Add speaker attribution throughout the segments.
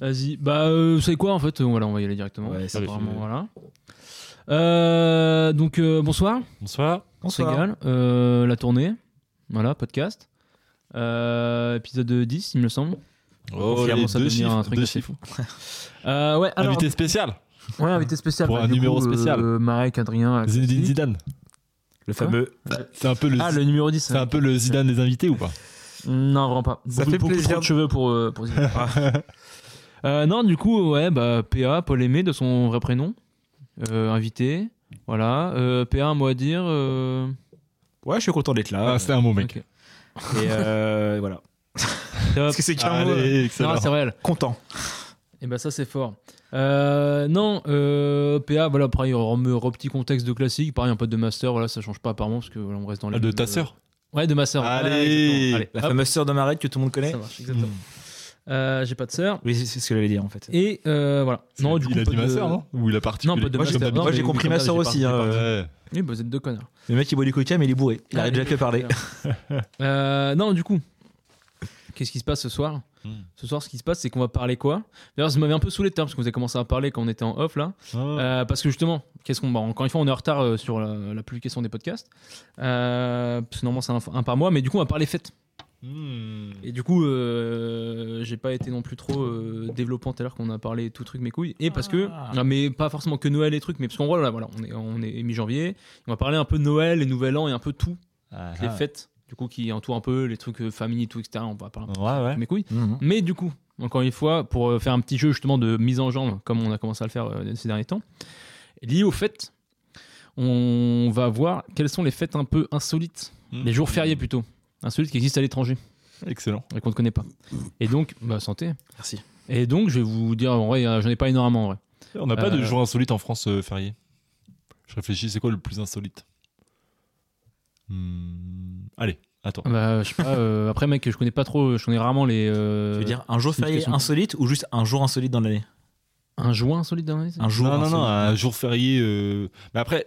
Speaker 1: Vas-y. Bah, euh, vous savez quoi, en fait on, voilà, on va y aller directement.
Speaker 2: Ouais, c'est
Speaker 1: Apparemment,
Speaker 2: parti.
Speaker 1: voilà. Euh, donc, euh, bonsoir.
Speaker 2: Bonsoir.
Speaker 1: On se régale. Euh, la tournée. Voilà, podcast. Euh, épisode 10, il me semble.
Speaker 2: Oh,
Speaker 1: Ça
Speaker 2: les
Speaker 1: commence à
Speaker 2: deux
Speaker 1: devenir
Speaker 2: chiffres,
Speaker 1: un truc
Speaker 2: deux
Speaker 1: assez
Speaker 2: chiffres.
Speaker 1: Euh, ouais, alors,
Speaker 2: Invité spécial.
Speaker 1: ouais, invité spécial.
Speaker 2: Pour
Speaker 1: bah,
Speaker 2: un
Speaker 1: du
Speaker 2: numéro
Speaker 1: coup,
Speaker 2: spécial.
Speaker 1: euh, Marek, Adrien. Alexis.
Speaker 2: Zinedine Zidane.
Speaker 3: Le fameux.
Speaker 2: C'est un peu le,
Speaker 1: Ah, le numéro 10.
Speaker 2: c'est un peu le Zidane des invités ou pas
Speaker 1: Non, vraiment pas.
Speaker 3: Ça
Speaker 1: beaucoup,
Speaker 3: fait
Speaker 1: beaucoup
Speaker 3: plaisir.
Speaker 1: trop de cheveux pour. euh, pour Zidane.
Speaker 2: Ah.
Speaker 1: Euh, non, du coup, ouais, bah, PA, Paul Aimé, de son vrai prénom, euh, invité. Voilà. Euh, PA, un mot à dire. euh,
Speaker 3: Ouais, je suis content d'être là.
Speaker 2: Ah, c'était un mot, mec.
Speaker 1: ok.
Speaker 3: Et euh, voilà.
Speaker 1: Top.
Speaker 3: Parce que c'est qu'un mot.
Speaker 2: Allez,
Speaker 1: Non,
Speaker 2: excellent.
Speaker 1: c'est réel.
Speaker 3: Content.
Speaker 1: Et ben ça, c'est fort. Euh, non, euh, PA, voilà, pareil, re, re- petit contexte de classique. Pareil, un pote de master, voilà, ça change pas apparemment parce que voilà, on reste dans les.
Speaker 2: Ah, de
Speaker 1: mêmes,
Speaker 2: ta
Speaker 1: euh,
Speaker 2: sœur.
Speaker 1: Ouais, de ma sœur.
Speaker 2: Allez.
Speaker 1: Ouais, exactement. Allez,
Speaker 3: La
Speaker 1: hop,
Speaker 3: fameuse sœur de Marek que tout le monde connaît.
Speaker 1: Ça marche, exactement. Euh, J'ai pas de sœur.
Speaker 3: Oui, c'est- c'est ce que j'allais dire en fait.
Speaker 1: Et euh, voilà. Non, du coup,
Speaker 2: il a
Speaker 1: pas
Speaker 2: dit
Speaker 1: de-
Speaker 2: ma sœur, non Ou il a parti
Speaker 1: Non, pas de
Speaker 3: Moi,
Speaker 1: ma
Speaker 3: j'ai-
Speaker 1: sœur.
Speaker 3: moi,
Speaker 1: Non,
Speaker 3: j'ai
Speaker 1: mais
Speaker 3: compris
Speaker 1: comme
Speaker 3: ma
Speaker 1: ça,
Speaker 3: sœur
Speaker 1: j'ai pas-
Speaker 3: aussi.
Speaker 1: j'ai
Speaker 3: hein,
Speaker 1: pas-
Speaker 3: euh,
Speaker 1: Oui, bah, vous êtes deux connards.
Speaker 2: Ouais.
Speaker 3: Le mec il boit du coca mais il est bourré. Il arrête
Speaker 1: Allez,
Speaker 3: déjà de parler.
Speaker 1: Euh, non, du coup, qu'est-ce qui se passe ce soir
Speaker 2: Hmm.
Speaker 1: Ce soir, ce qui se passe, c'est qu'on va parler quoi D'ailleurs, ça m'avait un peu saoulé de parce qu'on vous avez commencé à parler quand on était en off là.
Speaker 2: Ah.
Speaker 1: Euh, parce que justement, qu'est-ce qu'on. bah, encore une fois, on est en retard euh, sur la, la publication des podcasts. Euh, parce que normalement, c'est un, un par mois, mais du coup, on va parler fête.
Speaker 2: Hmm.
Speaker 1: Et du coup, euh, j'ai pas été non plus trop euh, développant tout à l'heure qu'on a parlé tout truc mes couilles. Et parce que,
Speaker 3: Ah.
Speaker 1: non, mais pas forcément que Noël et trucs, mais parce qu'en gros, là, voilà, on est, on est mi-janvier. On va parler un peu de Noël et Nouvel An et un peu tout,
Speaker 2: Ah,
Speaker 1: les
Speaker 2: ah.
Speaker 1: fêtes, du coup, qui entourent un peu les trucs euh, famille et tout, etc. On va parler un peu
Speaker 2: Ouais, ouais.
Speaker 1: mes couilles. Mais du coup, encore une fois, pour euh, faire un petit jeu justement de mise en jambe, comme on a commencé à le faire euh, ces derniers temps, lié au fait, on va voir quelles sont les fêtes un peu insolites, les jours fériés plutôt, insolites qui existent à l'étranger
Speaker 2: Hmm. Excellent.
Speaker 1: et qu'on ne connaît pas. Et donc, bah, santé.
Speaker 3: Merci.
Speaker 1: Et donc, je vais vous dire, en vrai, euh, j'en ai pas énormément en vrai.
Speaker 2: On n'a pas
Speaker 1: Euh,
Speaker 2: de jour insolite en France euh, férié. Je réfléchis, c'est quoi le plus insolite Hmm. Allez, attends.
Speaker 1: Bah, je sais pas, euh, après, mec, je connais pas trop, je connais rarement les. euh,
Speaker 3: Tu veux dire un jour férié
Speaker 1: signification.
Speaker 3: insolite ou juste un jour insolite dans l'année
Speaker 1: Un joint insolite dans l'année, c'est-
Speaker 3: Un jour
Speaker 2: non, non, non,
Speaker 3: insolite.
Speaker 2: un jour férié. euh, Mais après,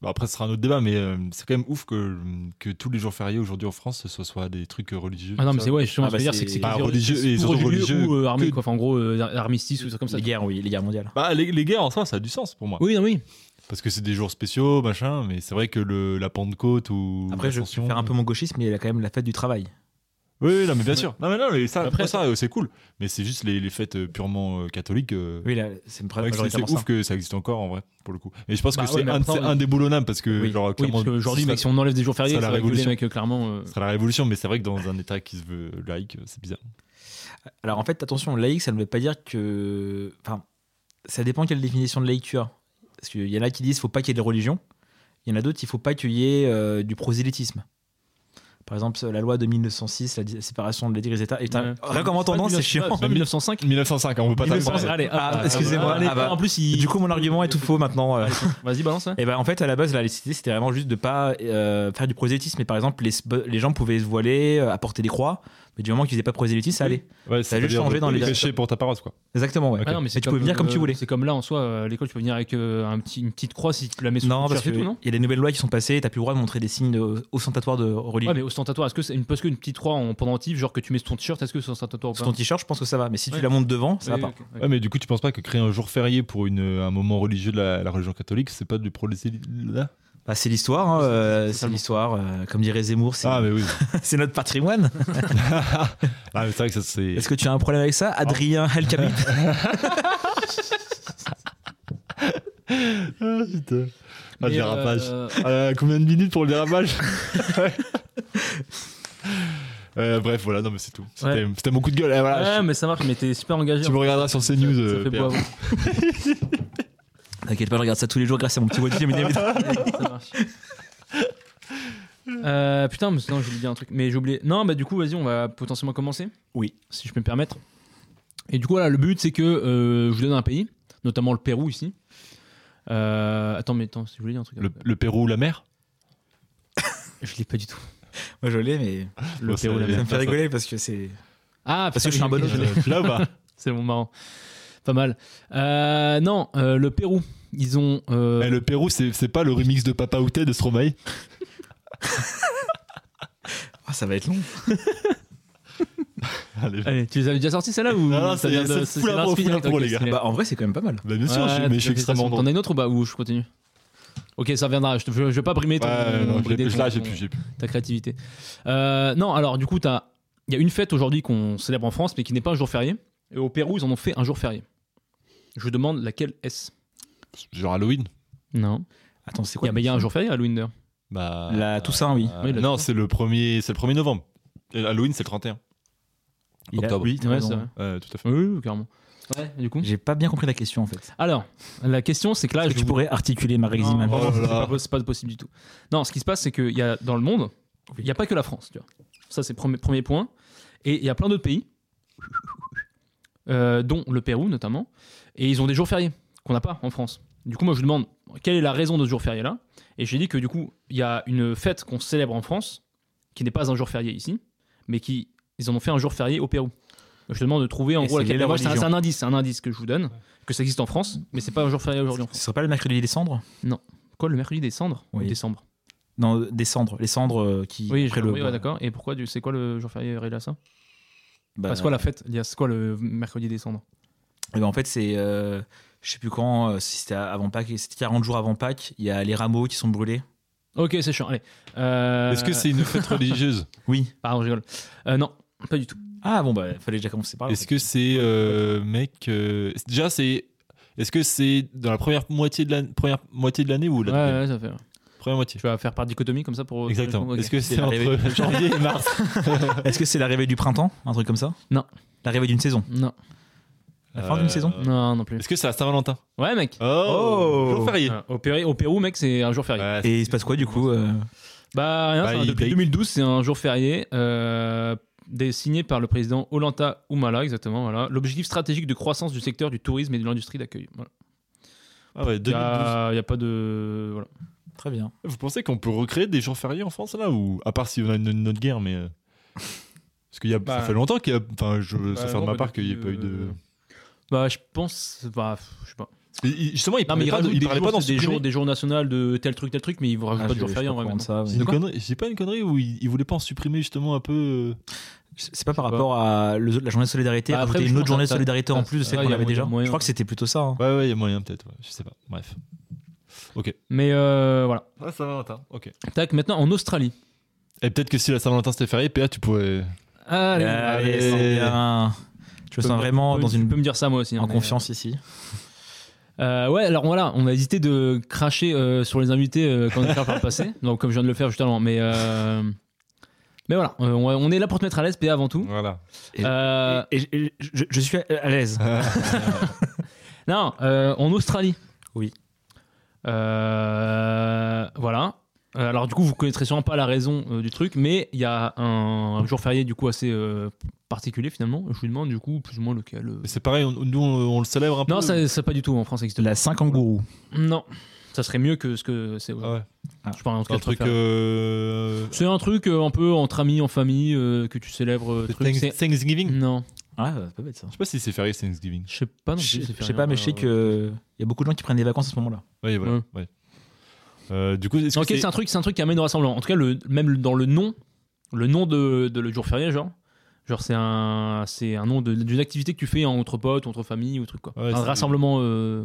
Speaker 2: bah, après, ce sera un autre débat, mais euh, c'est quand même ouf que, que tous les jours fériés aujourd'hui en France, ce soit des trucs euh, religieux.
Speaker 1: Ah non, mais
Speaker 2: ça.
Speaker 1: c'est ouais, justement,
Speaker 3: Ah
Speaker 1: je veux
Speaker 3: bah,
Speaker 1: dire,
Speaker 3: c'est-
Speaker 1: c'est que c'est
Speaker 2: bah,
Speaker 1: quasi
Speaker 2: religieux et
Speaker 1: ou
Speaker 2: surtout religieux
Speaker 1: ou euh, armé,
Speaker 2: que-
Speaker 1: quoi. Enfin, en gros, euh, armistice ou des trucs comme ça.
Speaker 3: Les guerres, oui, les guerres mondiales.
Speaker 2: Bah, les, les guerres en soi, ça a du sens pour moi.
Speaker 1: Oui, non, oui.
Speaker 2: Parce que c'est des jours spéciaux, machin, mais c'est vrai que le, la Pentecôte ou.
Speaker 3: Après, je vais
Speaker 2: l'Ascension-
Speaker 3: faire un peu mon gauchisme, mais il y a quand même la fête du travail.
Speaker 2: Oui, oui, non, mais bien sûr. Non, mais non, mais ça,
Speaker 1: Après,
Speaker 2: après, ça, euh, c'est cool. Mais c'est juste les, les fêtes euh, purement euh, catholiques. euh,
Speaker 3: Oui, là, c'est
Speaker 2: c'est vrai que c'est-
Speaker 3: majoritairement
Speaker 2: c'est
Speaker 3: ça.
Speaker 2: ouf que ça existe encore en vrai, pour le coup. Et je pense
Speaker 1: Bah
Speaker 2: que
Speaker 1: ouais,
Speaker 2: c'est
Speaker 1: mais
Speaker 2: un-
Speaker 1: après,
Speaker 2: c'est
Speaker 1: on-
Speaker 2: indéboulonnable parce que,
Speaker 1: Oui.
Speaker 2: genre,
Speaker 1: Oui,
Speaker 2: clairement.
Speaker 1: parce qu'aujourd'hui,
Speaker 2: ce
Speaker 1: mec, si on enlève des jours fériés,
Speaker 2: ça, la
Speaker 1: ça va gueuler,
Speaker 2: révolution.
Speaker 1: mec, euh, clairement. euh,
Speaker 2: Ce sera la révolution, mais c'est vrai que dans un état qui se veut laïque, c'est bizarre.
Speaker 3: Alors en fait, attention, laïque, ça ne veut pas dire que. Enfin, ça dépend quelle définition de laïque tu as. Parce qu'il y en a qui disent qu'il ne faut pas qu'il y ait de religion. Il y en a d'autres, il ne faut pas qu'il y ait euh, du prosélytisme. Par exemple, la loi de 1906, la di- séparation de l'Église et l'État. Et putain,
Speaker 1: Ouais.
Speaker 3: rien qu'en m'entendant, c'est chiant.
Speaker 1: pas 1905.
Speaker 2: 1905, on veut pas
Speaker 1: 1905,
Speaker 2: t'apprendre.
Speaker 1: Allez, hop,
Speaker 3: Ah,
Speaker 1: hop,
Speaker 3: excusez-moi.
Speaker 1: allez,
Speaker 3: Ah bah.
Speaker 1: En plus, il.
Speaker 3: Du coup, mon argument est tout faux maintenant. euh.
Speaker 1: Allez, Vas-y, balance. hein.
Speaker 3: Et ben en fait, à la base, la laïcité, c'était vraiment juste de pas euh, faire du prosélytisme. Mais par exemple, les, les gens pouvaient se voiler, euh, apporter des croix, mais du moment qu'ils faisaient pas de prosélytisme, ça allait.
Speaker 2: Ouais,
Speaker 3: Ça a juste changé dans les-
Speaker 2: péchés pour ta paroisse, quoi.
Speaker 3: Exactement, ouais.
Speaker 1: Ah non, mais c'est
Speaker 3: tu peux venir comme tu
Speaker 1: euh,
Speaker 3: voulais.
Speaker 1: C'est comme là en soi, euh, à l'école, tu peux venir avec euh, un petit, une petite croix si tu la mets sur
Speaker 3: Non,
Speaker 1: ton
Speaker 3: parce
Speaker 1: t-shirt et
Speaker 3: qu'il
Speaker 1: tout, non
Speaker 3: y a des nouvelles lois qui sont passées et t'as plus le droit de montrer des signes de- ostentatoires de religion.
Speaker 1: Ouais, mais ostentatoire, est-ce que c'est une, parce que une petite croix en pendentif, genre que tu mets sur ton t-shirt, est-ce que c'est ostentatoire ou pas
Speaker 3: Sur ton t-shirt, je pense que ça va, mais si
Speaker 1: bah. Ouais.
Speaker 3: tu la montes devant, ça
Speaker 1: Oui,
Speaker 3: va pas.
Speaker 1: ok, ouais.
Speaker 2: Ouais, mais du coup, tu penses pas que créer un jour férié pour une, euh, un moment religieux de la, la religion catholique, c'est pas du prosélytisme
Speaker 3: Bah, c'est l'histoire, hein, euh,
Speaker 1: c'est
Speaker 3: c'est
Speaker 1: totalement.
Speaker 3: l'histoire. euh, comme dirait Zemmour, c'est
Speaker 2: Ah, mais oui.
Speaker 3: c'est notre patrimoine.
Speaker 2: ah, mais c'est vrai que ça, c'est.
Speaker 3: Est-ce que tu as un problème avec ça, Adrien Alcabit
Speaker 2: Ah, putain. Ah, le
Speaker 1: Mais,
Speaker 2: dérapage.
Speaker 1: euh,
Speaker 2: Ah, combien de minutes pour le dérapage Euh, Bref, voilà, non, mais c'est tout. C'était c'était mon coup de gueule. eh, voilà,
Speaker 1: Ouais,
Speaker 2: je-
Speaker 1: mais ça marche, mais t'es super engagé.
Speaker 2: Tu
Speaker 1: en
Speaker 2: me regarderas sur
Speaker 1: fait,
Speaker 2: CNews.
Speaker 1: ça
Speaker 2: euh,
Speaker 1: fait
Speaker 2: Pierre.
Speaker 1: beau à vous.
Speaker 3: T'inquiète pas, je regarde ça tous les jours grâce à mon petit voilier.
Speaker 1: Ça marche. Euh, putain, mais non, j'ai oublié un truc. Mais j'ai oublié. Non, bah du coup, vas-y, on va potentiellement commencer.
Speaker 3: Oui.
Speaker 1: Si je peux me permettre. Et du coup, voilà, le but, c'est que euh, je vous donne un pays, notamment le Pérou ici. Euh, attends, mais attends, si je voulais dire un truc.
Speaker 2: le, le Pérou ou la mer
Speaker 1: Je l'ai pas du tout.
Speaker 3: Moi je l'ai, mais
Speaker 1: Le
Speaker 2: Bon,
Speaker 1: Pérou, la
Speaker 2: Oh, c'est-
Speaker 3: ça me
Speaker 1: mer.
Speaker 3: fait rigoler parce que c'est.
Speaker 1: Ah,
Speaker 3: Parce que je suis un
Speaker 1: putain,
Speaker 3: bon
Speaker 1: je l'ai.
Speaker 2: Euh, tu l'as ou pas
Speaker 1: C'est bon, marrant. Pas mal. Euh, non, euh, le Pérou, ils ont. euh,
Speaker 2: Eh, Le Pérou, c'est c'est pas le remix de Papa Outé de Stromae
Speaker 3: Ah, ça va être long.
Speaker 2: Allez,
Speaker 1: Allez, tu les avais déjà sortis celle-là ou
Speaker 2: Non, non,
Speaker 1: ça
Speaker 2: c'est-
Speaker 1: vient de-
Speaker 2: c'est
Speaker 1: c'est
Speaker 2: full
Speaker 1: de
Speaker 2: impro,
Speaker 1: l'inspi-
Speaker 2: full impro,
Speaker 1: ok,
Speaker 2: les gars.
Speaker 1: c'est-
Speaker 3: Bah, en vrai, c'est quand même pas mal.
Speaker 2: Bah, bien sûr,
Speaker 1: Ouais,
Speaker 2: je- mais
Speaker 1: t'as
Speaker 2: je suis
Speaker 1: fait ça.
Speaker 2: extrêmement
Speaker 1: T'en
Speaker 2: drôle.
Speaker 1: as une autre ou bah ou je continue Ok, ça reviendra. Je, te- je- je vais pas brimer ton,
Speaker 2: Ouais, non, j'ai-
Speaker 1: brider ton-
Speaker 2: là, j'ai
Speaker 1: ton-
Speaker 2: plus, j'ai plus.
Speaker 1: ta créativité. Euh, non, alors du coup, t'as- il y a une fête aujourd'hui qu'on célèbre en France, mais qui n'est pas un jour férié. Et au Pérou, ils en ont fait un jour férié. Je vous demande laquelle est-ce
Speaker 2: Genre Halloween.
Speaker 1: Non.
Speaker 3: Attends, c'est
Speaker 1: Il y,
Speaker 3: quoi
Speaker 1: a- mais il y a un jour férié à Halloween. d'ailleurs.
Speaker 2: Bah,
Speaker 3: La Toussaint, oui.
Speaker 2: euh,
Speaker 1: Oui, la
Speaker 2: non,
Speaker 1: Toussaint.
Speaker 2: c'est le premier, c'est le 1er novembre. Et Halloween, c'est le 31.
Speaker 3: Il a-
Speaker 2: Octobre.
Speaker 3: Oui, t'as
Speaker 1: Ouais,
Speaker 3: raison.
Speaker 1: c'est vrai.
Speaker 2: Ouais, tout à fait.
Speaker 1: Oui, oui, carrément. Ouais, du coup.
Speaker 3: J'ai pas bien compris la question en fait.
Speaker 1: Alors, la question, c'est que là,
Speaker 3: Est-ce
Speaker 1: je
Speaker 3: que tu
Speaker 1: vous-
Speaker 3: pourrais articuler ma réalisme
Speaker 1: Non,
Speaker 3: ma
Speaker 1: vraiment,
Speaker 2: Oh là
Speaker 1: c'est
Speaker 2: là.
Speaker 1: pas, c'est pas possible du tout. Non, ce qui se passe, c'est qu'il y a dans le monde, il n'y a pas que la France. Tu vois. Ça, c'est premier, premier point. Et il y a plein d'autres pays, euh, dont le Pérou notamment, et ils ont des jours fériés qu'on n'a pas en France. Du coup, moi, je demande quelle est la raison de ce jour férié là. Et j'ai dit que du coup, il y a une fête qu'on célèbre en France, qui n'est pas un jour férié ici, mais qui ils en ont fait un jour férié au Pérou. Je te demande de trouver en
Speaker 3: Et
Speaker 1: gros
Speaker 3: c'est
Speaker 1: laquelle.
Speaker 3: lié à la
Speaker 1: Moi, C'est un,
Speaker 3: religion.
Speaker 1: c'est un indice, c'est un indice que je vous donne, que ça existe en France, mais c'est pas un jour férié aujourd'hui. en France.
Speaker 3: Ce serait pas le mercredi des cendres
Speaker 1: Quoi, le mercredi des cendres ou
Speaker 3: Oui.
Speaker 1: Décembre.
Speaker 3: Non, des cendres. Les cendres euh, qui.
Speaker 1: Oui,
Speaker 3: après
Speaker 1: j'ai
Speaker 3: le-
Speaker 1: compris, ouais, d'accord. Et pourquoi, du- c'est quoi le jour férié relié à ça
Speaker 3: Bah,
Speaker 1: Parce quoi la fête liée à- C'est quoi le mercredi décembre
Speaker 3: eh ben, en fait, c'est. euh, je sais plus quand, euh, si c'était avant Pâques, c'était 40 jours avant Pâques, il y a les rameaux qui sont brûlés.
Speaker 1: Ok, c'est chiant. Allez. Euh,
Speaker 2: Est-ce que c'est une fête religieuse
Speaker 3: Oui.
Speaker 1: Pardon, je rigole. Euh, non, pas du tout.
Speaker 3: Ah bon, bah, fallait déjà commencer par là. en
Speaker 2: Est-ce
Speaker 3: fait.
Speaker 2: que c'est euh, mec euh, déjà c'est est-ce que c'est dans la première moitié de la première moitié de l'année ou la
Speaker 1: Ouais,
Speaker 2: deuxième
Speaker 1: ouais, ça fait.
Speaker 2: première moitié
Speaker 1: Tu vas faire par dichotomie comme ça pour.
Speaker 2: Exactement.
Speaker 1: Ok.
Speaker 2: Est-ce que c'est
Speaker 3: C'est l'arrivée.
Speaker 2: entre janvier et mars
Speaker 3: Est-ce que c'est l'arrivée du printemps Un truc comme ça
Speaker 1: Non.
Speaker 3: L'arrivée d'une saison
Speaker 1: Non,
Speaker 3: La fin d'une
Speaker 2: Euh,
Speaker 3: saison
Speaker 1: non, non plus.
Speaker 2: Est-ce que c'est à Saint-Valentin
Speaker 1: Ouais, mec.
Speaker 3: Oh
Speaker 2: Jour férié.
Speaker 1: Voilà. Au, Pérou, au Pérou, mec, c'est un jour férié.
Speaker 2: Ouais,
Speaker 3: Et il se passe quoi du coup euh,
Speaker 1: Bah, rien,
Speaker 2: Bah,
Speaker 1: ça,
Speaker 2: il
Speaker 1: depuis
Speaker 2: date.
Speaker 1: 2012, c'est un jour férié. euh, dé- signé par le président Olanta Humala, exactement. Voilà. L'objectif stratégique de croissance du secteur du tourisme et de l'industrie d'accueil. Voilà.
Speaker 2: ah ouais,
Speaker 1: Il n'y
Speaker 2: 2012.
Speaker 1: a, il y a pas de. Voilà.
Speaker 3: Très bien.
Speaker 2: Vous pensez qu'on peut recréer des jours fériés en France là ou à part si on a une, une autre guerre mais euh, parce qu'il y a
Speaker 1: Bah,
Speaker 2: ça fait longtemps qu'il y a enfin je
Speaker 1: Bah,
Speaker 2: ça fait
Speaker 1: non,
Speaker 2: de ma
Speaker 1: bah,
Speaker 2: part qu'il n'y ait
Speaker 1: depuis,
Speaker 2: pas eu de
Speaker 1: euh, Bah, je pense. Bah, je sais pas.
Speaker 2: Et il- justement il
Speaker 1: Non, mais
Speaker 2: parlait
Speaker 1: il
Speaker 2: pas de-
Speaker 1: rajoute
Speaker 2: il
Speaker 1: des,
Speaker 2: parlait
Speaker 1: jours,
Speaker 2: pas dans
Speaker 1: c'est des
Speaker 2: supprimer.
Speaker 1: jours, des jours nationaux de tel truc, tel truc, mais il vous rajoute
Speaker 3: Ah,
Speaker 1: pas de
Speaker 3: je-
Speaker 1: jour
Speaker 3: je
Speaker 1: férié en
Speaker 3: peux
Speaker 1: vrai.
Speaker 3: prendre
Speaker 1: maintenant.
Speaker 3: ça, oui.
Speaker 2: C'est une connerie- J'ai pas une connerie où il, il voulait pas en supprimer justement un peu. euh,
Speaker 3: C'est pas par
Speaker 1: sais pas.
Speaker 3: rapport à le- la journée de solidarité,
Speaker 1: Bah, après,
Speaker 3: rajouter
Speaker 1: je
Speaker 3: une
Speaker 1: pense
Speaker 3: autre journée de
Speaker 1: que ça-
Speaker 3: solidarité en
Speaker 1: ça-
Speaker 3: plus de
Speaker 1: ça-
Speaker 3: celle
Speaker 1: là,
Speaker 3: qu'on
Speaker 1: il y a
Speaker 3: avait déjà.
Speaker 1: moyen.
Speaker 3: Je crois que c'était plutôt ça. hein.
Speaker 2: Ouais, ouais, il y a moyen peut-être. ouais, Je sais pas. Bref.
Speaker 1: Mais euh, voilà.
Speaker 2: Ah, Saint-Valentin. Ok.
Speaker 1: Tac, maintenant en Australie.
Speaker 2: Et peut-être que si la Saint-Valentin c'était férié, PA, tu pourrais.
Speaker 1: Allez,
Speaker 3: Allez,
Speaker 2: Allez.
Speaker 3: c'est bien. Je me
Speaker 1: peux
Speaker 3: sens
Speaker 1: me-
Speaker 3: vraiment
Speaker 1: tu
Speaker 3: dans
Speaker 1: peux-
Speaker 3: une
Speaker 1: Tu peux me dire ça moi aussi. hein,
Speaker 3: en
Speaker 1: mais-
Speaker 3: confiance ici.
Speaker 1: Euh, ouais, alors voilà, on a hésité de cracher euh, sur les invités euh, quand on était là par le passé. Donc, comme je viens de le faire justement. Mais, euh, mais voilà, euh, on, on est là pour te mettre à l'aise, PA avant tout.
Speaker 2: Voilà.
Speaker 3: Et-
Speaker 1: Euh,
Speaker 3: Et, et- et je, je suis à, à l'aise.
Speaker 1: Non, euh, en Australie.
Speaker 3: Oui.
Speaker 1: Euh, voilà. Euh, Alors du coup, vous connaîtrez sûrement pas la raison euh, du truc, mais il y a un, un jour férié du coup assez euh, particulier finalement. Je vous demande du coup plus ou moins lequel. euh.
Speaker 2: Mais c'est pareil, on- nous on, on le célèbre un peu.
Speaker 1: Non, ça, ça pas du tout en France ça existe.
Speaker 3: La 5 angourou.
Speaker 1: pas. Non, ça serait mieux que ce que c'est.
Speaker 2: Ah ouais.
Speaker 1: Je sais pas, en tout
Speaker 2: C'est
Speaker 1: cas,
Speaker 2: un
Speaker 1: je préfère.
Speaker 3: euh,
Speaker 2: truc. euh,
Speaker 1: C'est un truc euh, un peu entre amis, en famille, euh, que tu célèbres. euh,
Speaker 2: c'est
Speaker 1: truc,
Speaker 2: Thanks-
Speaker 1: c'est- Mm.
Speaker 2: Thanksgiving.
Speaker 1: Non,
Speaker 3: Ah, c'est pas bête ça.
Speaker 2: Je sais pas si c'est férié Thanksgiving.
Speaker 1: je sais pas. non
Speaker 3: Je
Speaker 1: plus, ça
Speaker 3: je
Speaker 1: fait
Speaker 3: sais
Speaker 1: rien,
Speaker 3: pas, mais je sais
Speaker 1: euh,
Speaker 3: qu'il y a beaucoup de gens qui prennent des vacances à ce moment-là.
Speaker 2: Ouais, voilà.
Speaker 1: Ouais.
Speaker 2: Ouais. Euh, du coup, est-ce que
Speaker 1: Ok, c'est
Speaker 2: c'est
Speaker 1: un truc, c'est un truc qui amène au rassemblement. En tout cas, le, même dans le nom, le nom de, de le jour férié, genre, genre c'est un, c'est un nom de- d'une activité que tu fais entre potes, entre familles ou truc quoi.
Speaker 2: Ouais,
Speaker 1: un
Speaker 2: c'est-
Speaker 1: rassemblement euh,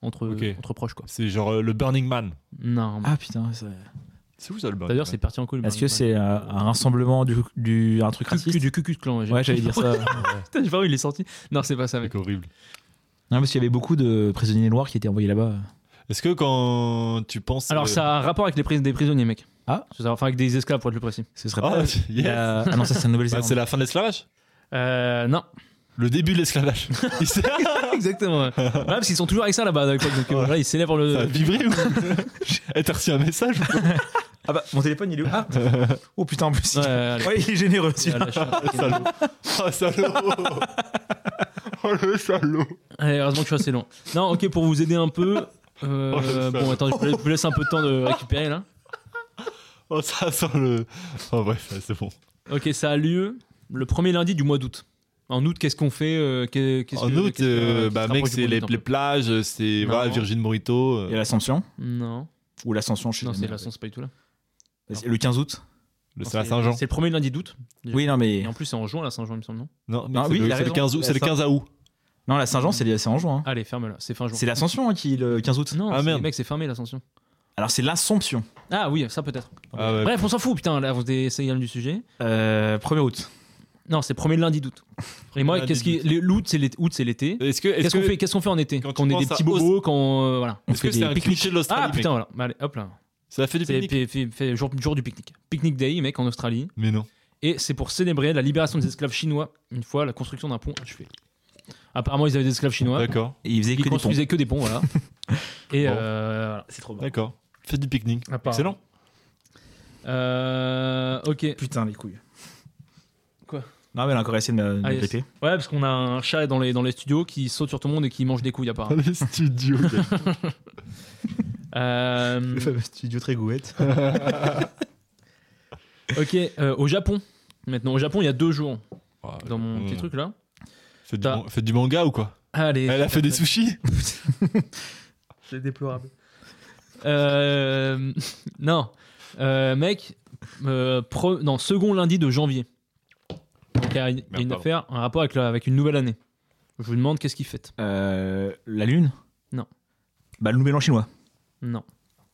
Speaker 1: entre,
Speaker 2: Ok.
Speaker 1: entre proches quoi.
Speaker 2: c'est genre euh, le Burning Man
Speaker 1: Non.
Speaker 3: Ah putain. ça-
Speaker 2: C'est où ça le Burning
Speaker 1: D'ailleurs,
Speaker 2: Man
Speaker 1: c'est parti en couille.
Speaker 3: Est-ce que c'est euh, un rassemblement du, du un truc
Speaker 1: du,
Speaker 3: raciste
Speaker 1: du cucu de clan j'ai-
Speaker 3: Ouais, j'allais dire ça.
Speaker 1: Putain, j'ai pas vu, il est sorti. Non, c'est pas ça,
Speaker 2: C'est un
Speaker 1: mec.
Speaker 2: truc horrible.
Speaker 3: non, parce qu'il y avait beaucoup de prisonniers noirs qui étaient envoyés là-bas.
Speaker 2: Est-ce que quand tu penses.
Speaker 1: Alors,
Speaker 2: euh,
Speaker 1: ça a un rapport avec les pris- des prisonniers, mec.
Speaker 3: Ah.
Speaker 1: C'est ça, Enfin, avec des esclaves, pour être le précis.
Speaker 3: Ce serait pas.
Speaker 2: Ah, yes.
Speaker 3: Euh, ah non, ça Oh, c'est
Speaker 2: Bah,
Speaker 3: la Nouvelle-Zélande.
Speaker 2: c'est la fin de l'esclavage
Speaker 1: Euh, non.
Speaker 2: Le début de l'esclavage
Speaker 3: Ah,
Speaker 1: Exactement. Ouais, parce qu'ils sont toujours avec ça là-bas. à l'époque, Donc euh, voilà, ils célèbrent
Speaker 2: Ça a
Speaker 1: le.
Speaker 2: vibré ou Eh, T'as reçu un message ou pas
Speaker 3: Ah bah, mon téléphone il est où Ah Oh putain, en plus.
Speaker 1: Ouais, allez.
Speaker 3: il est généreux. celui-là.
Speaker 1: Allez, lâche-
Speaker 2: Salaud. Oh, salaud Oh, le salaud
Speaker 1: Allez, heureusement que je suis assez long. Non, ok, pour vous aider un peu. euh,
Speaker 2: Oh, le
Speaker 1: bon,
Speaker 2: salaud.
Speaker 1: attends, je vous laisse- je vous laisse un peu de temps de récupérer là.
Speaker 2: Oh, ça sent le. Oh, bref, ouais, c'est bon.
Speaker 1: Ok, ça a lieu le premier lundi du mois d'août. En août, qu'est-ce qu'on fait euh, qu'est- qu'est-ce
Speaker 2: en
Speaker 1: que-
Speaker 2: août,
Speaker 1: qu'est-ce que-
Speaker 2: euh,
Speaker 1: qui
Speaker 2: bah,
Speaker 1: se
Speaker 2: mec,
Speaker 1: rapproche du
Speaker 2: c'est
Speaker 1: mois
Speaker 2: les,
Speaker 1: d'août,
Speaker 2: les
Speaker 1: un peu
Speaker 2: plages, euh, c'est
Speaker 1: Non.
Speaker 2: voilà, Virgin Morito. euh.
Speaker 3: Il y a l'ascension
Speaker 1: Non,
Speaker 3: ou l'ascension, je sais
Speaker 1: non,
Speaker 3: jamais.
Speaker 1: c'est la c'est pas du tout là.
Speaker 3: C'est Le 15 août.
Speaker 2: Le
Speaker 1: Non,
Speaker 2: c'est la
Speaker 1: c'est-
Speaker 2: Saint-Jean.
Speaker 1: C'est le premier lundi d'août.
Speaker 3: Oui, non mais
Speaker 1: Et en plus, c'est en juin, la Saint-Jean, il me semble, non
Speaker 2: Non, mais
Speaker 3: Ah
Speaker 2: c'est
Speaker 3: oui,
Speaker 2: le,
Speaker 3: il a
Speaker 2: c'est le
Speaker 3: raison.
Speaker 2: 15 août. C'est le
Speaker 3: La
Speaker 2: 15 à août.
Speaker 3: non la Saint-Jean c'est c'est en juin. hein.
Speaker 1: Allez, ferme-la, c'est fin juin.
Speaker 3: C'est l'Ascension hein, qui le 15 août.
Speaker 1: Non,
Speaker 2: Ah,
Speaker 1: c'est-
Speaker 2: merde.
Speaker 1: mec, c'est fermé l'ascension.
Speaker 3: Alors c'est l'Assomption.
Speaker 1: Ah oui, ça peut-être.
Speaker 2: Ah ouais.
Speaker 1: Bref, on s'en fout, putain, là, vous essayez du sujet.
Speaker 3: Euh, 1er août.
Speaker 1: Non, c'est premier lundi d'août. Et moi,
Speaker 2: Lundi
Speaker 1: qu'est-ce qui.
Speaker 2: d'août.
Speaker 1: les- L'août, c'est l'été. août, c'est l'été.
Speaker 2: Est-ce que
Speaker 1: Qu'est-ce
Speaker 2: est-ce
Speaker 1: qu'on
Speaker 2: que
Speaker 1: fait, qu'est-ce qu'on fait en été
Speaker 2: Quand
Speaker 1: Quand,
Speaker 2: tu
Speaker 1: on est
Speaker 2: penses
Speaker 1: des
Speaker 2: à
Speaker 1: petits
Speaker 2: os-
Speaker 1: bobos, quand. euh, voilà.
Speaker 2: est-ce que
Speaker 3: fait
Speaker 2: c'est
Speaker 3: des
Speaker 2: un
Speaker 3: pique-niques.
Speaker 2: cliché de
Speaker 1: Ah
Speaker 2: l'Australie
Speaker 1: putain,
Speaker 2: mec
Speaker 1: voilà. Bah, allez, hop là.
Speaker 2: Ça a fait du
Speaker 1: C'est
Speaker 2: pique-nique.
Speaker 1: fait- fait- fait jour, jour du pique-nique. Picnic Day, mec, en Australie.
Speaker 2: Mais non.
Speaker 1: Et c'est pour célébrer la libération des esclaves chinois une fois la construction d'un pont achevée. Apparemment, ils avaient des esclaves chinois.
Speaker 2: D'accord.
Speaker 3: Et il faisait
Speaker 1: Ils
Speaker 3: que des ponts.
Speaker 1: construisaient que des ponts, voilà. Et
Speaker 2: Bon.
Speaker 1: euh, voilà. c'est trop
Speaker 2: D'accord. Faites du pique-nique.
Speaker 1: Apparemment.
Speaker 2: Excellent.
Speaker 1: Euh, ok.
Speaker 3: Putain les couilles.
Speaker 1: Quoi
Speaker 3: Non mais elle a encore essayé de me- de
Speaker 1: Ah,
Speaker 3: me
Speaker 1: yes.
Speaker 3: péter.
Speaker 1: Ouais, parce qu'on a un chat dans les, dans les studios qui saute sur tout le monde et qui mange des couilles, apparemment.
Speaker 2: Les studios. Mm.
Speaker 1: Euh,
Speaker 3: studio Trégouette.
Speaker 1: ok, euh, au Japon. Maintenant, au Japon, il y a deux jours dans mon
Speaker 2: Hmm.
Speaker 1: petit truc là.
Speaker 2: Faites du,
Speaker 1: T'as-
Speaker 2: man- faites du manga ou quoi
Speaker 1: Allez.
Speaker 2: Elle a fait des sushis
Speaker 1: C'est déplorable. non, Euh, mec, euh, pre- non, second lundi de janvier. Donc il y a une, il y a
Speaker 2: Merde,
Speaker 1: une
Speaker 2: pardon.
Speaker 1: affaire, un rapport avec, la- avec une nouvelle année. Je vous demande qu'est-ce qu'il fête.
Speaker 3: Euh, la lune
Speaker 1: Non.
Speaker 3: Bah le nouvel an chinois.
Speaker 1: Non,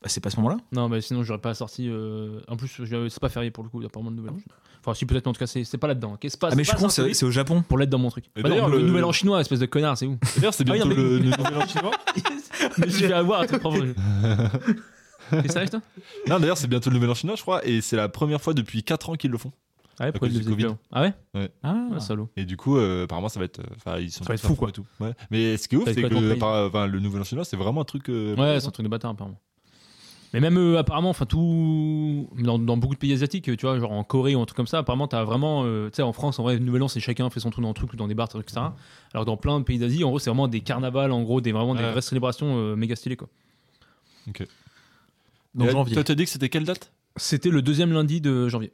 Speaker 3: Bah, c'est pas à ce moment-là
Speaker 2: Ah,
Speaker 1: non, mais sinon j'aurais pas sorti. euh, En plus, je- c'est pas férié pour le coup, apparemment le nouvel an. Enfin, si peut-être, mais en tout cas, c'est c'est pas là-dedans. ok, C'est pas,
Speaker 3: Ah mais
Speaker 1: c'est
Speaker 3: je
Speaker 1: pas
Speaker 3: pense c'est
Speaker 1: symbolique
Speaker 3: c'est au Japon.
Speaker 1: pour l'être dans mon truc.
Speaker 2: Mais
Speaker 1: Bah,
Speaker 2: d'ailleurs,
Speaker 1: D'ailleurs, le,
Speaker 2: le-
Speaker 1: nouvel an chinois, espèce de connard, c'est où
Speaker 2: D'ailleurs, c'est bientôt
Speaker 1: Ah oui, non,
Speaker 2: le,
Speaker 1: mais-
Speaker 2: le nouvel an chinois.
Speaker 1: Mais je vais avoir à te prendre. T'es sérieux, toi
Speaker 2: Non, d'ailleurs, c'est bientôt le nouvel an chinois, je crois, et c'est la première fois depuis 4 ans qu'ils le font.
Speaker 1: Ah ouais, pourquoi
Speaker 2: cause
Speaker 1: il le
Speaker 2: du
Speaker 1: faisait
Speaker 2: Covid.
Speaker 1: plus avant Ah ouais
Speaker 3: Ah,
Speaker 1: Ah, salaud.
Speaker 2: Et du coup, euh, apparemment, ça va être. euh, Enfin, ils sont.
Speaker 1: Ça va être
Speaker 2: enfin,
Speaker 1: fou, quoi.
Speaker 2: et Tout. Ouais. Mais ce qui est ouf,
Speaker 1: Ça va être
Speaker 2: c'est
Speaker 1: quoi,
Speaker 2: que
Speaker 1: ton pays
Speaker 2: appara- enfin, le nouvel an chinois, c'est vraiment un truc. euh,
Speaker 1: Ouais, c'est un truc de bâtard, apparemment. Mais même euh, apparemment, enfin tout dans, dans beaucoup de pays asiatiques, euh, tu vois, genre en Corée ou un truc comme ça, apparemment t'as vraiment, euh, tu sais, en France, en vrai, le Nouvel An, c'est chacun fait son tour dans un truc ou dans des bars, trucs, etc. Alors que dans plein de pays d'Asie, en gros, c'est vraiment des carnavals, en gros, des vraiment des
Speaker 2: Ouais.
Speaker 1: vraies célébrations euh, méga stylées quoi.
Speaker 2: et
Speaker 3: donc
Speaker 2: là,
Speaker 3: janvier.
Speaker 2: Toi, t'as dit que c'était quelle date
Speaker 1: C'était le deuxième lundi de janvier.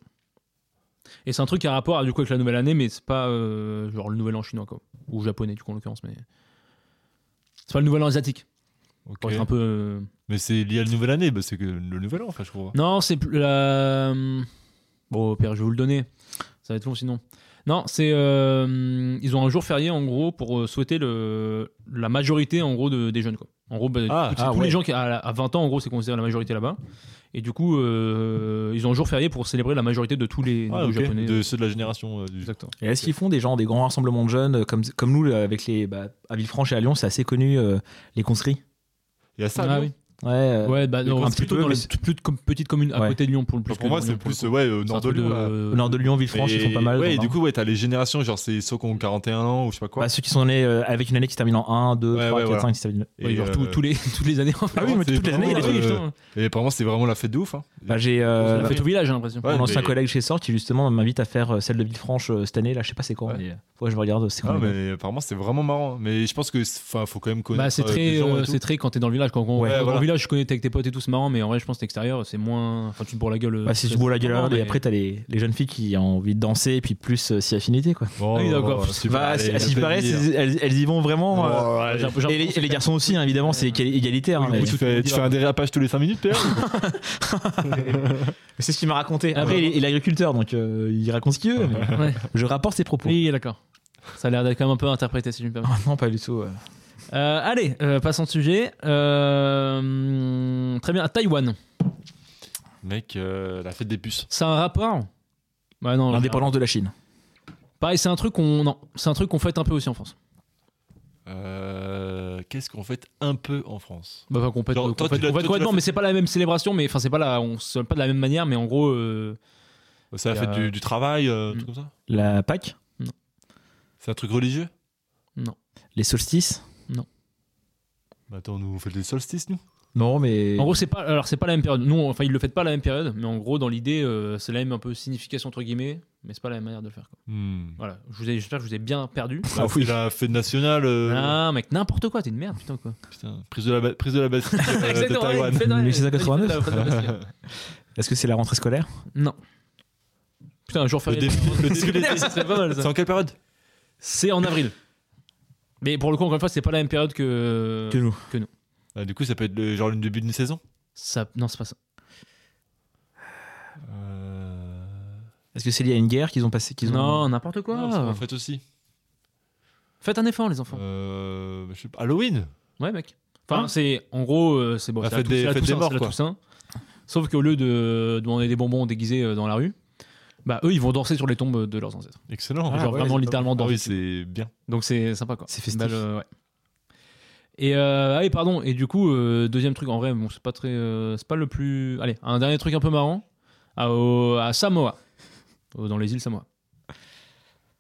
Speaker 1: Et c'est un truc qui a rapport du coup avec la nouvelle année, mais c'est pas euh, genre le Nouvel An chinois quoi, ou japonais du coup en l'occurrence, mais c'est pas le Nouvel An asiatique. Pour être un peu euh,
Speaker 2: Mais c'est lié à la nouvelle année, bah, c'est que le nouvel an, enfin, je crois.
Speaker 1: Non, c'est plus la. Bon, père, je vais vous le donner. Ça va être long sinon. Non, c'est. euh, ils ont un jour férié, en gros, pour euh, souhaiter le, la majorité, en gros, de- des jeunes, quoi. En gros, bah,
Speaker 2: Ah,
Speaker 1: tous-
Speaker 3: ah
Speaker 1: tous
Speaker 3: ouais.
Speaker 1: les gens qui, à, la- à 20 ans, en gros, c'est considéré la majorité là-bas. Et du coup, euh, ils ont un jour férié pour célébrer la majorité de tous les
Speaker 2: Ah,
Speaker 1: nouveaux
Speaker 2: ok.
Speaker 1: japonais.
Speaker 2: De ceux de la génération. euh, du...
Speaker 1: Exactement.
Speaker 3: Et est-ce qu'ils font des gens, des grands rassemblements de jeunes euh, comme, comme nous là, avec les bah, à Villefranche et à Lyon, c'est assez connu euh, les conscrits.
Speaker 2: Il y a ça.
Speaker 1: Ah
Speaker 2: non
Speaker 1: oui.
Speaker 3: Ouais. euh,
Speaker 1: Ouais, bah,
Speaker 3: les
Speaker 1: non,
Speaker 3: conscrits,
Speaker 1: plutôt
Speaker 3: eux,
Speaker 1: dans les
Speaker 3: mais-
Speaker 1: t- plus de com- petites communes à
Speaker 3: Ouais.
Speaker 1: côté de Lyon pour le plus.
Speaker 2: Enfin, Pour moi, c'est plus, euh, ouais, euh, nord de Lyon. là.
Speaker 3: Au nord de Lyon, Villefranche, ils
Speaker 2: Et-
Speaker 3: font pas mal.
Speaker 2: Ouais, et
Speaker 3: genre,
Speaker 2: du
Speaker 3: hein.
Speaker 2: coup, ouais, t'as les générations, genre, c'est ceux qui ont 41 ans ou je sais pas quoi.
Speaker 3: Bah, ceux qui sont nés euh, avec une année qui se termine en 1, 2,
Speaker 2: Ouais,
Speaker 3: 3,
Speaker 2: ouais,
Speaker 3: 4,
Speaker 2: voilà.
Speaker 3: 5, qui se termine.
Speaker 2: Et,
Speaker 1: genre,
Speaker 2: euh,
Speaker 1: tous- tous les, toutes les années. enfin,
Speaker 3: Ah oui, mais
Speaker 2: c'est
Speaker 3: toutes les années,
Speaker 1: vraiment
Speaker 3: il hein. y
Speaker 1: des
Speaker 3: a
Speaker 1: trucs,
Speaker 2: euh,
Speaker 1: putain.
Speaker 2: Et apparemment, c'est vraiment la fête de ouf. hein.
Speaker 3: Bah, j'ai
Speaker 1: hein. Ça
Speaker 3: euh,
Speaker 1: fait tout le village, j'ai l'impression.
Speaker 2: Ouais,
Speaker 3: mon ancien
Speaker 2: mais-
Speaker 3: collègue chez Sort qui justement m'invite à faire euh, celle de Villefranche euh, cette année là, je sais pas c'est quand.
Speaker 2: Ouais.
Speaker 3: mais, euh, faut que je regarde c'est quand.
Speaker 2: Ah,
Speaker 3: même.
Speaker 2: mais apparemment, c'est vraiment marrant. hein. Mais je pense que, c'est- enfin, faut quand même connaître.
Speaker 1: Bah, c'est
Speaker 2: euh, des
Speaker 1: très,
Speaker 2: gens et
Speaker 1: euh,
Speaker 2: tout.
Speaker 1: c'est très quand t'es dans le village. Quand, quand-
Speaker 3: Ouais,
Speaker 1: quand dans
Speaker 2: voilà.
Speaker 1: le village, je connais t'es avec tes potes et tout, c'est marrant, mais en vrai, je pense que l'extérieur, c'est moins. Enfin, tu te bourres la gueule. euh,
Speaker 3: Bah, si tu bois la gueule,
Speaker 1: mais-
Speaker 3: et après t'as les, les jeunes filles qui ont envie de danser et puis plus euh, si affinité quoi.
Speaker 2: Bon,
Speaker 1: Ah oui, d'accord.
Speaker 2: bon, super,
Speaker 3: Bah,
Speaker 2: allez,
Speaker 3: si- si
Speaker 2: oh, la
Speaker 3: je parais,
Speaker 2: famille,
Speaker 3: c'est- elles, elles y vont vraiment. euh,
Speaker 2: Oh,
Speaker 1: Ouais, j'ai- j'ai-
Speaker 3: et, les, et les garçons aussi, hein, évidemment, c'est égal- égalitaire. hein,
Speaker 2: hein.
Speaker 3: mais-
Speaker 2: Tu fais, tu fais un dérapage tous les 5 minutes, Pierre
Speaker 3: C'est ce qu'il m'a raconté. Après,
Speaker 1: Ouais.
Speaker 3: il est, il est agriculteur, donc euh, il raconte ce qu'il veut. mais
Speaker 1: Ouais.
Speaker 3: Je rapporte ses propos.
Speaker 1: Oui, d'accord. Ça a l'air d'être quand même un peu interprété, si je me permets.
Speaker 3: Ah non, pas du tout. euh.
Speaker 1: Euh, allez, euh, passons au sujet. Euh, très bien, à Taïwan.
Speaker 2: Mec, euh, la fête des puces.
Speaker 1: Ça a un rapport Bah non,
Speaker 3: L'indépendance de la Chine.
Speaker 1: Pareil, c'est un truc qu'on. Non, c'est un truc qu'on fête un peu aussi en France.
Speaker 2: Euh, Qu'est-ce qu'on fête un peu en France
Speaker 1: Bah, enfin, qu'on fête.
Speaker 2: Genre,
Speaker 1: qu'on
Speaker 2: toi,
Speaker 1: fête-
Speaker 2: tu l'as-
Speaker 1: qu'on fête
Speaker 2: toi, tu
Speaker 1: complètement,
Speaker 2: l'as
Speaker 1: mais
Speaker 2: fait-
Speaker 1: c'est pas la même célébration, mais enfin, c'est pas la. On se pas de la même manière, mais en gros. euh,
Speaker 2: C'est la
Speaker 1: Il y a-
Speaker 2: fête du, du travail, euh, un
Speaker 1: Mm.
Speaker 2: truc comme ça
Speaker 3: La Pâques,
Speaker 2: C'est un truc religieux
Speaker 3: les solstices.
Speaker 2: bah Attends, nous, on fait des solstices, nous
Speaker 3: Non, mais.
Speaker 1: En gros, c'est pas alors c'est pas la même période. Nous, on- enfin, ils le fêtent pas à la même période, mais en gros, dans l'idée, euh, c'est la même un peu signification entre guillemets, mais c'est pas la même manière de le faire. quoi.
Speaker 2: Hmm.
Speaker 1: Voilà. Je vous ai- j'espère que je vous ai bien perdu.
Speaker 2: Ah, oui. La fête nationale, euh,
Speaker 1: Ah mec, n'importe quoi, t'es une merde, putain quoi.
Speaker 2: putain, prise de la, ba- prise de la Bastille euh, de Taïwan.
Speaker 1: fête-
Speaker 3: 1689.
Speaker 1: fête- fête- fête- fête-
Speaker 3: Est-ce que c'est la rentrée scolaire
Speaker 1: Non. Putain, un jour
Speaker 2: Le
Speaker 1: férié.
Speaker 2: début, le début de l'été.
Speaker 1: Ça serait pas mal,
Speaker 2: C'est
Speaker 1: ça.
Speaker 2: en quelle période
Speaker 1: C'est en avril. Mais pour le coup, encore une fois, c'est pas la même période que.
Speaker 3: Que nous.
Speaker 2: Ah, Du coup, ça peut être le, genre le début d'une saison
Speaker 1: Ça... Non, c'est pas ça.
Speaker 2: Euh,
Speaker 3: Est-ce que c'est lié à une guerre qu'ils ont passé qu'ils ont...
Speaker 1: Non, n'importe quoi.
Speaker 2: Non, Ah, c'est pas fait aussi.
Speaker 1: Faites un effort, les enfants.
Speaker 2: Euh, je sais pas, Halloween
Speaker 1: Ouais, mec. Enfin,
Speaker 2: Hein
Speaker 1: c'est en gros, euh, c'est bon.
Speaker 2: Bah,
Speaker 1: c'est la
Speaker 2: faites
Speaker 1: Tous-
Speaker 2: des-
Speaker 1: c'est la
Speaker 2: faites des
Speaker 1: Toussaint,
Speaker 2: morts,
Speaker 1: c'est la
Speaker 2: quoi.
Speaker 1: Toussaint. Sauf qu'au lieu de demander des bonbons déguisés euh, dans la rue, bah eux, ils vont danser sur les tombes de leurs ancêtres.
Speaker 2: Excellent.
Speaker 3: Ah,
Speaker 1: Genre
Speaker 3: ouais,
Speaker 1: vraiment
Speaker 3: c'est pas
Speaker 1: littéralement
Speaker 2: Ah
Speaker 1: danser.
Speaker 2: oui, c'est bien.
Speaker 1: Donc c'est sympa quoi.
Speaker 3: C'est festif.
Speaker 1: Bah, le- ouais. Et euh, ah, et pardon. Et du coup, euh, deuxième truc en vrai, bon, c'est pas très, euh, c'est pas le plus. Allez, un dernier truc un peu marrant à, au- à Samoa, Au- dans les îles Samoa.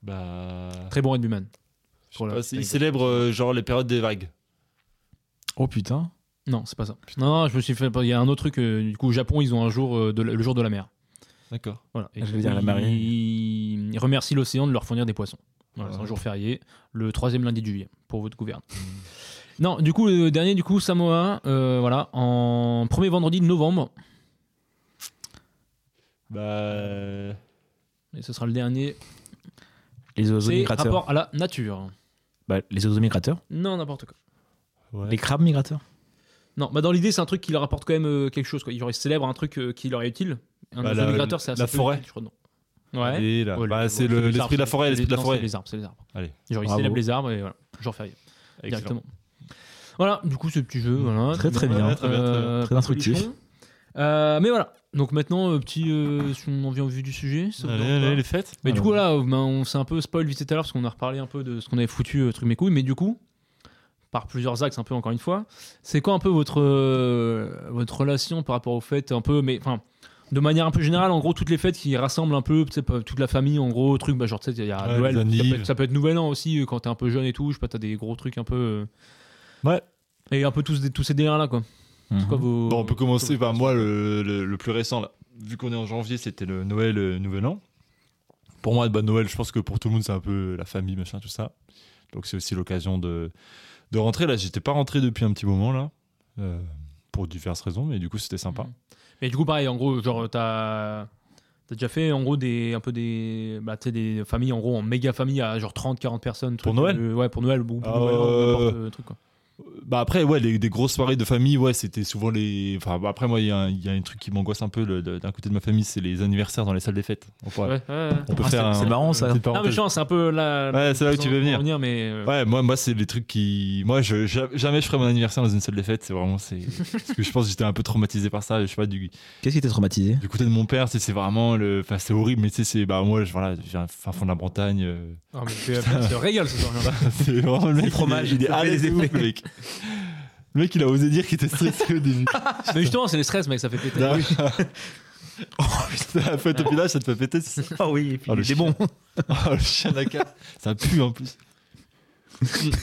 Speaker 2: Bah.
Speaker 1: Très bon rugbyman.
Speaker 2: je
Speaker 1: pour
Speaker 2: sais
Speaker 1: la-
Speaker 2: pas, c'est- ils célèbrent euh, genre les périodes des vagues.
Speaker 3: Oh putain.
Speaker 1: Non, c'est pas ça. Non, non, je me suis fait. Il y a un autre truc. euh, du coup, au Japon, ils ont un jour euh, de la- le jour de la mer.
Speaker 2: D'accord.
Speaker 1: Voilà. Et
Speaker 3: Je vais
Speaker 1: du
Speaker 3: dire
Speaker 1: coup,
Speaker 3: la marée.
Speaker 1: Ils ils remercient l'océan de leur fournir des poissons. Voilà, c'est un
Speaker 2: Ouais.
Speaker 1: jour férié, le troisième lundi du juillet, pour votre gouverne.
Speaker 2: Hmm.
Speaker 1: non, du coup, le dernier, du coup, Samoa, euh, voilà, en premier vendredi de novembre,
Speaker 2: Bah.
Speaker 1: et ce sera le dernier,
Speaker 3: Les oiseaux
Speaker 1: c'est
Speaker 3: migrateurs.
Speaker 1: rapport à la nature.
Speaker 3: Bah, les oiseaux migrateurs.
Speaker 1: Non, n'importe quoi.
Speaker 2: Ouais.
Speaker 3: Les crabes migrateurs.
Speaker 1: Non, bah dans l'idée, c'est un truc qui leur apporte quand même euh, quelque chose. Quoi. Ils auraient célèbre un truc euh, qui leur est utile. Un
Speaker 2: Bah,
Speaker 1: oiseau
Speaker 2: la-
Speaker 1: migrateur, c'est assez
Speaker 2: la
Speaker 1: peu
Speaker 2: forêt.
Speaker 1: utile, je crois, non. Ouais.
Speaker 2: Allez, là.
Speaker 1: Ouais,
Speaker 2: Bah,
Speaker 1: le-
Speaker 2: c'est
Speaker 1: les
Speaker 2: le-
Speaker 1: arbres,
Speaker 2: l'esprit de la
Speaker 1: c'est-
Speaker 2: forêt, l'esprit de la
Speaker 1: non,
Speaker 2: forêt.
Speaker 1: C'est les arbres, c'est les arbres.
Speaker 2: Allez.
Speaker 1: Genre, ils
Speaker 3: Bravo.
Speaker 1: célèbrent les arbres et voilà, genre férié.
Speaker 2: Excellent.
Speaker 1: directement. Voilà, du coup, ce petit jeu. Voilà,
Speaker 3: Très, très bien.
Speaker 1: Euh,
Speaker 2: Très bien, très bien.
Speaker 3: Très instructif.
Speaker 1: solution. Euh, mais voilà. Donc maintenant, euh, petit, euh, si on en vient au vu du sujet. ça vous
Speaker 2: Allez,
Speaker 1: dérange
Speaker 2: allez,
Speaker 1: pas
Speaker 2: Ah, les fêtes.
Speaker 1: Mais du
Speaker 3: Alors.
Speaker 1: coup, là, euh, ben, on s'est un peu spoil vite fait tout à l'heure parce qu'on a reparlé un peu de ce qu'on avait foutu, euh, truc mes couilles. Mais du coup, par plusieurs axes, un peu encore une fois, c'est quoi un peu votre, euh, votre relation par rapport aux fêtes un peu, mais enfin. De manière un peu générale, en gros, toutes les fêtes qui rassemblent un peu, tu sais, pas- toute la famille, en gros, truc, bah, genre, tu sais, il y a
Speaker 2: Ouais,
Speaker 1: Noël,
Speaker 2: les
Speaker 1: ça peut, être,
Speaker 2: annives.
Speaker 1: ça peut être Nouvel An aussi, euh, quand t'es un peu jeune et tout, je sais pas, t'as des gros trucs un peu. euh,
Speaker 2: Ouais. Mmh.
Speaker 1: Et un peu tous, des- tous ces délires-là, quoi.
Speaker 3: Mhm.
Speaker 1: C'est quoi vos-
Speaker 2: Bon, on peut commencer par moi, le, le- le plus récent. Là. Vu qu'on est en janvier, c'était le Noël, euh, Nouvel An. Pour moi, bah, Noël, je pense que pour tout le monde, c'est un peu la famille, machin, tout ça. Donc c'est aussi l'occasion de, de rentrer. Là, j'étais pas rentré depuis un petit moment, là. euh, pour diverses raisons, mais du coup, c'était sympa.
Speaker 1: Mhm. Mais du coup, pareil, en gros, genre, t'as. T'as déjà fait en gros des un peu des bah, tu sais, des familles en gros en méga famille à genre 30 40 personnes
Speaker 2: Pour
Speaker 1: truc,
Speaker 2: Noël
Speaker 1: euh, ouais pour Noël ou pour
Speaker 2: Ah,
Speaker 1: Noël,
Speaker 2: euh,
Speaker 1: n'importe, euh, truc quoi.
Speaker 2: Bah après, ouais, les, des grosses soirées de famille, ouais, c'était souvent les. Enfin, bah, après, moi, il y, a un- il y a un truc qui m'angoisse un peu le- le- d'un côté de ma famille, c'est les anniversaires dans les salles des fêtes. On, pourra-
Speaker 1: Ouais, ouais, ouais.
Speaker 2: on peut
Speaker 3: Ah,
Speaker 2: faire
Speaker 3: c'est-
Speaker 2: un-
Speaker 3: c'est marrant, ça.
Speaker 2: une petite
Speaker 1: Non mais
Speaker 2: parenthèse.
Speaker 1: je pense, c'est un peu là
Speaker 2: Ouais, c'est là où tu veux venir.
Speaker 1: mais euh,
Speaker 2: Ouais, moi, moi c'est les trucs qui. Moi, je, ja- jamais je ferai mon anniversaire dans une salle des fêtes. C'est vraiment. c'est Parce que je pense que j'étais un peu traumatisé par ça. Je sais pas, du,
Speaker 3: Qu'est-ce qui t'a traumatisé
Speaker 2: du côté de mon père, tu sais, c'est vraiment. Le... Enfin, c'est horrible, mais tu sais, c'est. Bah, moi, je, voilà, j'ai un fin fond de la Bretagne. euh,
Speaker 1: ah, mais tu tu te régales ce soir. genre.
Speaker 2: C'est vraiment le mec.
Speaker 3: fromage,
Speaker 2: il est, il est
Speaker 3: ça fait
Speaker 2: à l'aise
Speaker 3: des
Speaker 2: de ouf,
Speaker 3: effets.
Speaker 2: le mec. Le mec, il a osé dire qu'il était stressé au début. Ah,
Speaker 1: mais justement, c'est les stress mec, ça fait péter.
Speaker 2: Là- oh, putain, la fête au village, ça te fait péter. c'est ça
Speaker 3: Ah oui,
Speaker 2: Ah, le
Speaker 3: il est
Speaker 2: chien.
Speaker 3: bon.
Speaker 2: Oh, le chien de la cave. Ça pue en plus.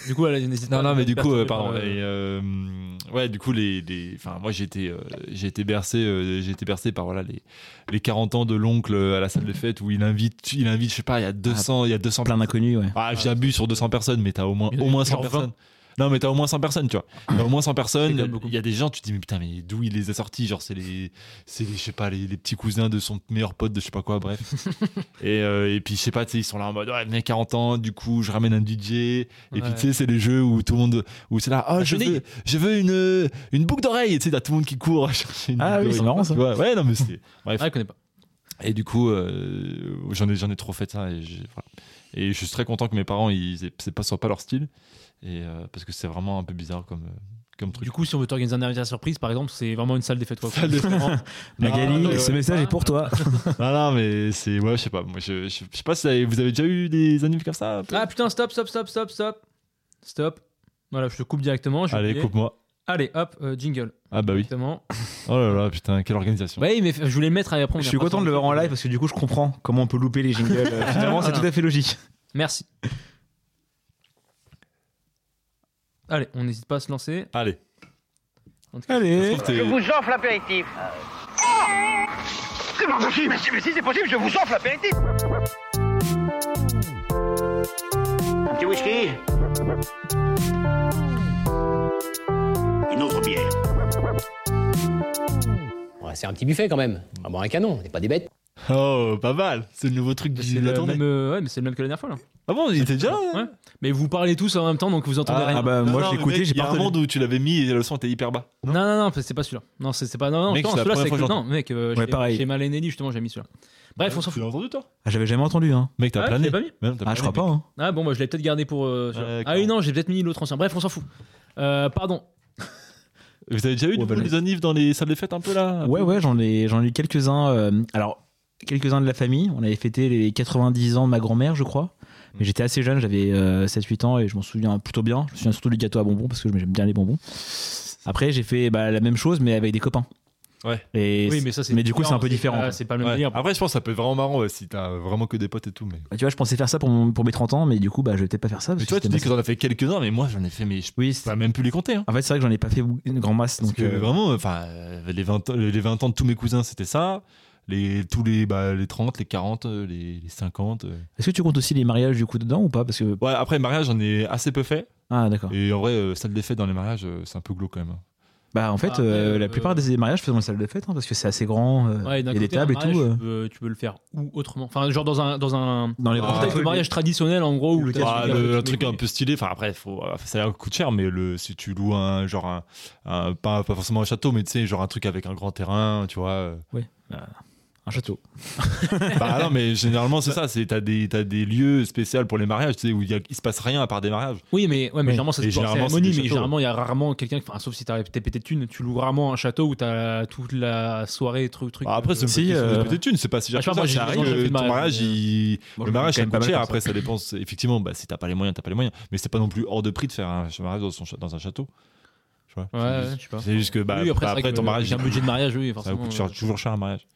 Speaker 1: Du coup, elle n'hésite
Speaker 2: Non,
Speaker 1: pas
Speaker 2: non,
Speaker 1: à
Speaker 2: mais
Speaker 1: être
Speaker 2: du coup,
Speaker 1: perturbée
Speaker 2: euh,
Speaker 1: par,
Speaker 2: pardon.
Speaker 1: euh,
Speaker 2: et, euh, ouais, du coup, les, les- enfin, moi, j'ai été, euh, j'ai été bercé, euh, j'ai été bercé par voilà les, les 40 ans de l'oncle euh, à la salle de fête où il invite, il invite, je sais pas,
Speaker 1: Ah.
Speaker 2: il y a 200, il y a 200
Speaker 3: Plein d'inconnus, ouais.
Speaker 2: Ah, j'abuse sur 200 personnes, mais t'as au moins,
Speaker 1: Il y en a
Speaker 2: au moins 100
Speaker 1: genre
Speaker 2: personnes. Non, mais t'as au moins 100 personnes, tu vois. T'as au moins 100
Speaker 1: C'est quand
Speaker 2: personnes.
Speaker 1: même beaucoup.
Speaker 2: Il y a des gens, tu te dis, mais putain, mais d'où il les a sortis Genre, c'est les, c'est les, je sais pas, les, les petits cousins de son meilleur pote de je sais pas quoi, bref. et, euh, et puis, je sais pas, tu sais, ils sont là en mode, ouais, venez 40 ans, du coup, je ramène un DJ. Et puis,
Speaker 1: Ouais.
Speaker 2: tu sais, c'est les jeux où tout le monde, où c'est là, oh,
Speaker 1: La
Speaker 2: je
Speaker 1: chenille.
Speaker 2: veux, je veux une, une boucle d'oreille. Et tu sais, t'as tout le monde qui court à chercher une
Speaker 3: Ah
Speaker 2: boucle
Speaker 3: oui, c'est
Speaker 2: d'oreille.
Speaker 3: marrant ça.
Speaker 2: Tu vois, ouais, non, mais c'est.
Speaker 1: Ah, je connais pas.
Speaker 2: Et du coup, euh, j'en ai, j'en ai trop fait ça. Et, j'ai- voilà. et je suis très content que mes parents, ils, aient- c'est pas, soit pas leur style. Et, euh, parce que c'est vraiment un peu bizarre comme, euh, comme truc.
Speaker 1: Du coup, si on veut t'organiser un anniversaire surprise par exemple, c'est vraiment une salle des fêtes quoi.
Speaker 2: Salle des fêtes.
Speaker 3: Magali,
Speaker 2: non, mais
Speaker 3: ce
Speaker 2: Ah, ouais.
Speaker 3: message est pour toi.
Speaker 2: non, non, mais c'est. Ouais, je sais pas. Moi, je, je, je sais pas si vous avez- vous avez déjà eu des années comme ça. un peu
Speaker 1: Ah putain, stop, stop, stop, stop, stop. Stop. Voilà, je te coupe directement. j'ai
Speaker 2: Allez,
Speaker 1: oublié.
Speaker 2: coupe-moi.
Speaker 1: Allez, hop, euh, jingle.
Speaker 2: Ah bah oui.
Speaker 1: Exactement. Bah
Speaker 2: Oh là là, putain, quelle organisation.
Speaker 1: Oui, mais f- je voulais le mettre et après. on
Speaker 3: Je
Speaker 1: y
Speaker 3: suis
Speaker 1: repasse
Speaker 3: content de le voir en live parce que du coup, je comprends comment on peut louper les jingles. Euh, Finalement, c'est tout à fait logique.
Speaker 1: Merci. Allez, on n'hésite pas à se lancer.
Speaker 2: Allez.
Speaker 1: En tout cas,
Speaker 3: Allez.
Speaker 2: Sauf que
Speaker 4: Je
Speaker 2: t'es-
Speaker 4: vous offre l'apéritif. C'est pas possible, mais si, mais si c'est possible, je vous offre l'apéritif. Un petit whisky Une autre bière.
Speaker 5: Ouais, c'est un petit buffet quand même. Ah bon, un canon, on n'est pas des bêtes.
Speaker 2: Oh, pas mal. Bah, C'est le nouveau truc
Speaker 1: c'est
Speaker 2: du
Speaker 1: le
Speaker 2: attendez.
Speaker 1: même, euh, ouais, mais c'est le même que la dernière fois là.
Speaker 2: Ah bon, il était déjà là
Speaker 1: Ouais. Mais vous parlez tous en même temps, donc vous entendez
Speaker 2: Ah,
Speaker 1: rien.
Speaker 3: Ah bah, moi,
Speaker 2: Non,
Speaker 3: je
Speaker 2: mais
Speaker 3: l'écoutais,
Speaker 2: mec,
Speaker 3: j'ai
Speaker 2: Il y
Speaker 3: pas
Speaker 2: a un
Speaker 3: entendu.
Speaker 2: monde où tu l'avais mis et le son était hyper bas.
Speaker 1: non, non, non, c'est pas celui-là. Non, c'est c'est pas. Non, non,
Speaker 2: Mec,
Speaker 1: attends,
Speaker 2: c'est la
Speaker 1: celui-là,
Speaker 2: première
Speaker 1: c'est
Speaker 2: fois que
Speaker 1: que- non, mec. euh,
Speaker 3: Ouais,
Speaker 1: chez,
Speaker 3: pareil.
Speaker 1: chez Malin Ellie, justement, j'ai mis celui-là. Bref, on s'en
Speaker 2: Tu
Speaker 1: fout.
Speaker 2: l'as entendu, toi
Speaker 3: Ah, j'avais jamais entendu, hein.
Speaker 2: Mec, t'as
Speaker 1: Ah, tu
Speaker 2: plané.
Speaker 1: l'as pas mis
Speaker 2: Même, t'as
Speaker 3: Ah, je
Speaker 2: plané,
Speaker 3: crois pas,
Speaker 2: mec.
Speaker 3: hein.
Speaker 1: Ah bon, bah, je l'ai peut-être gardé pour. euh, sur-
Speaker 2: D'accord.
Speaker 1: ah oui, non, j'ai peut-être mis l'autre ancien. Bref, on s'en fout. Euh, pardon.
Speaker 2: Vous avez déjà eu
Speaker 3: Ouais,
Speaker 2: du
Speaker 3: bah,
Speaker 2: coup,
Speaker 3: le-
Speaker 2: des annives dans les salles des fêtes un peu là
Speaker 3: Ouais, ouais, j'en ai, j'en ai eu quelques-uns. euh, alors, quelques-uns de la famille. On avait fêté les 90 ans de ma grand-mère, je crois. Mais j'étais assez jeune, j'avais 7-8 ans et je m'en souviens plutôt bien. Je me souviens surtout du gâteau à bonbons parce que j'aime bien les bonbons. Après, j'ai fait bah, la même chose mais avec des copains.
Speaker 2: Ouais.
Speaker 3: Et
Speaker 1: Oui, mais ça, c'est.
Speaker 3: mais du coup, c'est un peu différent,
Speaker 1: Ah,
Speaker 3: quoi.
Speaker 1: C'est pas le même
Speaker 2: Ouais.
Speaker 1: délire.
Speaker 2: Après, je pense que ça peut être vraiment marrant ouais, si t'as vraiment que des potes et tout. Mais,
Speaker 3: Bah, tu vois, je pensais faire ça pour, mon- pour mes 30 ans, mais du coup, bah, je vais peut-être pas faire ça. Parce
Speaker 2: mais toi,
Speaker 3: que
Speaker 2: tu
Speaker 3: c'était
Speaker 2: dis que t'en as fait quelques-uns, mais moi, j'en ai fait, mais je
Speaker 3: ma- Oui,
Speaker 2: peux pas même plus les compter. Hein.
Speaker 3: en fait, c'est vrai que j'en ai pas fait une grande masse.
Speaker 2: Parce
Speaker 3: Donc,
Speaker 2: que
Speaker 3: euh,
Speaker 2: vraiment, enfin, euh, les 20, ans- les 20 ans de tous mes cousins, c'était ça. Les, tous les, bah, les 30, les 40, euh, les, les 50. euh.
Speaker 3: Est-ce que tu comptes aussi les mariages du coup dedans ou pas Parce que.
Speaker 2: Ouais, après, mariage, j'en ai assez peu fait.
Speaker 3: Ah, d'accord.
Speaker 2: Et en vrai, euh, salle des fêtes dans les mariages, euh, c'est un peu glauque quand même. hein.
Speaker 3: Bah, en fait,
Speaker 1: Après,
Speaker 3: euh,
Speaker 1: euh,
Speaker 3: la plupart des mariages faisons dans la salle de fête hein, parce que c'est assez grand. euh,
Speaker 1: Ouais,
Speaker 3: Il
Speaker 1: d'un
Speaker 3: y a des
Speaker 1: côté, un
Speaker 3: tables et
Speaker 1: mariage,
Speaker 3: tout. euh,
Speaker 1: Tu peux, tu peux le faire ou autrement. Enfin, genre dans un. Dans un...
Speaker 3: Dans les
Speaker 2: Ah,
Speaker 3: grands
Speaker 1: Peut-être
Speaker 2: ouais.
Speaker 1: le mariage traditionnel, en gros, où
Speaker 3: Le
Speaker 1: t'as-
Speaker 2: Ah,
Speaker 1: tu-
Speaker 2: le,
Speaker 1: tu-
Speaker 2: un truc un peu stylé. Enfin, après, faut, euh, ça a l'air coûte cher, mais le, si tu loues un, genre, un, un- pas, pas forcément un château, mais tu sais, genre un truc avec un grand terrain, tu vois. euh.
Speaker 3: Un château.
Speaker 2: bah non, mais généralement, c'est ça. c'est- T'as des, t'as des lieux spéciaux pour les mariages, tu sais, où il y a- il se passe rien à part des mariages.
Speaker 1: Oui, mais, ouais, mais
Speaker 3: Oui.
Speaker 1: généralement, ça
Speaker 2: Et
Speaker 1: se passe en
Speaker 2: généralement, c'est
Speaker 1: cérémonie,
Speaker 2: des
Speaker 1: mais
Speaker 2: châteaux.
Speaker 1: généralement, il y a rarement quelqu'un, enfin, sauf si t'as t'es pété de thunes, tu loues rarement un château où t'as toute la soirée, truc, truc.
Speaker 2: Bah, après, c'est
Speaker 3: Si,
Speaker 2: une petite-
Speaker 3: euh,
Speaker 2: une petite thune, c'est pas si
Speaker 1: bah,
Speaker 2: cher.
Speaker 1: je sais pas,
Speaker 2: que ça,
Speaker 1: moi,
Speaker 2: ça
Speaker 1: j'ai-
Speaker 2: arrive,
Speaker 1: j'ai fait
Speaker 2: euh,
Speaker 1: le
Speaker 2: ton
Speaker 1: mariage,
Speaker 2: mariage,
Speaker 1: mais,
Speaker 2: il- le
Speaker 3: Moi,
Speaker 2: mariage,
Speaker 3: je connais
Speaker 2: ça coûte cher.
Speaker 3: quand même pas mal comme
Speaker 2: Après, ça dépense. Effectivement, bah, si t'as pas les moyens, t'as pas les moyens. Mais c'est pas non plus hors de prix de faire un mariage dans, son cha- dans un château. Tu vois
Speaker 1: Ouais,
Speaker 2: C'est-
Speaker 1: ouais, je sais pas.
Speaker 2: C'est juste que bah,
Speaker 1: Oui,
Speaker 2: bah, après,
Speaker 1: c'est vrai que
Speaker 2: ton mariage,
Speaker 1: j'ai un budget de mariage, oui,
Speaker 2: ça
Speaker 1: forcément. euh,
Speaker 2: coûte cher- toujours cher un mariage.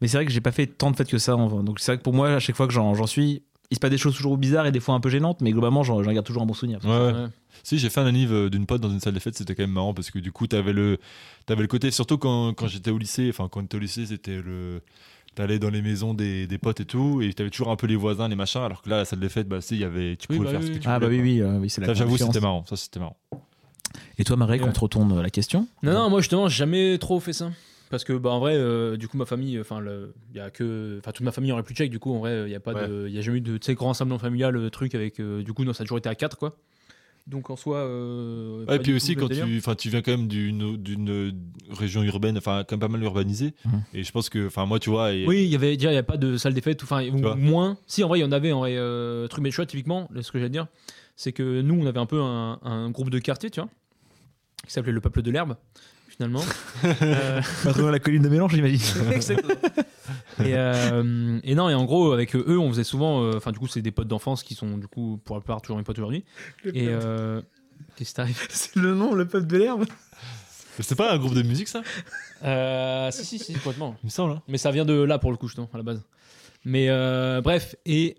Speaker 3: Mais c'est vrai que j'ai pas fait tant de fêtes que ça. enfin. Donc c'est vrai que pour moi, à chaque fois que j'en j'en suis, il se passe des choses toujours bizarres et des fois un peu gênantes, mais globalement, j'en j'en garde toujours un bon souvenir.
Speaker 2: Ouais, ouais.
Speaker 1: Ouais.
Speaker 2: Si, j'ai fait un anniv euh, d'une pote dans une salle des fêtes, c'était quand même marrant parce que du coup, t'avais le, t'avais le côté, surtout quand, quand j'étais au lycée, enfin, quand on était au lycée, c'était le. T'allais dans les maisons des, des potes et tout, et t'avais toujours un peu les voisins, les machins, alors que là, la salle des fêtes, bah, si, il y avait, tu
Speaker 1: Oui,
Speaker 2: pouvais
Speaker 1: bah
Speaker 2: faire
Speaker 1: oui,
Speaker 2: ce que
Speaker 1: oui.
Speaker 2: tu
Speaker 3: Ah bah
Speaker 2: voulais,
Speaker 3: oui,
Speaker 2: quoi.
Speaker 3: oui, euh, oui, c'est la
Speaker 2: Ça, j'avoue,
Speaker 3: confiance.
Speaker 2: c'était marrant. Ça, c'était marrant.
Speaker 3: Et toi, Marie, quand
Speaker 1: Ouais.
Speaker 3: on te retourne euh, la question
Speaker 1: Non, non, moi justement, j'ai jamais trop fait ça. Parce que, bah, en vrai, euh, du coup, ma famille, enfin, le- il y a que. Enfin, toute ma famille en République tchèque, du coup, en vrai, euh, il n'y a pas
Speaker 2: Ouais.
Speaker 1: de. Il y a jamais eu de, tu sais, grand rassemblement familial, euh, truc avec. euh, du coup, non, ça a toujours été à 4, quoi. Donc, en soi. euh,
Speaker 2: Ouais,
Speaker 1: pas
Speaker 2: et puis
Speaker 1: du
Speaker 2: aussi,
Speaker 1: tout le
Speaker 2: quand
Speaker 1: délire.
Speaker 2: tu, enfin, tu viens quand même d'une, d'une région urbaine, enfin, quand même pas mal urbanisée,
Speaker 3: Mhm.
Speaker 2: et je pense que, enfin, moi, tu vois, et,
Speaker 1: Oui, il y avait déjà, il n'y a pas de salle des fêtes, ou enfin, ou
Speaker 2: vois.
Speaker 1: moins. Si, en vrai, il y en avait, en vrai, euh, truc, mais tu vois, typiquement, là, ce que j'allais dire, c'est que nous, on avait un peu un, un groupe de quartier, tu vois, qui s'appelait le peuple de l'herbe, finalement. Euh,
Speaker 3: la colline de mélange, j'imagine.
Speaker 1: et, euh, et non, et en gros, avec eux, on faisait souvent, euh, enfin, du coup, c'est des potes d'enfance qui sont, du coup, pour la plupart, toujours mes potes aujourd'hui. Et. euh, Qu'est-ce qui t'arrive
Speaker 3: c'est le nom, le peuple de l'herbe.
Speaker 2: c'est pas un groupe de musique, ça,
Speaker 1: Euh, Si, si, si, complètement.
Speaker 2: il me semble, hein.
Speaker 1: Mais ça vient de là pour le coup, justement, à la base. Mais euh, bref, et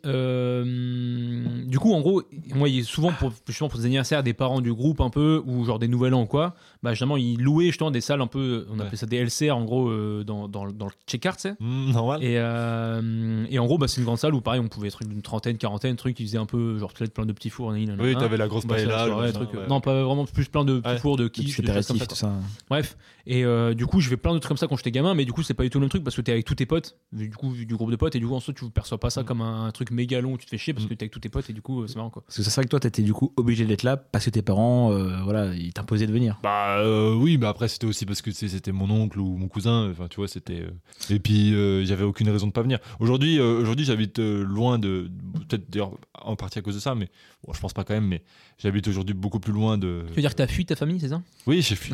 Speaker 1: euh, du coup, en gros, moi, il- souvent pour, justement pour des anniversaires des parents du groupe, un peu, ou genre des nouvel an ou quoi, bah justement, ils louaient justement des salles un peu, on
Speaker 2: Ouais.
Speaker 1: appelait ça des LCR en gros, euh, dans, dans, dans le check art, tu sais.
Speaker 2: Mm, normal.
Speaker 1: Et, euh, et en gros, bah, c'est une grande salle où pareil, on pouvait être une trentaine, quarantaine, truc, ils faisaient un peu, genre peut-être plein de petits fours. nanani,
Speaker 2: Oui,
Speaker 1: nanana.
Speaker 2: t'avais la grosse
Speaker 1: Bah, c'est la
Speaker 2: paella, le
Speaker 1: soirée,
Speaker 2: machin,
Speaker 1: truc, euh,
Speaker 2: ouais.
Speaker 1: Non, pas vraiment, plus plein de petits
Speaker 2: Ouais.
Speaker 1: fours de
Speaker 3: Qui
Speaker 1: quiche, de choses comme ça,
Speaker 3: tout ça.
Speaker 1: Bref, et euh, du coup, je fais plein d'autres comme ça quand j'étais gamin, mais du coup, c'est pas du tout le même truc parce que t'es avec tous tes potes, vu- du coup, vu du groupe de potes, et du coup, en soi, tu perçois pas ça
Speaker 2: Mm.
Speaker 1: comme un, truc méga long où tu te fais chier parce que
Speaker 2: Mm.
Speaker 1: t'es avec tous tes potes, et du coup, euh, c'est marrant quoi.
Speaker 3: Parce que c'est vrai que toi, t'étais du coup obligé d'être là parce que tes parents, euh, voilà, ils t'imposaient de venir.
Speaker 2: Bah euh, oui, mais après c'était aussi parce que tu sais, c'était mon oncle ou mon cousin, enfin tu vois, c'était euh, et puis euh, j'avais aucune raison de pas venir. Aujourd'hui euh, aujourd'hui j'habite euh, loin de peut-être d'ailleurs en partie à cause de ça mais bon, je pense pas quand même mais j'habite aujourd'hui beaucoup plus loin de
Speaker 1: Tu veux dire que t'as fui ta famille, c'est ça
Speaker 2: Oui, j'ai fui.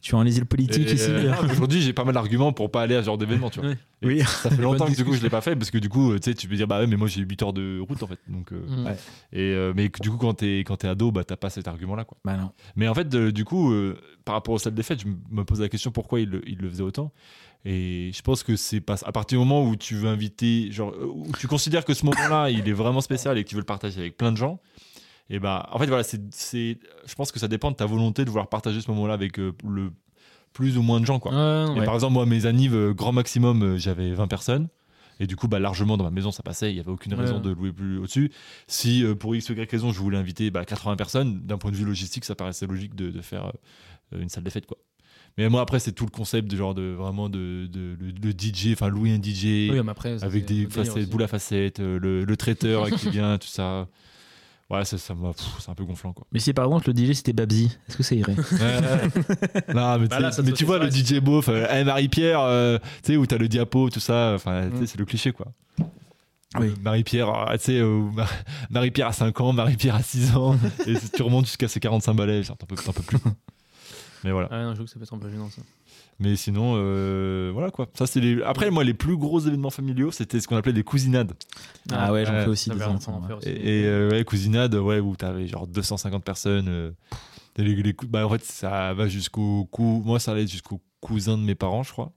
Speaker 3: Tu es en exil
Speaker 2: Et,
Speaker 3: politique ici.
Speaker 2: euh, aujourd'hui, j'ai pas mal d'arguments pour pas aller à ce genre d'événement, tu vois.
Speaker 1: Ouais.
Speaker 2: Et
Speaker 3: Oui.
Speaker 2: Ça fait longtemps
Speaker 1: bonnes
Speaker 2: que du coup je l'ai pas fait parce que du coup, euh, tu sais, tu peux dire bah ouais, mais moi j'ai 8 heures de route en fait. Donc euh,
Speaker 1: Mm.
Speaker 3: Ouais.
Speaker 2: et euh, mais que, du coup quand t'es quand t'es ado, bah t'as pas cet argument là quoi.
Speaker 3: Bah non.
Speaker 2: Mais en fait, de- du coup, euh, par rapport aux salles des fêtes, je m- me pose la question pourquoi il, le- il le faisait autant. Et je pense que c'est pas à partir du moment où tu veux inviter, genre, euh, où tu considères que ce moment-là, il est vraiment spécial et que tu veux le partager avec plein de gens. Et bah, en fait, voilà, c'est, c'est- je pense que ça dépend de ta volonté de vouloir partager ce moment-là avec euh, le plus ou moins de gens, quoi.
Speaker 1: Ouais,
Speaker 2: Et
Speaker 1: ouais.
Speaker 2: par exemple, moi, mes annives, euh, grand maximum, euh, j'avais 20 personnes. Et du coup, bah, largement dans ma maison, ça passait. Il n'y avait aucune
Speaker 1: Ouais.
Speaker 2: raison de louer plus au-dessus. Si euh, pour X ou Y raison, je voulais inviter bah, 80 personnes, d'un point de vue logistique, ça paraissait logique de, de faire euh, une salle des fêtes. Quoi. Mais moi, après, c'est tout le concept de genre de vraiment de, de- le, le DJ, enfin louer un DJ
Speaker 1: Oui, mais après, ça,
Speaker 2: avec
Speaker 1: c'est un
Speaker 2: des
Speaker 1: autre délire
Speaker 2: facettes,
Speaker 1: aussi.
Speaker 2: boules à facettes, euh, le, le traiteur qui vient, tout ça. Ouais, ça, ça m'a- pff, c'est un peu gonflant, quoi.
Speaker 3: Mais si par exemple le DJ c'était Babzi, est-ce que ça irait
Speaker 2: non, mais,
Speaker 1: Bah
Speaker 2: tu-
Speaker 1: là, ça
Speaker 2: mais
Speaker 1: te
Speaker 2: tu vois, le
Speaker 1: satisfait.
Speaker 2: DJ beauf, euh, Eh, Marie-Pierre, euh, tu sais, où t'as le diapo, tout ça, enfin,
Speaker 1: Mm.
Speaker 2: tu sais, c'est le cliché, quoi.
Speaker 3: Oui.
Speaker 2: Euh, Marie-Pierre, euh, tu sais, euh, Mar- Marie-Pierre à 5 ans, Marie-Pierre à 6 ans, et tu remontes jusqu'à ses 45 balais, genre, t'en peux, t'en peux plus. Mais voilà.
Speaker 1: Ah ouais, non, je trouve que ça peut être un peu gênant ça.
Speaker 2: Mais sinon, euh, voilà quoi. Ça, c'est les... Après, moi, les plus gros événements familiaux, c'était ce qu'on appelait des cousinades.
Speaker 3: Ah ouais, j'en
Speaker 2: Ouais,
Speaker 3: fais aussi
Speaker 1: Ça
Speaker 3: des
Speaker 1: avait
Speaker 3: enfants.
Speaker 1: longtemps à
Speaker 3: ouais.
Speaker 1: faire aussi.
Speaker 2: Et, et, euh, ouais, cousinade, ouais, où t'avais genre 250 personnes. euh, t'as les, les cou- bah, en fait, ça va jusqu'au cou. Moi, ça allait jusqu'au cousin de mes parents, je crois.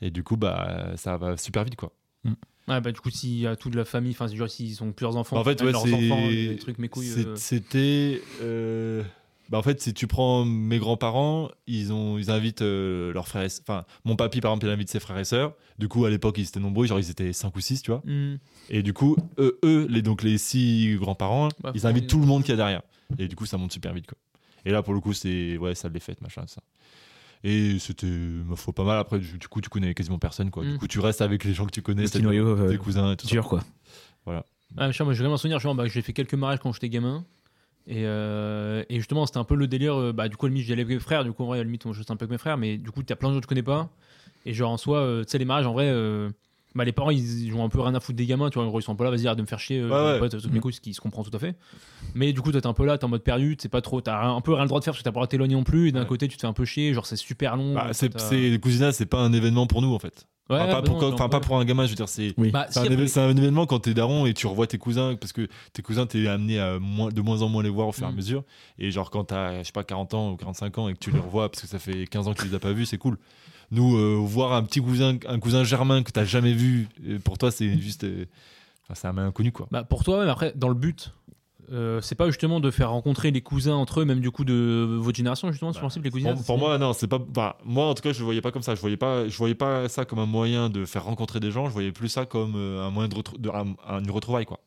Speaker 2: Et du coup, bah, ça va super vite quoi.
Speaker 1: Ouais, bah du coup, s'il y a toute la famille, enfin, c'est genre s'ils ont plusieurs enfants,
Speaker 2: Bah, en fait,
Speaker 1: même
Speaker 2: ouais,
Speaker 1: leurs
Speaker 2: c'est-
Speaker 1: enfants, des trucs, mes couilles.
Speaker 2: C'est-
Speaker 1: euh,
Speaker 2: C'était. euh, bah, en fait, si tu prends mes grands-parents, ils, ont, ils invitent euh, leurs frères et s- Enfin, mon papy, par exemple, il invite ses frères et sœurs. Du coup, à l'époque, ils étaient nombreux, genre ils étaient 5 ou 6, tu vois.
Speaker 1: hmm.
Speaker 2: Et du coup, eux, eux, les, donc les six grands-parents,
Speaker 1: Ouais, Bah,
Speaker 2: ils
Speaker 1: faut
Speaker 2: invitent
Speaker 1: les-
Speaker 2: tout le monde qui est derrière. Et du coup, ça monte super vite. Quoi. Et là, pour le coup, c'est ouais, ça les fêtes, machin, ça. Et c'était, me faut pas mal. Après, du, du coup, tu connais quasiment personne, quoi. Du
Speaker 1: Mm.
Speaker 2: coup, tu restes avec les gens que tu connais,
Speaker 3: Le
Speaker 2: tes,
Speaker 3: petit noyau euh,
Speaker 2: tes cousins et tout. ça.
Speaker 3: dur quoi.
Speaker 1: Ah, je sais, moi, j'ai vraiment un souvenir. Genre, bah, j'ai fait quelques mariages quand j'étais gamin. Et, euh, et justement, c'était un peu le délire. euh, bah, du coup, à la limite, j'allais avec mes frères. Du coup, en vrai, à la limite, on jouait un peu avec mes frères. Mais du coup, t'as plein de gens que tu connais pas. Et genre, en soi, euh, tu sais, les mariages, en vrai, euh, bah, les parents, ils, ils ont un peu rien à foutre des gamins. Tu vois, en gros, ils sont pas là, vas-y, arrête de me faire chier. euh,
Speaker 2: Ouais,
Speaker 1: genre,
Speaker 2: ouais. Mm-hmm.
Speaker 1: pote, euh, sauf mes couilles, ce qui se comprend tout à fait. Mais du coup, toi, t'es un peu là, t'es en mode perdu. T'es pas trop. T'as un peu rien le droit de faire parce que t'as pas le droit de t'éloigner non plus. Et d'un
Speaker 2: Ouais.
Speaker 1: côté, tu te fais un peu chier. Genre, c'est super long.
Speaker 2: Bah, c'est,
Speaker 1: t'as-
Speaker 2: c'est, les cousinats, c'est pas un événement pour nous, en fait.
Speaker 1: Ouais,
Speaker 2: Enfin, pas,
Speaker 1: bah
Speaker 2: pour,
Speaker 1: non,
Speaker 2: quand-
Speaker 1: genre,
Speaker 2: enfin, pas
Speaker 1: ouais.
Speaker 2: pour un gamin, je veux dire, c'est.
Speaker 3: Oui.
Speaker 1: Bah, si,
Speaker 2: C'est un,
Speaker 1: après-
Speaker 2: éve- c'est un événement quand t'es daron et tu revois tes cousins parce que tes cousins t'es amené à moins, de moins en moins les voir au fur et à
Speaker 1: Mm.
Speaker 2: mesure et genre quand t'as je sais pas 40 ans ou 45 ans et que tu les revois parce que ça fait 15 ans que tu les as pas vus c'est cool nous euh, voir un petit cousin un cousin germain que t'as jamais vu euh, pour toi c'est juste euh, enfin, c'est un main inconnu quoi
Speaker 1: Bah, pour toi-même, après, dans le but, euh, c'est pas justement de faire rencontrer les cousins entre eux, même du coup de votre génération, justement, sur le principe, les cousins.
Speaker 2: pour, pour moi non c'est pas bah, moi en tout cas je le voyais pas comme ça je voyais pas je voyais pas ça comme un moyen de faire rencontrer des gens je voyais plus ça comme euh, un moyen de, retrou- de- un- un- une retrouvaille quoi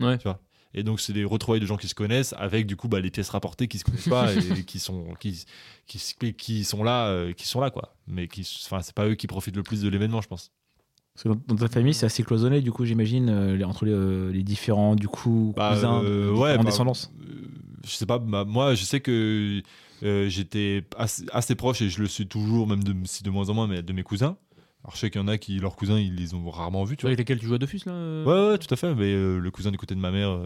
Speaker 1: Ouais.
Speaker 2: tu vois et donc c'est des retrouvailles de gens qui se connaissent avec du coup bah, les pièces rapportées qui se connaissent pas et qui sont qui qui, qui- qui sont là euh, qui sont là quoi mais qui enfin c'est pas eux qui profitent le plus de l'événement je pense
Speaker 3: Parce que dans, dans ta famille c'est assez cloisonné du coup j'imagine euh, les- entre les, euh, les différents du coup
Speaker 2: Bah,
Speaker 3: cousins,
Speaker 2: euh, ouais,
Speaker 3: en
Speaker 2: bah,
Speaker 3: descendance.
Speaker 2: Euh, je sais pas bah, moi je sais que euh, j'étais assez, assez proche et je le suis toujours même de, si de moins en moins mais de mes cousins alors je sais qu'il y en a qui leurs cousins ils les ont rarement vus tu
Speaker 1: Tu vois, avec lesquels tu joues à Dofus, là euh
Speaker 2: Ouais, ouais, tout à fait. Mais euh, le cousin du côté de ma mère, euh,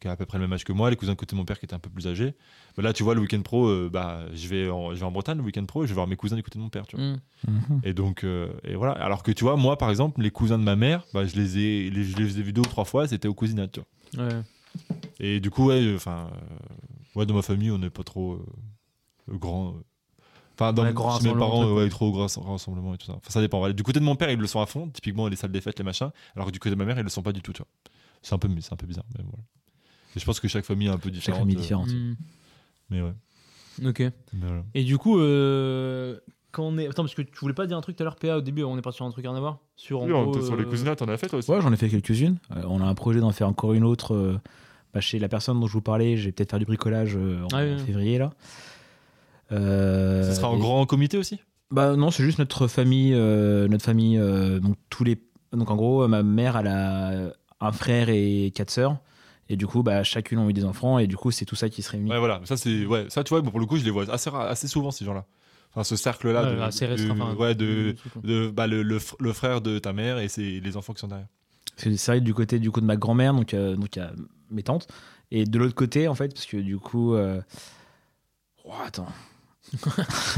Speaker 2: qui a à peu près le même âge que moi, les cousins du côté de mon père qui était un peu plus âgé. Bah là, tu vois, le week-end pro, euh, bah, je, vais en, je vais en Bretagne le week-end pro et je vais voir mes cousins du côté de mon père. Tu vois.
Speaker 1: Mm.
Speaker 3: Mhm.
Speaker 2: Et donc, euh, et voilà. Alors que tu vois, moi, par exemple, les cousins de ma mère, bah, je, les ai, les- je les ai vus deux ou trois fois, c'était au cousinat. Tu vois.
Speaker 1: Ouais.
Speaker 2: Et du coup, ouais, enfin, euh, ouais, dans ma famille, on n'est pas trop euh, grand. euh. Enfin, dans
Speaker 1: Ouais, grand
Speaker 2: chez mes
Speaker 1: rassemblement,
Speaker 2: parents,
Speaker 1: truc,
Speaker 2: euh, ouais, trop grand rassemblement et tout ça. Enfin, ça dépend. Ouais. Du côté de mon père, ils le sont à fond, typiquement les salles des fêtes, les machins. Alors que du côté de ma mère, ils le sont pas du tout, tu vois. C'est un peu, c'est un peu bizarre, mais voilà. Et je pense que chaque famille est un peu différente.
Speaker 3: Chaque famille est
Speaker 2: euh,
Speaker 3: différente.
Speaker 1: Mm.
Speaker 2: Mais ouais.
Speaker 1: Ok.
Speaker 2: Mais voilà.
Speaker 1: Et du coup, euh, quand on est. Attends, parce que tu voulais pas dire un truc tout à l'heure, PA, au début, on est parti sur un truc rien à voir Sur. en gros, euh,
Speaker 2: t'en as fait toi aussi
Speaker 3: Ouais j'en ai fait quelques-unes. Euh, on a un projet d'en faire encore une autre euh, bah, chez la personne dont je vous parlais. Je vais peut-être faire du bricolage euh, en,
Speaker 1: Ah oui,
Speaker 3: en
Speaker 1: oui.
Speaker 3: février là. Euh,
Speaker 2: Ça sera en
Speaker 3: et-
Speaker 2: grand comité aussi
Speaker 3: Bah non, c'est juste notre famille, euh, notre famille. euh, donc tous les, donc en gros, euh, ma mère elle a un frère et quatre sœurs, et du coup, bah chacune ont eu des enfants, et du coup, c'est tout ça qui se réunit.
Speaker 2: Ouais, voilà. Ça, c'est, ouais. ça, tu vois, bon, pour le coup, je les vois assez, ra- assez souvent, ces gens-là. Enfin, ce cercle-là.
Speaker 1: Ouais,
Speaker 2: de,
Speaker 1: assez
Speaker 2: de-
Speaker 1: restreint, enfin,
Speaker 2: ouais, de,
Speaker 1: de trucs, quoi.
Speaker 2: de- bah, le, le fr- le frère de ta mère et c'est les enfants qui sont derrière.
Speaker 3: Parce que C'est vrai que du côté du coup de ma grand-mère, donc euh, donc il y a mes tantes, et de l'autre côté en fait, parce que du coup, euh, oh, attends,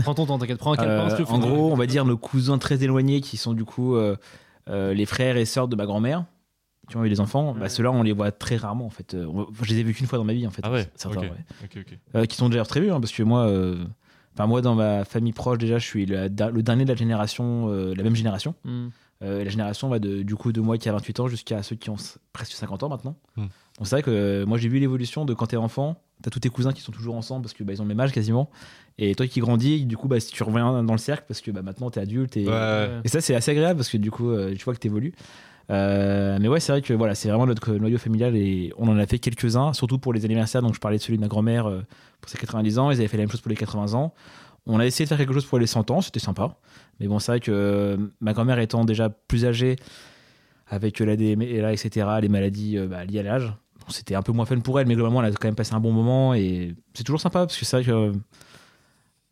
Speaker 1: Prends ton temps, t'inquiète, prends un calme,
Speaker 3: Euh,
Speaker 1: Oh, pince le fond.
Speaker 3: en gros, on va dire nos cousins très éloignés qui sont du coup euh, euh, les frères et sœurs de ma grand-mère qui ont eu des enfants, bah, ceux-là on les voit très rarement en fait. Euh, on- je les ai vus qu'une fois dans ma vie en fait.
Speaker 2: Ah ouais,
Speaker 3: certains,
Speaker 2: ok.
Speaker 3: ouais.
Speaker 2: Ok, ok.
Speaker 3: Euh, qui sont déjà retraités, hein, parce que moi, euh, enfin moi dans ma famille proche déjà, je suis la- le dernier de la génération, euh, la même génération.
Speaker 1: Mm.
Speaker 3: Euh, la génération va de, du coup de moi qui a 28 ans jusqu'à ceux qui ont s- presque 50 ans maintenant.
Speaker 2: Hmm.
Speaker 3: Donc c'est vrai que euh, moi j'ai vu l'évolution de quand t'es enfant, t'as tous tes cousins qui sont toujours ensemble parce que bah, ils ont le même âge quasiment, et toi qui grandis, du coup bah si tu reviens dans le cercle parce que bah maintenant t'es adulte et,
Speaker 2: Ouais.
Speaker 1: euh,
Speaker 3: et ça c'est assez agréable parce que du coup euh, tu vois que t'évolues. Euh, mais ouais, c'est vrai que voilà, c'est vraiment notre noyau familial et on en a fait quelques-uns, surtout pour les anniversaires. Donc je parlais de celui de ma grand-mère euh, pour ses 90 ans, ils avaient fait la même chose pour les 80 ans. On a essayé de faire quelque chose pour les 100 ans, c'était sympa. Mais bon, c'est vrai que euh, ma grand-mère E, étant déjà plus âgée, avec euh, l'ADME, et là, etc., les maladies euh, bah, liées à l'âge, c'était un peu moins fun pour elle, mais globalement, elle a quand même passé un bon moment et c'est toujours sympa parce que c'est vrai que. euh,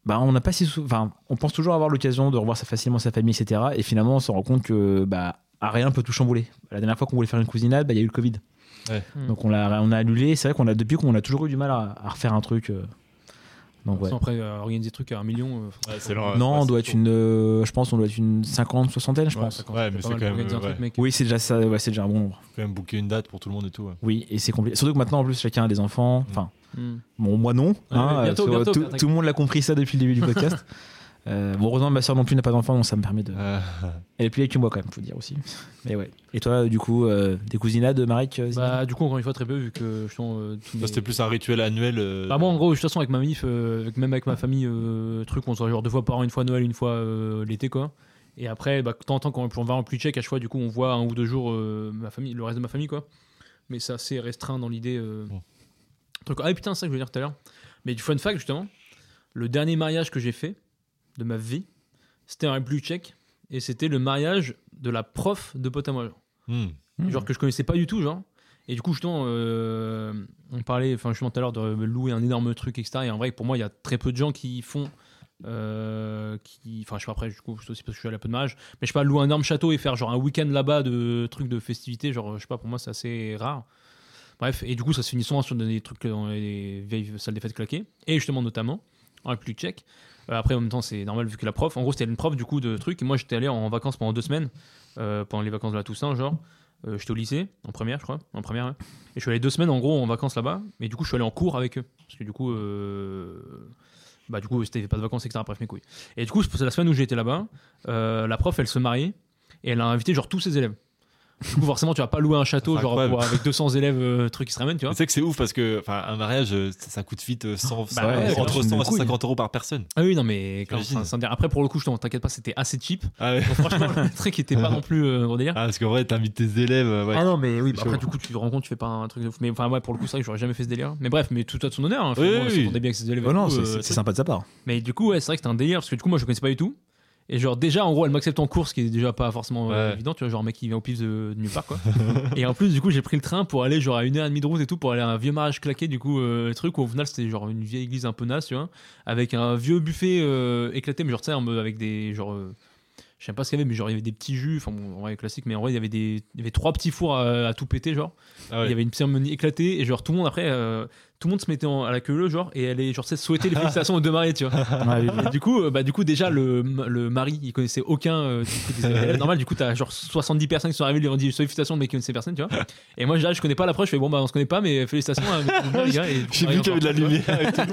Speaker 3: Bah, on n'a pas si sou- enfin, on pense toujours avoir l'occasion de revoir ça facilement sa famille, etc. Et finalement, on se rend compte que bah, rien peut tout chambouler. La dernière fois qu'on voulait faire une cousinade, bah, il y a eu le Covid.
Speaker 2: Ouais.
Speaker 1: Hmm.
Speaker 3: Donc on l'a on a annulé. C'est vrai qu'on a depuis qu'on a toujours eu du mal à, à refaire un truc. euh. Donc ouais.
Speaker 1: Sans Après, euh, organiser des trucs à un million. euh, faut-
Speaker 2: Ouais, c'est long, ouais.
Speaker 3: non, on doit être
Speaker 2: c'est
Speaker 3: une, euh, je pense, on doit être une 50, soixantaine, je
Speaker 1: Ouais,
Speaker 3: pense.
Speaker 1: ça compte,
Speaker 2: Ouais,
Speaker 1: c'est
Speaker 2: mais
Speaker 1: pas
Speaker 2: c'est
Speaker 1: mal
Speaker 2: quand
Speaker 1: pour
Speaker 2: même,
Speaker 1: organiser un
Speaker 2: euh,
Speaker 1: truc,
Speaker 2: ouais.
Speaker 1: mec.
Speaker 3: Oui, c'est déjà ça, ouais, c'est déjà un bon nombre.
Speaker 2: faut quand même booker une date pour tout le monde et tout. ouais.
Speaker 3: Oui, et c'est compliqué. Surtout que maintenant, en plus, chacun a des enfants. Enfin,
Speaker 1: Hmm.
Speaker 3: bon, moi non. hein,
Speaker 1: mais bientôt,
Speaker 3: parce que
Speaker 1: bientôt,
Speaker 3: tout,
Speaker 1: Patrick.
Speaker 3: tout le monde l'a compris ça depuis le début du podcast. Euh, bon, heureusement, ma soeur non plus n'a pas d'enfant, donc ça me permet de.
Speaker 2: Euh,
Speaker 3: Elle est plus vieille que moi quand même, faut dire aussi. Mais ouais. Et toi, du coup, euh, des cousinades, Marek euh, Zinedine
Speaker 1: Bah, du coup, encore une fois, très peu, vu que je suis en, euh, tous
Speaker 2: ça,
Speaker 1: mes-
Speaker 2: c'était plus un rituel annuel. euh,
Speaker 1: Bah, moi, en gros, de toute façon, avec ma mif, euh, avec- même avec ma famille, euh, truc, on se voit genre deux fois par an, une fois Noël, une fois euh, l'été, quoi. Et après, bah, de temps en temps, quand on va en plus tchèque, à chaque fois, du coup, on voit un ou deux jours euh, ma famille, le reste de ma famille, quoi. Mais c'est assez restreint dans l'idée. euh,
Speaker 2: Bon.
Speaker 1: truc. Ah, et putain, c'est ça que je voulais dire tout à l'heure. Mais du fun fact, justement, le dernier mariage que j'ai fait de ma vie, c'était un plus tchèque. Et c'était le mariage de la prof de pote à moi. genre
Speaker 2: hmm.
Speaker 3: Mhm.
Speaker 1: genre que je connaissais pas du tout genre et du coup justement euh, on parlait enfin justement tout à l'heure de louer un énorme truc etc et en vrai pour moi il y a très peu de gens qui font euh, qui enfin je sais pas après du coup c'est aussi parce que je suis allé à peu de mariage mais je sais pas louer un énorme château et faire genre un week-end là-bas de trucs de festivités genre je sais pas pour moi c'est assez rare bref et du coup ça se finit souvent sur des trucs dans les vieilles salles des fêtes claquées et justement notamment en plus tchèque Euh, après en même temps c'est normal vu que la prof en gros c'était une prof du coup de trucs et moi j'étais allé en vacances pendant deux semaines euh, pendant les vacances de la Toussaint genre euh, j'étais au lycée, en première, je crois. En première, ouais. Et je suis allé deux semaines, en gros, en vacances là-bas. Mais du coup, je suis allé en cours avec eux. Parce que du coup, euh, bah, du coup c'était pas de vacances, etc. Bref, mes couilles. Et du coup, c'est la semaine où j'étais là-bas. euh, la prof, elle se mariait. Et elle a invité, genre, tous ses élèves. Du coup, forcément, tu vas pas louer un château,
Speaker 2: C'est
Speaker 1: genre,
Speaker 2: incroyable.
Speaker 1: pour- avec 200 élèves, euh, trucs qui se ramènent, tu
Speaker 2: Mais
Speaker 1: vois.
Speaker 2: Tu sais que c'est ouf parce que enfin, un mariage, euh, ça, ça coûte vite euh, 100,
Speaker 1: Bah ouais,
Speaker 2: 100,
Speaker 1: c'est
Speaker 2: entre
Speaker 1: une
Speaker 2: 100 et
Speaker 1: couille.
Speaker 2: 150 euros par personne.
Speaker 1: Ah oui, non, mais quand-
Speaker 2: J'imagine.
Speaker 1: enfin, c'est un délire. Après, pour le coup, je t'en t'inquiète pas, c'était assez cheap.
Speaker 2: Ah, ouais.
Speaker 1: Donc, franchement, le truc était pas non plus euh, gros délire.
Speaker 2: Ah, parce qu'en vrai, t'invites tes élèves. euh, ouais.
Speaker 3: Ah non, mais oui,
Speaker 1: Bah,
Speaker 3: bah,
Speaker 1: après, du coup, tu te rends compte, tu fais pas un truc de fou. Mais enfin, ouais, pour le coup, c'est vrai que j'aurais jamais fait ce délire. Mais bref, mais tout à son honneur. Hein,
Speaker 2: Oui,
Speaker 1: finalement,
Speaker 2: oui,
Speaker 1: elle
Speaker 2: oui.
Speaker 1: s'entendait bien avec ses élèves. et
Speaker 3: Oh non,
Speaker 1: tout,
Speaker 3: c'est
Speaker 1: euh,
Speaker 3: c'est- c'est
Speaker 1: truc.
Speaker 3: sympa de sa part.
Speaker 1: Mais du coup, ouais, c'est vrai que c'était un délire parce que du coup, moi, je connaissais pas du tout. Et genre, déjà, en gros, elle m'accepte en course, ce qui est déjà pas forcément euh,
Speaker 2: Ouais.
Speaker 1: évident, tu vois, genre, un mec qui vient au pif de, de nulle part, quoi. et en plus, du coup, j'ai pris le train pour aller, genre, à une heure et demie de route et tout, pour aller à un vieux mariage claqué, du coup, euh, truc où au final, c'était genre une vieille église un peu naze, tu vois, avec un vieux buffet euh, éclaté, mais genre, tu sais, en mode avec des, genre, euh, je sais pas ce qu'il y avait, mais genre, il y avait des petits jus, enfin, bon, en vrai, classique, mais en vrai, il y avait des, il y avait trois petits fours à- à tout péter, genre.
Speaker 2: Ah ouais.
Speaker 1: Il y avait une cérémonie éclatée et genre tout le monde après, euh, tout le monde se mettait en- à la queue leu genre et allait genre tu sais, souhaiter les félicitations aux deux mariés, tu vois.
Speaker 3: Ah oui, oui.
Speaker 1: Et du coup, euh, bah du coup déjà le, le mari, il connaissait aucun euh, du coup, des élèves. normal. Du coup, t'as genre 70 personnes qui sont arrivées, lui ont dit félicitations, mais qui connaissent ces personnes, tu vois. Et moi j'arrive, je connais pas l'approche, je fais bon bah on se connaît pas, mais félicitations. hein, les gars, et-
Speaker 2: J'ai vu qu'il y avait de la lumière. et tout.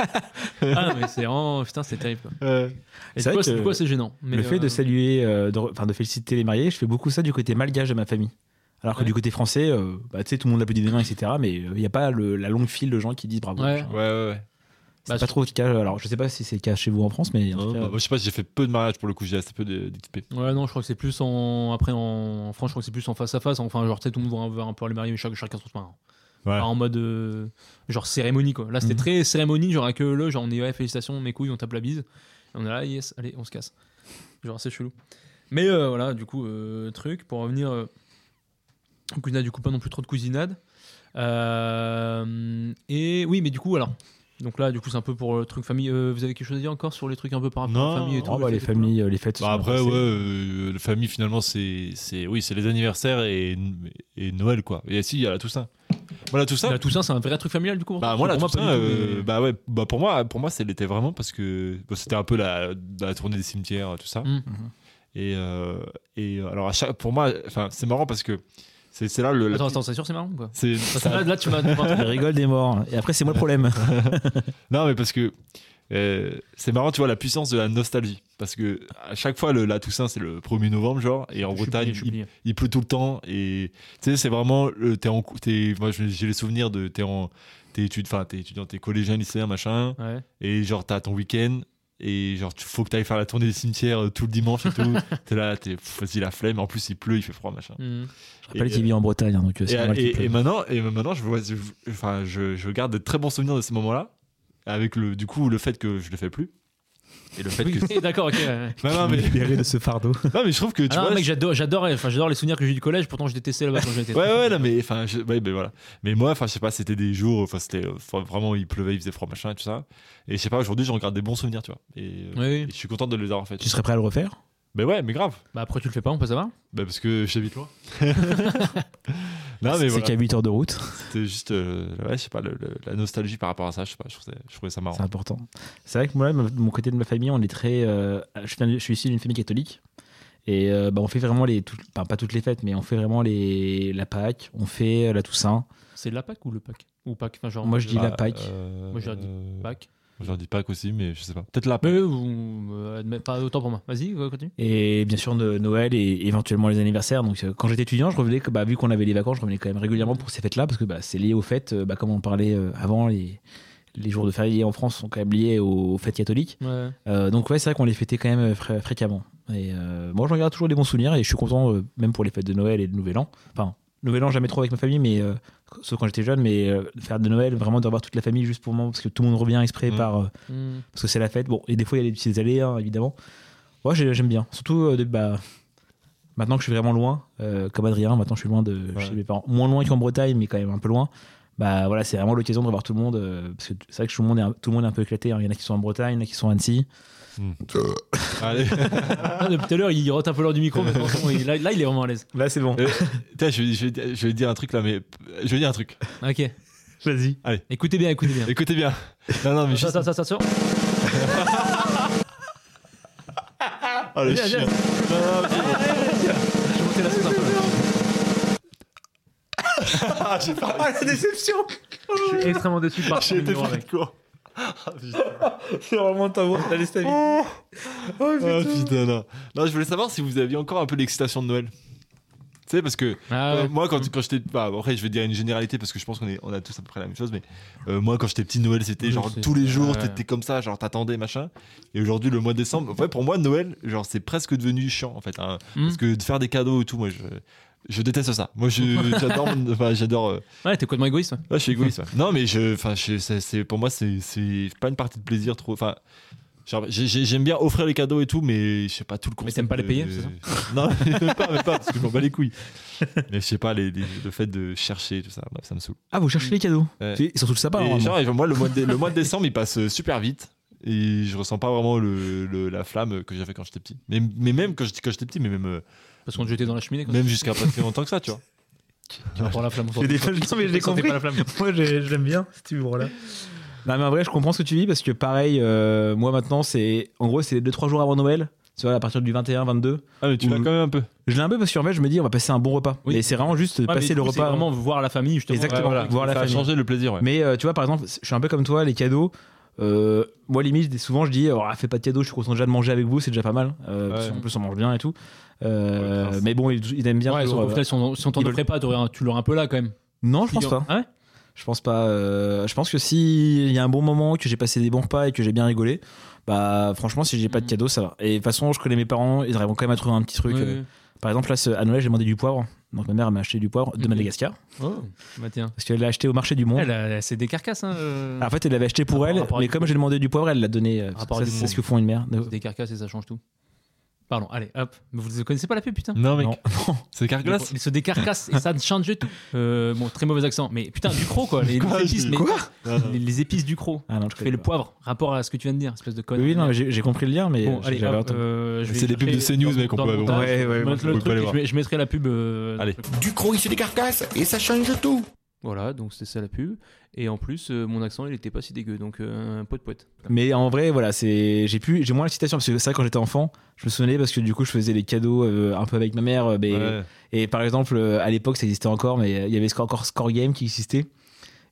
Speaker 1: Ah non, mais c'est vraiment putain, c'est terrible. quoi.
Speaker 2: Ouais.
Speaker 1: Et
Speaker 3: C'est
Speaker 1: du
Speaker 3: vrai
Speaker 1: coup, c'est
Speaker 3: que
Speaker 1: du coup, c'est gênant. Mais,
Speaker 3: le fait de
Speaker 1: euh,
Speaker 3: saluer, euh, de re- enfin de, féliciter les mariés, je fais beaucoup ça du côté malgache de ma famille. Alors que
Speaker 1: Ouais.
Speaker 3: du côté français, euh, bah, tu sais, tout le monde applaudit des mains, etc. Mais il n'y a pas le- la longue file de gens qui disent bravo.
Speaker 1: Ouais.
Speaker 3: machin.
Speaker 2: Ouais, ouais, ouais.
Speaker 3: C'est
Speaker 1: Bah,
Speaker 3: pas
Speaker 1: sur-
Speaker 3: trop le cas. Alors, je sais pas si c'est le cas chez vous en France, mais en
Speaker 1: Ah,
Speaker 3: tout
Speaker 2: Non,
Speaker 3: cas, oh,
Speaker 2: bah, moi, je sais pas, j'ai fait peu de mariages pour le coup, j'ai assez peu de- d'XP.
Speaker 1: Ouais, non, je crois que c'est plus en. Après, en, en France, je crois que c'est plus en face à face. Enfin, genre, tu sais, tout le monde va voir un peu les mariés, mais chaque- chacun son soin.
Speaker 2: Ouais.
Speaker 1: Pas en mode. euh, genre cérémonie, quoi. Là, c'était
Speaker 3: Mhm.
Speaker 1: très cérémonie, genre, que le, genre, on est, ouais, félicitations, mes couilles, on tape la bise. Et on est là, ah, yes, allez, on se casse. Genre, c'est chelou. Mais euh, voilà, du coup, euh, truc, pour revenir. Euh, au cousinat, du coup, pas non plus trop de cousinade. Euh, et oui, mais du coup, alors. Donc là, du coup, c'est un peu pour le truc famille. Euh, vous avez quelque chose à dire encore sur les trucs un peu par rapport à la
Speaker 2: Non.
Speaker 1: famille et tout
Speaker 3: oh, bah, les
Speaker 1: fêtes et tout,
Speaker 3: familles, euh, les fêtes. se
Speaker 2: Bah,
Speaker 3: sont
Speaker 2: après,
Speaker 3: passées.
Speaker 2: ouais, euh, la famille finalement, c'est c'est- oui, c'est les anniversaires et, et Noël quoi. Et si, il y a la Toussaint. Moi, la Toussaint,
Speaker 1: La Toussaint, c'est un vrai truc familial du coup. pour
Speaker 2: Bah
Speaker 1: toi
Speaker 2: moi, la
Speaker 1: Parce que pour
Speaker 2: Toussaint,
Speaker 1: pas du tout,
Speaker 2: euh,
Speaker 1: mais-
Speaker 2: bah ouais, bah pour moi, pour moi, ça l'était vraiment parce que bah, c'était un peu la, la tournée des cimetières, tout ça.
Speaker 1: Mm.
Speaker 2: Et euh, et euh, alors à chaque, pour moi, enfin c'est marrant parce que c'est c'est là le. la-
Speaker 1: Attends, attends, c'est sûr, c'est marrant ou quoi
Speaker 2: c'est
Speaker 1: Parce que là, là, tu m'as.
Speaker 3: Je rigole des morts. Et après, c'est moi le problème.
Speaker 2: non mais parce que euh, c'est marrant, tu vois, la puissance de la nostalgie. Parce que à chaque fois, le, la Toussaint, c'est le 1er novembre, genre, et en
Speaker 1: Je suis
Speaker 2: Bretagne,
Speaker 1: plié, je suis
Speaker 2: il,
Speaker 1: plié.
Speaker 2: il pleut tout le temps. Et tu sais, c'est vraiment. euh, T'es en, cou- t'es- moi, j'ai j'ai les souvenirs de. T'es en. T'es étud- enfin, t'es étudiant, t'es collégien, lycéen, machin.
Speaker 1: Ouais.
Speaker 2: et genre t'as ton week-end et genre tu- faut que t'ailles faire la tournée des cimetières euh, tout le dimanche et tout t'es là t'es pff, vas-y la flemme en plus il pleut il fait froid machin
Speaker 1: Mhm.
Speaker 3: Je rappelle
Speaker 2: Et-
Speaker 3: qu'il vit en Bretagne, hein, donc euh,
Speaker 2: et,
Speaker 3: c'est normal qu'il
Speaker 2: et- et
Speaker 3: pleuve.
Speaker 2: maintenant et maintenant je vois je- enfin je, je garde de très bons souvenirs de ces moments là avec le du coup le fait que je le fais plus Et le fait que.
Speaker 1: Et D'accord, ok. ouais, ouais.
Speaker 2: Non, non, mais,
Speaker 6: Libéré de ce fardeau.
Speaker 2: non, mais je trouve que tu
Speaker 1: Ah non,
Speaker 2: vois.
Speaker 1: mec, j'adore, j'adorais. Enfin, j'adore les souvenirs que j'ai eu du collège. Pourtant, je détestais là-bas quand j'étais.
Speaker 2: Ouais, ouais, non, mais enfin, je- ouais, mais voilà. Mais moi, enfin, je sais pas, c'était des jours, enfin, c'était euh, enfin, vraiment, il pleuvait, il faisait froid, machin, et tout ça. Et je sais pas, aujourd'hui, j'en garde des bons souvenirs, tu vois. Et, euh,
Speaker 1: Oui, oui.
Speaker 2: et je suis content de les avoir fait.
Speaker 3: Tu serais prêt à le refaire
Speaker 2: Mais ouais, mais grave.
Speaker 1: Bah après, tu le fais pas, on peut savoir.
Speaker 2: Bah, parce que j'habite loin. non, mais
Speaker 3: C'est
Speaker 2: voilà.
Speaker 3: qu'à 8 heures de route,
Speaker 2: C'était juste, euh, ouais, je sais pas, le- le- la nostalgie par rapport à ça, je sais pas, je trouvais, je trouvais ça marrant.
Speaker 3: c'est important. C'est vrai que moi, ma- mon côté de ma famille, on est très. euh, je, viens- je suis issu d'une famille catholique. Et euh, bah, on fait vraiment les. tout- enfin, pas toutes les fêtes, mais on fait vraiment les, la Pâques, on fait euh, la Toussaint.
Speaker 1: C'est la Pâque ou le Pâques Ou Pâques enfin, genre,
Speaker 3: Moi, je dis la
Speaker 2: Ah,
Speaker 3: Pâques.
Speaker 2: euh,
Speaker 1: Moi, j'aurais dit
Speaker 2: euh,
Speaker 1: Pâques.
Speaker 2: j'aurais dit Pâques aussi, mais je sais pas. Peut-être la Pâques.
Speaker 1: Mais vous, euh, admet- pas autant pour moi. Vas-y, euh, continue.
Speaker 3: Et bien sûr, no- Noël et éventuellement les anniversaires. Donc, euh, quand j'étais étudiant, je revenais, que- bah, vu qu'on avait les vacances, je revenais quand même régulièrement pour ces fêtes-là, parce que bah, c'est lié aux fêtes. euh, bah, comme on parlait euh, avant, les, les jours de férié en France sont quand même liés aux, aux fêtes catholiques.
Speaker 1: Ouais.
Speaker 3: Euh, donc, ouais, c'est vrai qu'on les fêtait quand même euh, fré- fréquemment. Et euh, moi, j'en garde toujours des bons souvenirs et je suis content, euh, même pour les fêtes de Noël et de Nouvel An. Enfin, Nouvel An, jamais trop avec ma famille, mais euh, sauf quand j'étais jeune, mais euh, faire de Noël, vraiment de revoir toute la famille juste pour moi, parce que tout le monde revient exprès
Speaker 2: Mhm.
Speaker 3: par. euh,
Speaker 1: Hmm.
Speaker 3: parce que c'est la fête. Bon, et des fois, il y a des petits allées, hein, évidemment. Moi, j'ai- j'aime bien. Surtout, euh, de- bah, maintenant que je suis vraiment loin, euh, comme Adrien, maintenant je suis loin de
Speaker 2: Ouais.
Speaker 3: chez mes parents. Moins loin qu'en Bretagne, mais quand même un peu loin. Bah voilà, c'est vraiment l'occasion de revoir tout le monde. euh, parce que t- c'est vrai que tout le monde est un, tout le monde est un peu éclaté. hein. Il y en a qui sont en Bretagne, il y en a qui sont à Annecy.
Speaker 2: Allez.
Speaker 1: Ah, depuis tout à l'heure, il rote un peu l'heure du micro, mais attention, il- là, là, il est vraiment à l'aise.
Speaker 3: Là, c'est bon.
Speaker 2: Putain, je, vais- je vais- je vais dire un truc là, mais je vais dire un truc.
Speaker 1: Ok.
Speaker 3: Vas-y.
Speaker 1: Écoutez bien, écoutez bien.
Speaker 2: Écoutez bien. Non, non, mais
Speaker 1: Ça,
Speaker 2: juste.
Speaker 1: ça, ça, ça sort.
Speaker 2: Oh, le
Speaker 1: Viens,
Speaker 2: chien.
Speaker 1: viens. Je vais monter la sauce un peu.
Speaker 6: Ah, la déception
Speaker 1: Je suis extrêmement déçu par
Speaker 2: J'ai été
Speaker 1: numéro,
Speaker 2: faire
Speaker 1: mec.
Speaker 2: quoi
Speaker 1: Oh,
Speaker 6: C'est vraiment ta voix, la déception.
Speaker 2: Ah putain, non. Non, je voulais savoir si vous aviez encore un peu l'excitation de Noël. Tu sais, parce que
Speaker 1: Ah
Speaker 2: euh,
Speaker 1: ouais.
Speaker 2: moi, quand, quand j'étais. Bah, après, je vais dire une généralité parce que je pense qu'on est, on a tous à peu près la même chose, mais euh, moi, quand j'étais petit, Noël, c'était
Speaker 1: Oui,
Speaker 2: genre
Speaker 1: c'est- Ah
Speaker 2: tous les jours,
Speaker 1: ouais.
Speaker 2: t'étais comme ça, genre t'attendais, machin. Et aujourd'hui, le mois de décembre, en fait, pour moi, Noël, genre, c'est presque devenu chiant, en fait. hein.
Speaker 1: Hmm.
Speaker 2: Parce que de faire des cadeaux et tout, moi, je. Je déteste ça. Moi, je- j'adore. enfin, j'adore. euh,
Speaker 1: Ouais, t'es complètement égoïste. ouais.
Speaker 2: Ouais, je suis égoïste. ouais. non, mais je, enfin, je- c'est- c'est- pour moi, c'est- c'est pas une partie de plaisir trop. Enfin, genre, j'ai- j'ai- j'aime bien offrir les cadeaux et tout, mais je sais pas tout le concept.
Speaker 1: t'aimes pas les
Speaker 2: de-
Speaker 1: payer, c'est ça
Speaker 2: Non, même pas, même pas, parce que je m'en bats les couilles. mais je sais pas, les, les- le fait de chercher tout ça, bref, ça me saoule.
Speaker 3: Ah, vous cherchez les cadeaux.
Speaker 2: Ouais.
Speaker 3: C'est- Ils sont hein, tout le sapin.
Speaker 2: et
Speaker 3: normalement.
Speaker 2: genre, et moi, le mois, de, dé- le mois de décembre, il passe euh, super vite. Et je ressens pas vraiment le, le- la flamme que j'avais quand j'étais petit. Mais, mais même quand j'étais quand j'étais petit, mais même, euh,
Speaker 1: Parce qu'on te jetait dans la cheminée. Quand
Speaker 2: même jusqu'à pas très longtemps que ça, tu vois.
Speaker 1: tu prends la flamme.
Speaker 6: J'ai des non, mais je l'ai
Speaker 1: Sentez
Speaker 6: compris.
Speaker 1: pas la flamme.
Speaker 6: Moi, j'ai- j'aime bien cet humour-là.
Speaker 3: Non mais en vrai je comprends ce que tu dis parce que pareil euh, moi maintenant c'est en gros c'est 2-3 jours avant Noël tu vois à partir du 21-22
Speaker 2: Ah, mais tu
Speaker 3: Ou-
Speaker 2: l'as quand même un peu.
Speaker 3: je l'ai un peu parce qu'en fait je me dis on va passer un bon repas
Speaker 1: Oui.
Speaker 3: et c'est vraiment juste
Speaker 1: Ouais, mais du
Speaker 3: passer le
Speaker 1: coup, c'est
Speaker 3: repas
Speaker 1: vraiment voir la famille, justement.
Speaker 3: Exactement, voir la
Speaker 2: ça a
Speaker 3: famille.
Speaker 2: changé le plaisir, ouais.
Speaker 3: Mais euh, tu vois, par exemple, je suis un peu comme toi, les cadeaux. euh, moi, limite, souvent, je dis, oh, ah, fais pas de cadeaux, je suis content déjà de manger avec vous, c'est déjà pas mal. Euh, parce
Speaker 2: Ouais.
Speaker 3: qu'en plus, on mange bien et tout. Euh,
Speaker 2: Ouais, grave.
Speaker 3: mais bon, ils, ils aiment bien.
Speaker 1: Ouais, ils
Speaker 3: toujours,
Speaker 1: sont- au
Speaker 3: euh,
Speaker 1: final, ils sont- ils sont en temps
Speaker 3: ils
Speaker 1: de
Speaker 3: veulent-
Speaker 1: prépa, t'aurais un- tu l'auras un peu là quand même.
Speaker 3: Non, je pense
Speaker 1: Ils-
Speaker 3: pas.
Speaker 1: Ah ouais
Speaker 3: Je pense pas. euh, je pense que s'il y a un bon moment, que j'ai passé des bons repas et que j'ai bien rigolé, bah franchement, si j'ai pas de
Speaker 1: Mhm.
Speaker 3: cadeaux, ça va. Et de toute façon, je connais mes parents, ils arriveront quand même à trouver un petit truc.
Speaker 1: Ouais,
Speaker 3: euh.
Speaker 1: ouais.
Speaker 3: Par exemple, là, ce- à Noël, j'ai demandé du poivre. Donc ma mère elle m'a acheté du poivre de
Speaker 1: Ok.
Speaker 3: Madagascar.
Speaker 1: Oh, bah tiens.
Speaker 3: Parce qu'elle l'a acheté au marché du monde.
Speaker 1: Elle, euh, c'est des carcasses, hein. euh.
Speaker 3: Ah, En fait, elle l'avait acheté pour
Speaker 1: Rapport-
Speaker 3: elle,
Speaker 1: rapport
Speaker 3: mais
Speaker 1: avec-
Speaker 3: comme j'ai demandé du poivre, elle l'a donné. euh,
Speaker 1: Rapport
Speaker 3: ça,
Speaker 1: avec-
Speaker 3: C'est ce que font une mère.
Speaker 1: C'est des carcasses et ça change tout. Pardon, allez, hop. Mais vous ne connaissez pas la pub, putain
Speaker 2: Non, mec.
Speaker 3: Non.
Speaker 2: C'est Carglass
Speaker 1: Ils se décarcassent et ça ne change tout. Euh, bon, très mauvais accent. Mais putain, du croc, quoi. Les,
Speaker 2: Quoi,
Speaker 1: les épices,
Speaker 2: je-
Speaker 1: mais-
Speaker 2: Quoi
Speaker 1: les, les épices du croc.
Speaker 3: Ah non, je
Speaker 1: Tu fais le
Speaker 3: poivre.
Speaker 1: poivre, rapport à ce que tu viens de dire, espèce de conne.
Speaker 3: Oui, non, mais j'ai j'ai compris le lien, mais
Speaker 1: Bon,
Speaker 3: euh,
Speaker 1: allez,
Speaker 3: j'avais
Speaker 1: hop,
Speaker 3: entendu.
Speaker 1: euh, je vais
Speaker 2: C'est les pubs de
Speaker 1: chercher
Speaker 2: CNews,
Speaker 1: dans-
Speaker 2: mec, on
Speaker 1: dans
Speaker 2: peut
Speaker 1: le
Speaker 2: aller
Speaker 1: montage.
Speaker 6: voir. Ouais, ouais, ouais,
Speaker 1: Je vais mettre
Speaker 2: on
Speaker 1: le
Speaker 2: peut
Speaker 1: truc
Speaker 2: aller
Speaker 1: et
Speaker 2: voir.
Speaker 1: je mets- Je mettrai la pub. euh, dans
Speaker 2: Allez.
Speaker 1: le truc.
Speaker 7: Ducrot issu des carcasses et ça change tout.
Speaker 1: Voilà, donc c'était ça la pub. Et en plus, euh, mon accent, il était pas si dégueu. Donc, euh, un pot de poète.
Speaker 3: Mais en vrai, voilà, c'est j'ai plus j'ai moins l'excitation parce que ça quand j'étais enfant, je me souvenais parce que du coup je faisais les cadeaux euh, un peu avec ma mère euh, mais-
Speaker 2: Ouais.
Speaker 3: et par exemple euh, à l'époque ça existait encore mais euh, il y avait score- encore Score Game qui existait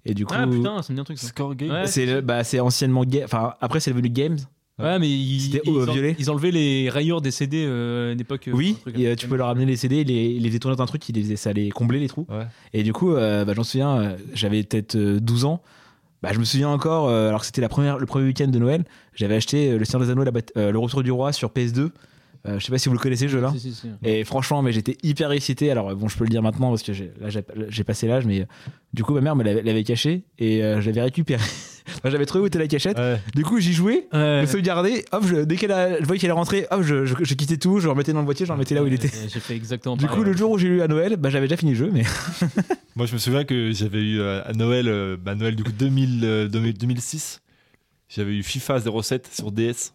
Speaker 3: et du coup
Speaker 1: Ah putain, ça me dit un truc ça.
Speaker 2: Score game.
Speaker 1: Ouais.
Speaker 3: c'est le- bah c'est anciennement Game enfin après c'est devenu Games.
Speaker 1: Ouais, mais ils,
Speaker 3: C'était
Speaker 1: ils,
Speaker 3: au-
Speaker 1: en-
Speaker 3: violet.
Speaker 1: ils enlevaient les rayures des CD euh, à une époque. euh,
Speaker 3: oui,
Speaker 1: un truc,
Speaker 3: et, euh,
Speaker 1: hein.
Speaker 3: tu peux leur amener les CD, ils les, ils les faisaient tourner dans un truc, ils les faisaient- ça allait combler les trous.
Speaker 2: Ouais.
Speaker 3: Et du coup, euh, bah, j'en souviens, euh, j'avais peut-être euh, 12 ans. Bah, je me souviens encore, euh, alors que c'était la première, le premier week-end de Noël, j'avais acheté euh, Le Seigneur des Anneaux, la bata- euh, Le Retour du Roi sur PS2. Euh, je sais pas si vous le connaissez, ce jeu-là.
Speaker 1: Si, si, si.
Speaker 3: Et franchement, mais j'étais hyper excité. Alors euh, bon, je peux le dire maintenant parce que j'ai- là j'ai- j'ai passé l'âge, mais euh, du coup ma mère me l'avait l'avait caché et euh, je l'avais récupéré. Moi, J'avais trouvé où était la cachette.
Speaker 2: Ouais.
Speaker 3: Du coup, j'y jouais.
Speaker 1: Ouais.
Speaker 3: Le sauvegarder, hop, je, dès qu'elle a- je voyais qu'elle est rentrée, hop, je, je- je quittais tout, je le remettais dans le boîtier, je le remettais là où il était.
Speaker 1: Euh, J'ai fait exactement
Speaker 3: Du
Speaker 1: pareil.
Speaker 3: coup, le jour où j'ai lu à Noël, bah, j'avais déjà fini le jeu, mais
Speaker 2: Moi, je me souviens que j'avais eu euh, à Noël, euh, bah, Noël du coup 2000, euh, 2000, 2006, j'avais eu FIFA 07 sur DS.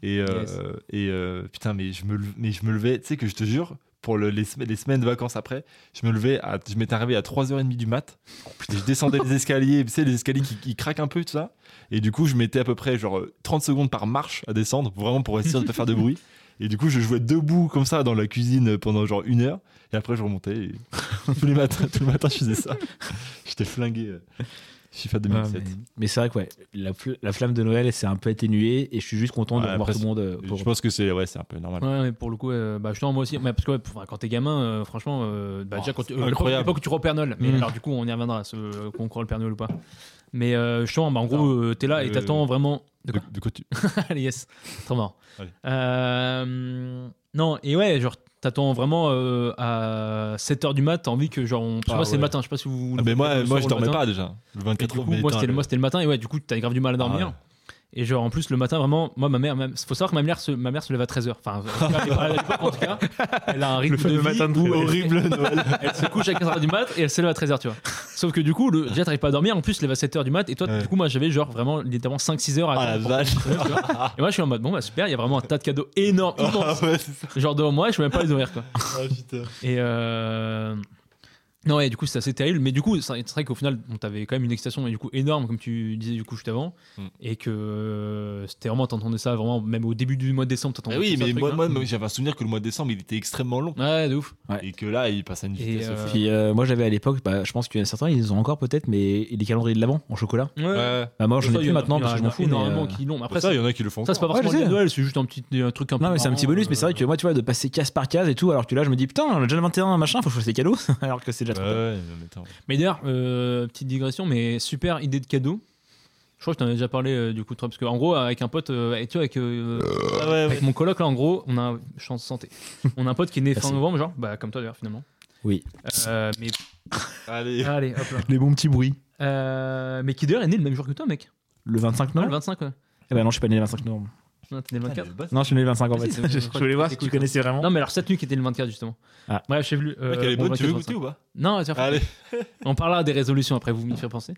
Speaker 2: Et, euh,
Speaker 1: Yes.
Speaker 2: et euh, putain, mais je me, le- mais je me levais, tu sais que je te jure, pour le- les, sem- les semaines de vacances après, je me levais, à, je m'étais réveillé à 3h30 du mat. et je descendais les escaliers, tu sais, les escaliers qui, qui craquent un peu, tout ça. Et du coup, je mettais à peu près genre euh, 30 secondes par marche à descendre, vraiment pour essayer de ne pas faire de bruit. Et du coup, je jouais debout comme ça dans la cuisine pendant genre une heure. Et après, je remontais. et tous les matins, tout le matin, je faisais ça. J'étais flingué. euh,
Speaker 1: Ah,
Speaker 2: FIFA 2007.
Speaker 3: Ah, mais, mais c'est vrai que ouais, la, fl- la flamme de Noël, elle s'est un peu atténuée et je suis juste content de
Speaker 2: Ouais,
Speaker 3: voir
Speaker 2: après,
Speaker 3: tout le monde. euh, pour-
Speaker 2: Je pense que c'est ouais, c'est un peu normal.
Speaker 1: Ouais, ouais, pour le coup, euh, bah, justement, moi aussi. mais parce que ouais, pour- enfin, quand t'es gamin, euh, franchement, euh, bah,
Speaker 2: Oh,
Speaker 1: déjà, quand tu,
Speaker 2: c'est
Speaker 1: euh,
Speaker 2: incroyable.
Speaker 1: l'époque où tu crois au Père Noël. Mais
Speaker 3: Mm.
Speaker 1: alors, du coup, on y reviendra, ce, euh, qu'on croit le Père Noël ou pas. Mais euh, justement, bah, en gros, euh, t'es là et
Speaker 2: Euh,
Speaker 1: t'attends vraiment. De
Speaker 2: De,
Speaker 1: quoi
Speaker 2: de quoi tu-
Speaker 1: Allez, yes. Trop mort.
Speaker 2: Allez.
Speaker 1: Euh, non, et ouais, genre, t'attends vraiment euh, à 7h du mat. T'as envie que, genre, on... je sais
Speaker 2: Ah,
Speaker 1: pas, c'est
Speaker 2: ouais.
Speaker 1: le matin, je sais pas si vous.
Speaker 2: Ah, mais moi,
Speaker 1: le soir
Speaker 2: moi je
Speaker 1: ou le
Speaker 2: dormais
Speaker 1: matin.
Speaker 2: pas déjà. Le
Speaker 1: Et
Speaker 2: 24
Speaker 1: du coup, moi, c'était le, moi, c'était le matin, et ouais, du coup, t'as grave du mal à
Speaker 2: Ah
Speaker 1: dormir. Et genre, en plus, le matin, vraiment, moi, ma mère, même- faut savoir que ma mère se, ma mère se lève à 13h. Enfin, à l'époque, en tout cas, elle a un rythme de vie où elle-
Speaker 2: horrible Noël.
Speaker 1: Elle se couche à 15h du mat et elle se lève à 13h, tu vois. Sauf que du coup, le, déjà, t'arrives pas à dormir, en plus, tu te lèves à 7h du mat, et toi,
Speaker 2: Ouais.
Speaker 1: du coup, moi, j'avais genre vraiment littéralement 5-6 heures à
Speaker 2: Ah la
Speaker 1: attendre pour-
Speaker 2: vache.
Speaker 1: tu vois. Et moi, je suis en mode, bon, bah super, il y a vraiment un tas de cadeaux énormes, immenses.
Speaker 2: Ah ouais, c'est ça.
Speaker 1: Genre devant moi, je peux même pas les ouvrir, quoi.
Speaker 2: Ah, putain.
Speaker 1: Et euh... non, ouais, du coup, c'est assez terrible. Mais du coup, c'est c'est vrai qu'au final, on t'avais quand même une excitation mais du coup, énorme, comme tu disais du coup juste avant.
Speaker 2: Mm.
Speaker 1: Et que euh, c'était vraiment, t'entendais ça vraiment, même au début du mois de décembre, t'entendais
Speaker 2: Ah oui,
Speaker 1: tout ça,
Speaker 2: mais
Speaker 1: truc,
Speaker 2: moi,
Speaker 1: hein.
Speaker 2: moi, moi, j'avais un souvenir que le mois de décembre, il était extrêmement long.
Speaker 1: Ouais, de ouf.
Speaker 3: Ouais.
Speaker 2: Et que là, il passe à une
Speaker 1: Et,
Speaker 2: vitesse.
Speaker 1: euh,
Speaker 3: Puis euh, moi, j'avais à l'époque, bah, je pense qu'il y en a certains, ils les ont encore peut-être, mais les calendriers de l'avant en chocolat.
Speaker 1: Ouais.
Speaker 2: Ouais.
Speaker 3: Bah, moi, j'en
Speaker 1: Ça,
Speaker 3: ai
Speaker 1: il y en
Speaker 3: plus
Speaker 1: a-
Speaker 3: maintenant
Speaker 1: il y en a
Speaker 3: parce que je m'en fous. mais,
Speaker 1: énormément
Speaker 3: euh,
Speaker 1: qui l'ont. Après,
Speaker 2: Après
Speaker 1: ça,
Speaker 2: ça, il y en a qui le font.
Speaker 1: ça, c'est pas
Speaker 2: encore.
Speaker 3: Ouais,
Speaker 1: forcément
Speaker 3: je sais.
Speaker 1: le Noël, c'est juste un petit un truc un peu.
Speaker 3: Non, mais c'est un
Speaker 1: marrant,
Speaker 3: petit bonus, mais c'est vrai
Speaker 1: euh,
Speaker 3: que moi, tu vois, de passer case par case et tout, alors que là, je me dis, putain, on a déjà le 21, machin, faut que je fasse des cadeaux, alors que c'est déjà trop tard.
Speaker 2: Ouais, non, mais attends.
Speaker 1: Mais d'ailleurs, euh, petite digression, mais super idée de cadeau. Je crois que je t'en ai déjà parlé euh, du coup, toi, parce qu'en gros, avec un pote, euh, et tu vois, avec, euh,
Speaker 2: Ah ouais, ouais.
Speaker 1: avec mon coloc, là, en gros, on a un- chance santé. On a un pote qui est né fin
Speaker 3: Merci.
Speaker 1: novembre, genre, bah, comme toi d'ailleurs, finalement.
Speaker 3: Oui.
Speaker 1: Euh, mais
Speaker 2: Allez.
Speaker 1: allez, hop là.
Speaker 3: Les bons petits bruits.
Speaker 1: Euh, mais qui d'ailleurs est né le même jour que toi, mec.
Speaker 3: Le 25
Speaker 1: Non, le
Speaker 3: novembre
Speaker 1: 25, ouais.
Speaker 3: Eh ben non, je suis pas né le 25 novembre.
Speaker 1: Non, t'es né le 24.
Speaker 3: Non, je suis né le 25 en
Speaker 1: Mais
Speaker 3: fait.
Speaker 1: si, c'est-
Speaker 3: Je voulais voir si tu connaissais vraiment.
Speaker 1: Non, mais alors, cette nuit qui était le 24, justement.
Speaker 3: Ah.
Speaker 1: Bref, j'ai vu. euh,
Speaker 2: Ah, Mec, elle est
Speaker 1: bon,
Speaker 2: bonne, tu
Speaker 1: 24,
Speaker 2: veux goûter
Speaker 1: 25.
Speaker 2: ou pas
Speaker 1: Non, tiens,
Speaker 2: Allez.
Speaker 1: On parlera des résolutions après, vous me faire penser.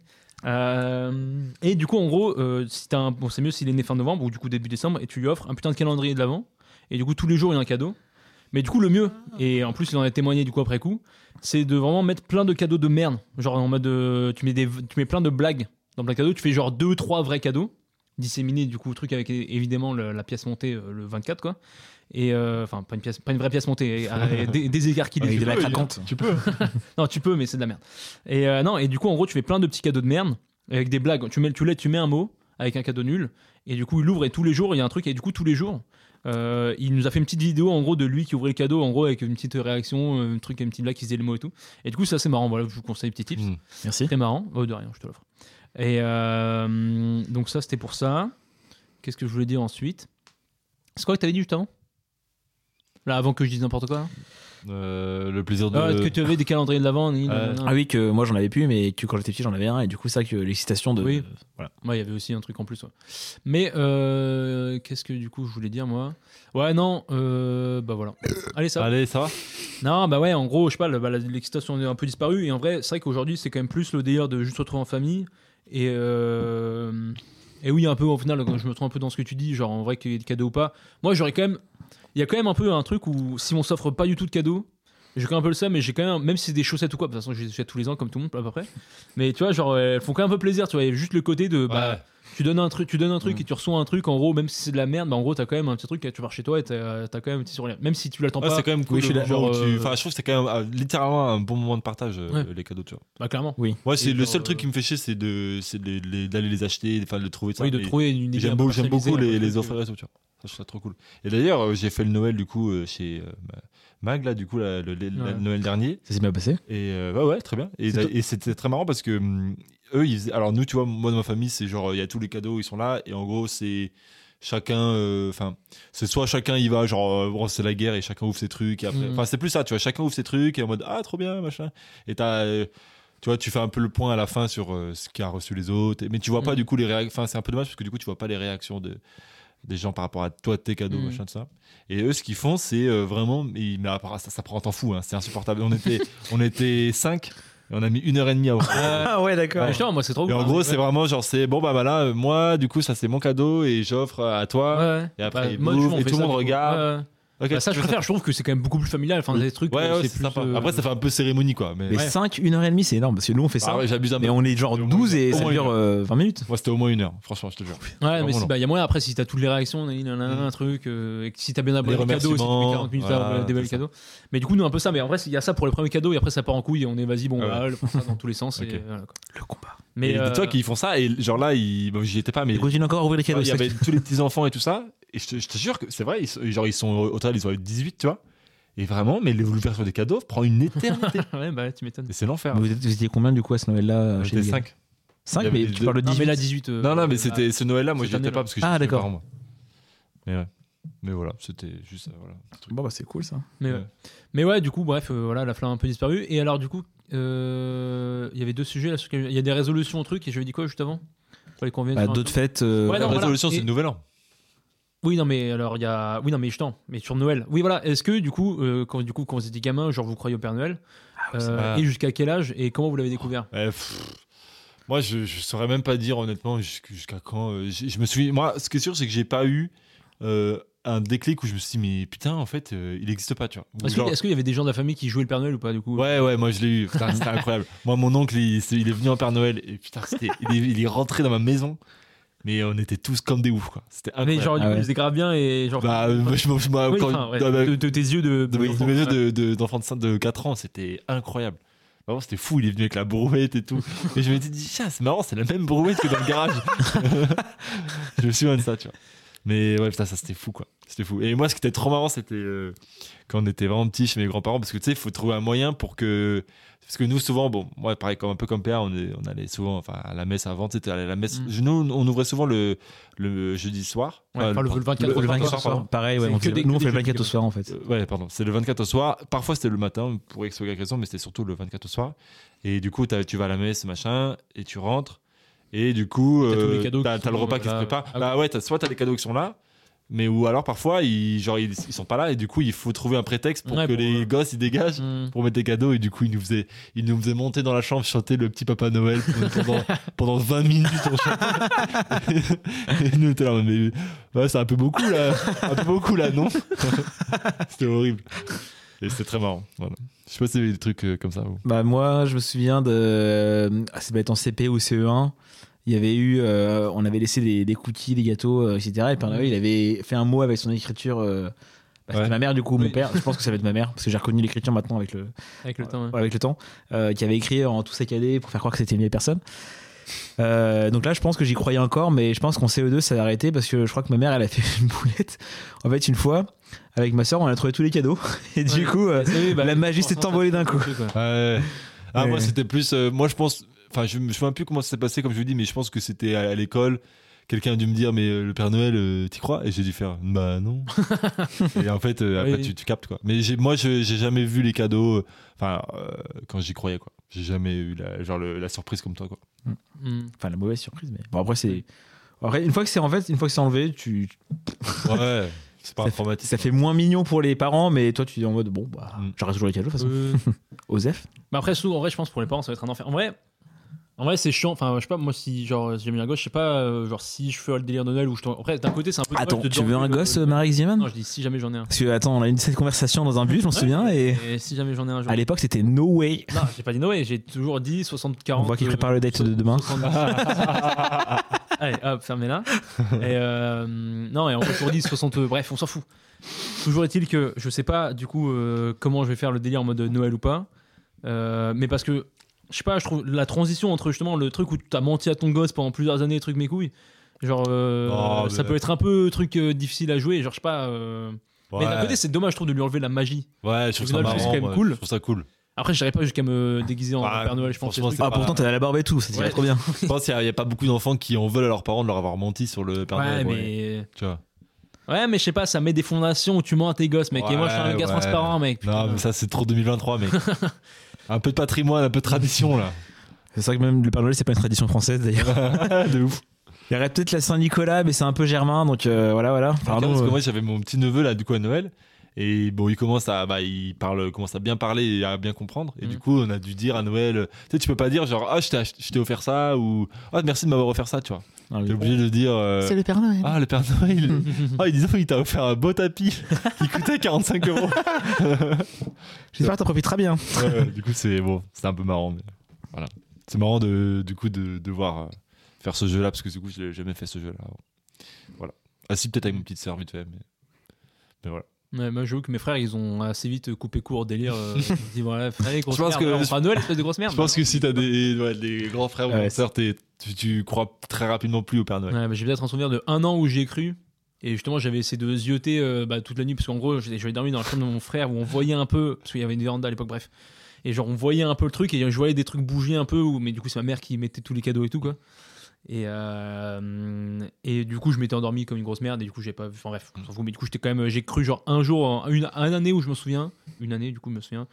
Speaker 1: Euh, et du coup, en gros, euh, si t'as un- bon, c'est mieux s'il est né fin novembre ou du coup début décembre et tu lui offres un putain de calendrier de l'avant. Et du coup, tous les jours, il y a un cadeau. Mais du coup, le mieux, et en plus, il en a témoigné du coup après coup, c'est de vraiment mettre plein de cadeaux de merde. Genre en mode, euh, tu, mets des, tu mets plein de blagues dans plein de cadeaux, tu fais genre deux, trois vrais cadeaux, disséminés du coup, truc avec é- évidemment le- la pièce montée euh, le 24, quoi. Et euh, enfin, pas, une pièce, pas une vraie pièce montée, euh, des, des écarts qui
Speaker 3: Avec de la
Speaker 1: défilent.
Speaker 3: craquante.
Speaker 2: Tu peux.
Speaker 1: Non, tu peux, mais c'est de la merde. Et euh, non, et du coup, en gros, tu fais plein de petits cadeaux de merde avec des blagues. Tu mets, tu l'as- tu mets un mot avec un cadeau nul, et du coup, il ouvre et tous les jours, il y a un truc. Et du coup, tous les jours, euh, il nous a fait une petite vidéo en gros de lui qui ouvrait le cadeau, en gros avec une petite réaction, euh, un truc, une petite blague qui faisait le mot et tout. Et du coup, ça c'est marrant. Voilà, je vous conseille petit tips.
Speaker 2: Mm.
Speaker 3: Merci.
Speaker 1: Très marrant. Oh, de rien, je te l'offre. Et euh, donc ça, c'était pour ça. Qu'est-ce que je voulais dire ensuite C'est quoi que t'avais dit juste avant Là, avant que je dise n'importe quoi. hein
Speaker 2: Euh, Le plaisir
Speaker 1: Ah, que
Speaker 2: de.
Speaker 1: tu avais des calendriers de l'avant. ni-
Speaker 2: Ouais.
Speaker 1: non, non.
Speaker 3: Ah oui, que moi j'en avais plus, mais que quand j'étais petit j'en avais un, et du coup, c'est vrai que l'excitation de.
Speaker 1: Oui.
Speaker 3: voilà.
Speaker 1: Ouais, il y avait aussi un truc en plus. ouais. Mais euh, qu'est-ce que du coup je voulais dire moi Ouais, non, euh, bah voilà. Allez, ça. va.
Speaker 2: Allez, ça va
Speaker 1: Non, bah ouais, en gros, je sais pas, le- bah, la- l'excitation est un peu disparue. Et en vrai, c'est vrai qu'aujourd'hui, c'est quand même plus le délire de juste se retrouver en famille. Et, euh, et oui, un peu, au final, quand je me retrouve un peu dans ce que tu dis, genre en vrai, qu'il y ait des cadeaux ou pas. Moi, j'aurais quand même. Il y a quand même un peu un truc où si on s'offre pas du tout de cadeaux, j'ai quand même un peu le seum, mais j'ai quand même, même si c'est des chaussettes ou quoi, de toute façon, je les achète tous les ans, comme tout le monde, à peu près. Mais tu vois, genre, elles font quand même un peu plaisir, tu vois. Il y a juste le côté de. Bah,
Speaker 2: Ouais.
Speaker 1: tu donnes un truc, tu donnes un truc
Speaker 3: Mm.
Speaker 1: et tu reçois un truc. En gros, même si c'est de la merde, bah, en gros, t'as quand même un petit truc. Tu pars chez toi et t'as t'as quand même un petit sourire. Même si tu l'attends
Speaker 2: Ouais,
Speaker 1: pas,
Speaker 2: Ah, c'est quand même
Speaker 1: Ah,
Speaker 2: cool.
Speaker 1: Oui, je suis
Speaker 2: le
Speaker 1: d'accord.
Speaker 2: moment où tu-
Speaker 1: Euh,
Speaker 2: Enfin, je trouve que c'est quand même euh, littéralement un bon moment de partage, euh,
Speaker 1: Ouais.
Speaker 2: les cadeaux, tu vois.
Speaker 1: bah clairement.
Speaker 2: Moi, c'est
Speaker 1: Et
Speaker 2: le
Speaker 1: genre,
Speaker 2: seul
Speaker 1: euh,
Speaker 2: truc qui me fait chier, c'est de- c'est de- de- d'aller les acheter, enfin, de les trouver. tout ça.
Speaker 1: Oui, de
Speaker 2: Et
Speaker 1: trouver une idée.
Speaker 2: J'aime
Speaker 1: un peu
Speaker 2: beaucoup, j'aime beaucoup
Speaker 1: personnalisée,
Speaker 2: les,
Speaker 1: un peu
Speaker 2: les
Speaker 1: truc,
Speaker 2: offres et tout, tu vois. Ça, je trouve ça trop cool. Et d'ailleurs, euh, j'ai fait le Noël, du coup, euh, chez euh, ma- Mag, là, du coup, la- le, le- le
Speaker 1: Ouais.
Speaker 2: Noël dernier.
Speaker 3: Ça s'est bien passé.
Speaker 2: Et euh, ouais, ouais, très bien. Et,
Speaker 1: C'est
Speaker 2: et c'était très marrant parce que hum, eux, ils faisaient- alors nous, tu vois, moi de ma famille, c'est genre, il y a tous les cadeaux, ils sont là. Et en gros, c'est chacun, euh, enfin, c'est soit chacun y va, genre, euh, bon, c'est la guerre et chacun ouvre ses trucs. et après-
Speaker 1: Mhm.
Speaker 2: Enfin, c'est plus ça, tu vois, chacun ouvre ses trucs et en mode, ah, trop bien, machin. Et t'as. euh, tu vois, tu fais un peu le point à la fin sur euh, ce qu'a reçu les autres. Mais tu vois pas
Speaker 1: Mm.
Speaker 2: du coup les réactions. Enfin, c'est un peu dommage parce que du coup, tu vois pas les réactions de, des gens par rapport à toi, tes cadeaux,
Speaker 1: Mm.
Speaker 2: machin, tout ça. Et eux, ce qu'ils font, c'est euh, vraiment. mais- mais à part- ça, ça prend un temps fou, hein, c'est insupportable. on, était, on était cinq et on a mis une heure et demie à ouvrir.
Speaker 3: Ah ouais, d'accord.
Speaker 1: Mais justement, moi, c'est trop
Speaker 2: Et en
Speaker 1: cool.
Speaker 2: gros, c'est vraiment genre, c'est bon, bah, bah là, euh, moi, du coup, ça c'est mon cadeau et j'offre à
Speaker 1: Ouais,
Speaker 2: toi.
Speaker 1: ouais.
Speaker 2: Et après,
Speaker 1: Bah,
Speaker 2: ils
Speaker 1: moi,
Speaker 2: bouffent
Speaker 1: justement, on
Speaker 2: et
Speaker 1: fait
Speaker 2: tout le
Speaker 1: ça,
Speaker 2: monde
Speaker 1: du coup.
Speaker 2: regarde.
Speaker 1: Ouais, ouais.
Speaker 2: Ok,
Speaker 1: Bah, ça, je
Speaker 2: tu vois,
Speaker 1: préfère. Je trouve que c'est quand même beaucoup plus familial. Enfin,
Speaker 2: Oui.
Speaker 1: des trucs.
Speaker 2: Ouais,
Speaker 1: euh,
Speaker 2: ouais,
Speaker 1: c'est
Speaker 2: c'est
Speaker 1: plus,
Speaker 2: sympa.
Speaker 1: euh,
Speaker 2: Après, ça fait un peu cérémonie, quoi. Mais,
Speaker 3: Mais
Speaker 1: Ouais.
Speaker 3: 5, 1h30, c'est énorme parce que nous on fait ça.
Speaker 2: Ah ouais, j'abuse un peu.
Speaker 3: mais on est genre
Speaker 2: Au moins
Speaker 3: 12 et
Speaker 2: une- au
Speaker 3: ça
Speaker 2: moins
Speaker 3: dure
Speaker 2: une
Speaker 3: euh, 20 minutes.
Speaker 2: Moi, c'était au moins une heure, franchement, je te jure.
Speaker 1: Ouais, mais
Speaker 2: Vraiment
Speaker 1: il
Speaker 2: long.
Speaker 1: y a moyen après si t'as toutes les réactions, nan, nan, nan,
Speaker 2: Mm.
Speaker 1: un truc, euh, et que si t'as bien abonné
Speaker 2: Les
Speaker 1: le cadeau, si tu mets 40 minutes
Speaker 2: remerciements,
Speaker 1: à abonner des
Speaker 2: voilà,
Speaker 1: belles
Speaker 2: c'est
Speaker 1: cadeaux. Mais du coup, nous, un peu ça, mais en vrai, il y a ça pour les premiers cadeaux, et après ça part en couille, et on est vas-y, bon,
Speaker 2: Ouais.
Speaker 1: voilà, le- ça dans tous les sens. et
Speaker 2: Ok.
Speaker 1: voilà, quoi.
Speaker 3: Le combat.
Speaker 1: Mais
Speaker 2: et
Speaker 1: euh,
Speaker 2: dis-toi qu'ils font ça, et genre là, ils... bon, j'y étais pas, mais
Speaker 3: Ils continuent encore à ouvrir les
Speaker 2: tu vois,
Speaker 3: cadeaux.
Speaker 2: Ah, il y
Speaker 3: c'est ça
Speaker 2: avait
Speaker 3: qui-
Speaker 2: tous les petits-enfants et tout ça. Et je te, je te jure que c'est vrai, ils, sont- genre, ils sont au au total, ils ont eu 18, tu vois. Et vraiment, mais l'ouverture des cadeaux prend une éternité.
Speaker 1: ouais, bah tu m'étonnes.
Speaker 2: et c'est l'enfer.
Speaker 3: Vous, êtes- vous étiez combien du coup à ce Noël là
Speaker 2: Ah, J'étais 5. Il y
Speaker 3: 5
Speaker 2: avait
Speaker 3: mais
Speaker 2: les
Speaker 3: tu
Speaker 2: deux.
Speaker 3: parles de
Speaker 1: Non, mais
Speaker 3: 18.
Speaker 1: là, 18. euh,
Speaker 2: Non, non, mais
Speaker 1: euh,
Speaker 2: c'était ce Noël-là, moi,
Speaker 1: cette
Speaker 2: j'y étais
Speaker 1: année-là.
Speaker 2: pas parce que
Speaker 3: Ah,
Speaker 2: j'étais
Speaker 3: d'accord.
Speaker 2: par moi. Mais ouais. Mais voilà, c'était juste. euh, Voilà, un truc.
Speaker 3: Bon bah c'est cool ça.
Speaker 1: Mais, ouais.
Speaker 2: Ouais.
Speaker 1: Mais ouais, du coup, bref, euh, voilà, la flamme a un peu disparu. Et alors, du coup, euh, il y avait deux sujets là. sur lesquels- Il y a des résolutions au truc, et j'avais dit quoi juste avant Faut les convenir
Speaker 3: Bah,
Speaker 1: sur un
Speaker 3: d'autres
Speaker 1: truc.
Speaker 3: fêtes. euh,
Speaker 1: Ouais,
Speaker 2: la
Speaker 1: non, voilà.
Speaker 2: résolution,
Speaker 1: Et-
Speaker 2: c'est le nouvel an.
Speaker 1: Oui, non, mais alors, il y a. Oui, non, mais je t'en. Mais sur Noël. Oui, voilà. Est-ce que, du coup, euh, quand, du coup, quand vous étiez gamin, genre, vous croyez au Père Noël
Speaker 2: Ah
Speaker 1: Euh,
Speaker 2: vrai.
Speaker 1: Et jusqu'à quel âge Et comment vous l'avez découvert
Speaker 2: Ouais, Eh, pff, moi, je, je saurais même pas dire honnêtement jusqu- jusqu'à quand. euh, j'ai- je me souviens. Moi, ce qui est sûr, c'est que j'ai pas eu euh, un déclic où je me suis dit, mais putain, en fait, euh, il n'existe pas, tu vois. Ou
Speaker 1: Est-ce que-
Speaker 2: genre-
Speaker 1: est-ce qu'il y avait des gens de la famille qui jouaient le Père Noël ou pas, du coup
Speaker 2: Ouais, ouais, moi je l'ai eu. Putain, c'était incroyable. Moi, mon oncle, il, c'est- il est venu en Père Noël et putain, c'était- il, est, il est rentré dans ma maison. Mais on était tous comme des oufs, quoi. C'était
Speaker 1: Mais
Speaker 2: incroyable.
Speaker 1: genre, du
Speaker 3: Ah
Speaker 1: coup,
Speaker 3: ouais.
Speaker 1: ils étaient grave bien et genre.
Speaker 2: bah, euh, moi, je, me- je me-
Speaker 1: oui,
Speaker 2: quand-
Speaker 1: enfin, ouais,
Speaker 2: dans ma-
Speaker 1: de, de tes yeux de.
Speaker 2: de
Speaker 1: de-
Speaker 2: mes de mes yeux de- de- d'enfant de, 4 ans, c'était incroyable. Vraiment, c'était fou, il est venu avec la brouette et tout. Et je me suis dit, tiens, c'est marrant, c'est la même brouette que dans le garage. je me souviens de ça, tu vois. Mais ouais, putain, ça c'était fou, quoi. C'était fou. Et moi, ce qui était trop marrant, c'était euh, quand on était vraiment petit chez mes grands-parents, parce que tu sais, il faut trouver un moyen pour que. Parce que nous, souvent, bon, moi, pareil, comme un peu comme père, on, est- on allait souvent enfin, à la messe avant, tu sais, t'es allé à la messe.
Speaker 1: Mm.
Speaker 2: Nous, on ouvrait souvent le, le jeudi soir.
Speaker 1: Ouais,
Speaker 2: Enfin,
Speaker 1: enfin, le, le 24
Speaker 2: le
Speaker 3: Le 24
Speaker 2: 24
Speaker 3: au soir.
Speaker 2: pardon.
Speaker 3: Pareil, ouais,
Speaker 1: C'est
Speaker 3: on
Speaker 1: que
Speaker 3: fait-
Speaker 1: des-
Speaker 3: nous on
Speaker 1: que
Speaker 3: fait le
Speaker 1: des
Speaker 3: 24 au
Speaker 1: jeux
Speaker 3: soir en fait.
Speaker 2: euh, Ouais, pardon, c'est le 24 au soir. Parfois c'était le matin pour X ou Y raison, mais c'était surtout le 24 au soir. Et du coup, t'as- tu vas à la messe, machin, et tu rentres. Et du coup,
Speaker 1: T'as tous les
Speaker 2: euh,
Speaker 1: cadeaux
Speaker 2: t'as
Speaker 1: qui
Speaker 2: t'as le
Speaker 1: sont,
Speaker 2: repas
Speaker 1: euh,
Speaker 2: qui se
Speaker 1: là.
Speaker 2: prépare.
Speaker 1: Ah
Speaker 2: bah ouais, t'as- soit t'as les cadeaux qui sont là, mais ou alors parfois ils, genre, ils, ils sont pas là, et du coup, il faut trouver un prétexte pour
Speaker 1: Ouais,
Speaker 2: que
Speaker 1: pour,
Speaker 2: les
Speaker 1: euh,
Speaker 2: gosses ils dégagent.
Speaker 1: Hmm.
Speaker 2: Pour mettre des cadeaux, et du coup, ils nous faisaient ils nous faisaient monter dans la chambre, chanter le petit Papa Noël pendant, pendant 20 minutes. On chantait. et nous, on était là, mais ouais, c'est un peu beaucoup là, un peu beaucoup là, non C'était horrible. Et c'était très marrant. Voilà. Je sais pas si vous avez des trucs euh, comme ça. vous.
Speaker 3: Bah moi, je me souviens de, ah, ça doit être en CP ou CE1. Il y avait eu, euh, on avait laissé des, des cookies, des gâteaux, euh, etc. Et le Père Noël, il avait fait un mot avec son écriture. euh, bah, c'était
Speaker 2: Ouais.
Speaker 3: ma mère du coup,
Speaker 1: Oui.
Speaker 3: mon père. Je pense que ça va être ma mère parce que j'ai reconnu l'écriture maintenant avec le,
Speaker 1: Avec le temps. ouais.
Speaker 3: Ouais, avec le temps, euh, qui avait écrit en tout saccadé pour faire croire que c'était une vieille personne. Euh, donc là, je pense que j'y croyais encore, mais je pense qu'en CE2, ça a arrêté parce que je crois que ma mère, elle a fait une boulette. En fait, une fois, avec ma soeur, on a trouvé tous les cadeaux. Et du
Speaker 1: Ouais.
Speaker 3: coup, euh,
Speaker 1: Oui, bah,
Speaker 3: la magie s'est
Speaker 1: forcément,
Speaker 3: envolée d'un
Speaker 1: ça,
Speaker 3: coup.
Speaker 1: c'est le truc, ouais.
Speaker 2: Ouais. Ah,
Speaker 3: Ouais.
Speaker 2: Moi, c'était plus. euh, moi, je pense. Enfin, je me souviens plus comment ça s'est passé, comme je vous dis, mais je pense que c'était à, à l'école. Quelqu'un a dû me dire, mais euh, le Père Noël, euh, t'y crois Et j'ai dû faire, bah non. et en fait, euh, après,
Speaker 1: Oui.
Speaker 2: tu, tu captes, quoi. Mais j'ai- moi, je- j'ai jamais vu les cadeaux, euh, enfin, euh, quand j'y croyais, quoi. J'ai jamais eu la, genre, le- la surprise comme toi, quoi.
Speaker 1: Hmm.
Speaker 3: Enfin, la mauvaise surprise, mais bon, après, c'est. Après, une fois que c'est en fait, une fois que c'est enlevé, tu,
Speaker 2: Ouais, c'est pas un traumatisme.
Speaker 3: ça fait moins mignon pour les parents, mais toi, tu es en mode bon, bah,
Speaker 2: Mm.
Speaker 3: j'aurai toujours les cadeaux de toute façon.
Speaker 1: Euh,
Speaker 3: Osef,
Speaker 1: Mais après, surtout, en vrai, je pense pour les parents, ça va être un enfer. En vrai, en vrai c'est chiant. Enfin, je sais pas, moi, si genre si j'aime bien un gosse, je sais pas, euh, genre si je fais le délire de Noël ou je t'en- Après, d'un côté, c'est un peu. dommage
Speaker 3: attends,
Speaker 1: de
Speaker 3: tu veux
Speaker 1: dormir
Speaker 3: un
Speaker 1: le-
Speaker 3: gosse,
Speaker 1: le-
Speaker 3: Marek Zeman
Speaker 1: Non, je dis si jamais j'en ai un.
Speaker 3: Parce que attends, on a eu cette conversation dans un bus, je m'en souviens, et
Speaker 1: Et si jamais j'en ai un jour.
Speaker 3: à l'époque, c'était no way.
Speaker 1: Non, j'ai pas dit Noé, j'ai toujours dit 60-40.
Speaker 3: On voit qu'il prépare le date de demain.
Speaker 1: 70. Allez, hop, fermez-la. Et euh, non, et on peut toujours dit 60. Bref, on s'en fout. Toujours est-il que je sais pas du coup euh, comment je vais faire le délire en mode Noël ou pas. Euh, mais parce que, je sais pas, je trouve la transition entre justement le truc où t'as menti à ton gosse pendant plusieurs années, truc mes couilles. Genre, euh,
Speaker 2: Oh,
Speaker 1: ça
Speaker 2: mais-
Speaker 1: peut être un peu truc euh, difficile à jouer. Genre, je sais pas. euh, Mais d'un
Speaker 2: Ouais.
Speaker 1: côté, c'est dommage, je trouve, de lui enlever la magie.
Speaker 2: Ouais,
Speaker 1: Au
Speaker 2: je trouve ça
Speaker 1: final,
Speaker 2: marrant.
Speaker 1: c'est quand même
Speaker 2: moi,
Speaker 1: cool.
Speaker 2: Je trouve ça cool.
Speaker 1: Après, j'irai pas jusqu'à me déguiser en
Speaker 2: Ah,
Speaker 1: Père Noël, je pense.
Speaker 2: franchement,
Speaker 1: c'est
Speaker 2: c'est
Speaker 3: Ah,
Speaker 1: le truc.
Speaker 2: pas-
Speaker 3: pourtant, t'as la barbe et tout, ça t'irait
Speaker 1: Ouais.
Speaker 3: trop bien.
Speaker 2: Je pense qu'il n'y a, il y a pas beaucoup d'enfants qui en veulent à leurs parents de leur avoir menti sur le Père
Speaker 1: Ouais,
Speaker 2: Noël.
Speaker 1: mais.
Speaker 2: ouais. Tu vois.
Speaker 1: Ouais, mais je sais pas, ça met des fondations où tu mens à tes gosses, mec. et moi, je suis un
Speaker 2: Ouais,
Speaker 1: gars
Speaker 2: ouais.
Speaker 1: transparent, mec.
Speaker 2: Non, mais ça, c'est trop 2023, mec. un peu de patrimoine, un peu de tradition, là.
Speaker 3: C'est vrai que même le Père Noël, c'est pas une tradition française d'ailleurs.
Speaker 2: de ouf.
Speaker 3: Il y aurait peut-être la Saint-Nicolas, mais c'est un peu germain, donc euh, voilà, voilà. Pardon.
Speaker 2: parce que
Speaker 3: euh,
Speaker 2: moi, j'avais mon petit neveu là, du coup, à Noël. Et bon, il commence à, bah, il parle, commence à bien parler et à bien comprendre. Et
Speaker 1: Mhm.
Speaker 2: du coup, on a dû dire à Noël, euh, tu sais, tu peux pas dire genre, ah, je t'ai ach- je t'ai offert ça ou, ah, merci de m'avoir offert ça, tu vois.
Speaker 3: non,
Speaker 2: T'es
Speaker 3: mais-
Speaker 2: obligé de dire, euh,
Speaker 8: C'est le Père Noël.
Speaker 2: ah, le Père Noël, ah, il disait, il t'a offert un beau tapis qui coûtait 45 euros.
Speaker 3: J'espère que t'en profites très bien.
Speaker 2: Ouais, ouais, du coup, c'est bon, c'était un peu marrant. mais voilà. C'est marrant de, du coup de, de voir euh, faire ce jeu-là parce que du coup, je n'ai jamais fait ce jeu-là. avant. Voilà. Ah si, peut-être avec ma petite sœur vite fait, mais, mais voilà.
Speaker 1: Ouais, moi, j'avoue que mes frères, ils ont assez vite coupé court au délire. euh, ils ont dit, voilà, frère, grosse
Speaker 2: Je pense
Speaker 1: merde.
Speaker 2: que-
Speaker 1: on fera Noël, espèce de grosse merde.
Speaker 2: Je pense que si t'as des, ouais, des grands frères ou
Speaker 3: Ouais,
Speaker 2: grandes sœurs, t'es- tu, tu crois très rapidement plus au Père Noël.
Speaker 1: Ouais, bah, j'ai peut-être un souvenir de un an où j'y ai cru. Et justement, j'avais essayé de zioter euh, bah, toute la nuit, parce qu'en gros, j'étais- j'avais dormi dans la chambre de mon frère où on voyait un peu, parce qu'il y avait une véranda à l'époque, bref. Et genre, on voyait un peu le truc, et je voyais des trucs bouger un peu, où- mais du coup, c'est ma mère qui mettait tous les cadeaux et tout, quoi. Et, euh, et du coup, je m'étais endormi comme une grosse merde, et du coup, j'ai pas vu. Enfin, bref, on s'en fout, mais du coup, j'étais quand même. J'ai cru, genre, un jour, en- une, un année où je me souviens, une année, du coup, je me souviens,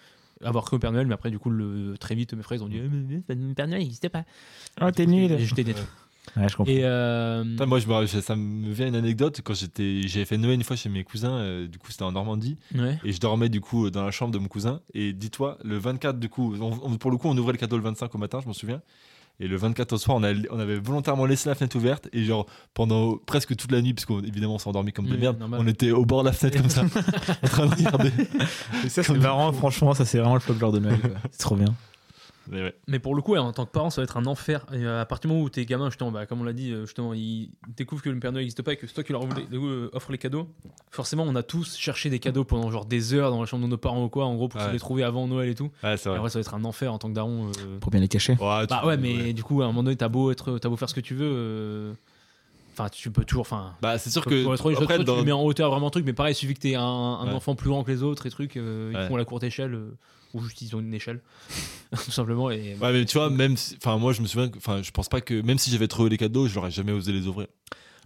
Speaker 1: avoir cru au Père Noël, mais après, du coup, le, très vite, mes frères, ils ont dit, Eh, mais, mais, le Père Noël, il n'existait pas.
Speaker 3: Oh, t'es
Speaker 1: Et
Speaker 3: nul.
Speaker 1: j'étais détruit.
Speaker 3: Ouais, je comprends.
Speaker 1: Et. euh,
Speaker 2: Putain, moi, je me- ça me vient une anecdote. Quand j'étais, j'avais fait Noël une fois chez mes cousins, euh, du coup, c'était en Normandie,
Speaker 1: ouais.
Speaker 2: et je dormais du coup dans la chambre de mon cousin. Et dis-toi, le 24, du coup, on- on- pour le coup, on ouvrait le cadeau le 25 au matin, je m'en souviens. Et le 24 au soir, on, a- on avait volontairement laissé la fenêtre ouverte. Et genre, pendant presque toute la nuit, parce qu'évidemment, on s'est endormi comme des
Speaker 1: Mmh,
Speaker 2: merdes,
Speaker 1: normal.
Speaker 2: on était au bord de la fenêtre comme ça, en train de regarder.
Speaker 3: ça, c'est marrant, franchement, ça, c'est vraiment le folklore de Noël. quoi. C'est trop bien.
Speaker 2: Mais ouais.
Speaker 1: Mais pour le coup, ouais, en tant que parent, ça va être un enfer. Et euh, à partir du moment où t'es gamin, justement, bah, comme on l'a dit, euh, justement, ils découvrent que le Père Noël n'existe pas et que c'est toi qui leur voulais- euh, offre les cadeaux. Forcément, on a tous cherché des cadeaux pendant genre des heures dans la chambre de nos parents ou quoi, en gros, pour se
Speaker 2: Ouais.
Speaker 1: les trouver avant Noël et tout.
Speaker 2: Ouais, c'est
Speaker 1: Et
Speaker 2: vrai.
Speaker 1: En vrai, ça va être un enfer en tant que daron. euh.
Speaker 3: Pour bien les cacher.
Speaker 2: Ouais, tu-
Speaker 1: Bah ouais, mais du coup, à un moment donné, t'as beau être, t'as beau faire ce que tu veux. euh, Enfin, tu peux toujours. Enfin.
Speaker 2: Bah, c'est sûr
Speaker 1: Pour pour les trouver,
Speaker 2: que.
Speaker 1: après,
Speaker 2: Après,
Speaker 1: tu
Speaker 2: dans,
Speaker 1: le mets en hauteur vraiment truc, mais pareil, il suffit que t'aies un, un
Speaker 2: Ouais.
Speaker 1: enfant plus grand que les autres et trucs, euh, ils
Speaker 2: Ouais.
Speaker 1: font la courte échelle, euh, ou juste ils ont une échelle, tout simplement. Et,
Speaker 2: Ouais, mais tu vois, même si- Enfin, moi, je me souviens. que- Enfin, je pense pas que. Même si j'avais trouvé les cadeaux, je n'aurais jamais osé les ouvrir.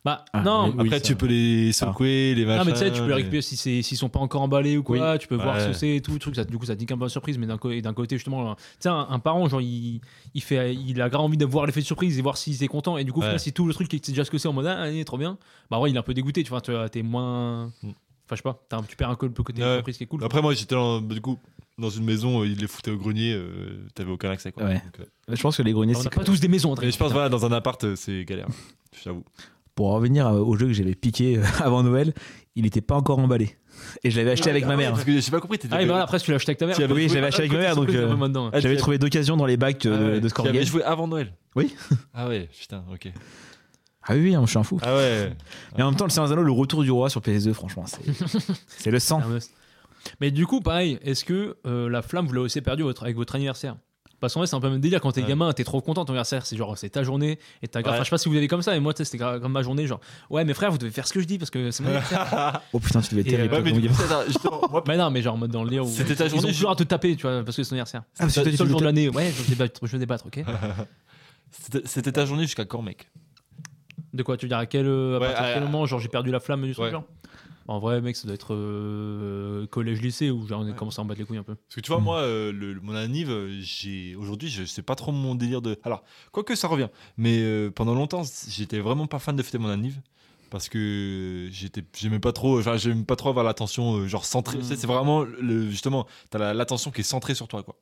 Speaker 1: Bah,
Speaker 3: Ah,
Speaker 1: non,
Speaker 3: mais- Oui,
Speaker 2: Après,
Speaker 3: ça-
Speaker 2: tu peux les secouer, les machins.
Speaker 1: Non, mais tu sais, tu peux les récupérer si c'est- s'ils sont pas encore emballés ou quoi, tu peux voir
Speaker 2: Ouais.
Speaker 1: ce que c'est et tout, le truc, ça, du coup, ça te dit qu'un peu la surprise, mais d'un co- et d'un côté, justement, un- tu sais, un, un parent, genre, il, il, fait, il a grave envie de voir l'effet de surprise et voir s'il est content, et du coup, au
Speaker 2: Ouais.
Speaker 1: final, si tout le truc, il sait déjà ce que c'est en mode, ah, allez, trop bien, bah, ouais, il est un peu dégoûté, tu vois, tu vois, t'es moins.
Speaker 2: Mm.
Speaker 1: Enfin, je sais pas, t'as un- tu perds un peu le côté
Speaker 2: Ouais.
Speaker 1: surprise qui est cool.
Speaker 2: Après, moi, j'étais dans- bah, du coup dans une maison, euh, ils les foutaient au grenier, euh, t'avais aucun accès. Quoi.
Speaker 3: Ouais.
Speaker 2: Donc, euh,
Speaker 3: Je pense que les greniers,
Speaker 1: On
Speaker 3: c'est
Speaker 1: n'a
Speaker 3: que-
Speaker 1: pas tous des maisons, André.
Speaker 2: mais je pense, voilà, dans un appart, euh, c'est galère. J'avoue.
Speaker 3: Pour en revenir euh, au jeu que j'avais piqué euh, avant Noël, il n'était pas encore emballé. Et je l'avais acheté avec ma mère.
Speaker 2: Parce que j'ai pas compris, t'étais.
Speaker 1: Ah, et ben là, après, tu l'as acheté avec ta mère.
Speaker 2: Tu avais-
Speaker 1: tu
Speaker 3: oui,
Speaker 1: pouvais
Speaker 3: j'avais
Speaker 1: pas-
Speaker 3: acheté avec
Speaker 1: côté
Speaker 3: ma mère, donc,
Speaker 1: surprise,
Speaker 3: euh,
Speaker 1: un peu maintenant. hein.
Speaker 2: Ah, tu
Speaker 3: J'avais
Speaker 2: as-
Speaker 3: trouvé d'occasion dans les bacs
Speaker 2: Ah
Speaker 3: euh, de,
Speaker 2: ouais,
Speaker 3: de
Speaker 2: tu y
Speaker 3: Scorpion.
Speaker 2: avais joué avant Noël.
Speaker 3: Oui.
Speaker 2: Ah ouais, putain, ok.
Speaker 3: Ah oui, oui, hein, je suis un fou.
Speaker 2: Ah ouais.
Speaker 3: Mais en même temps, le Seigneur des Anneaux, le retour du roi sur PS2, franchement, c'est, c'est le sang.
Speaker 1: C'est un must. Mais du coup, pareil, est-ce que euh, la flamme, vous l'avez aussi perdue votre- avec votre anniversaire parce qu'en vrai, c'est un peu le même délire quand t'es
Speaker 2: Ouais.
Speaker 1: gamin, t'es trop content ton anniversaire, c'est genre c'est ta journée et t'as grave.
Speaker 2: Ouais.
Speaker 1: enfin, je sais pas si vous avez comme ça, mais moi tu sais, c'était grave comme ma journée, genre ouais, mes frères, vous devez faire ce que je dis parce que c'est mon anniversaire.
Speaker 3: Oh putain, tu devais être
Speaker 1: Et,
Speaker 3: terrible.
Speaker 1: euh,
Speaker 2: Ouais,
Speaker 3: comme
Speaker 2: Bah, mais du
Speaker 3: gamin.
Speaker 2: coup, attends, justement, moi,
Speaker 1: bah non, mais genre en mode dans le délire où
Speaker 2: C'était ta
Speaker 1: ils
Speaker 2: journée,
Speaker 1: ont
Speaker 2: je-
Speaker 1: toujours à te taper, tu vois, parce que c'est ton anniversaire.
Speaker 3: Ah, parce que toi, tu
Speaker 1: Seul
Speaker 3: devais
Speaker 1: jour de
Speaker 3: être-
Speaker 1: l'année, ouais, je vais débattre, je vais débattre, ok.
Speaker 2: c'était- c'était ta journée jusqu'à quand, mec
Speaker 1: De quoi tu veux dire à quel, euh, à
Speaker 2: Ouais,
Speaker 1: partir de
Speaker 2: à-
Speaker 1: quel moment genre j'ai perdu la flamme du truc
Speaker 2: Ouais.
Speaker 1: genre En vrai, mec, ça doit être euh, collège lycée où genre on a commencé à en battre les couilles un peu.
Speaker 2: Parce que tu vois, moi, euh, le, le- mon anniv, euh, j'ai aujourd'hui, je sais pas trop mon délire de. Alors, quoique ça revient, mais euh, pendant longtemps, c- j'étais vraiment pas fan de fêter mon anniv parce que j'étais, j'aimais pas trop, enfin, j'aime pas trop avoir l'attention euh, genre centrée. Tu sais, C'est vraiment le, justement, t'as la- l'attention qui est centrée sur toi, quoi.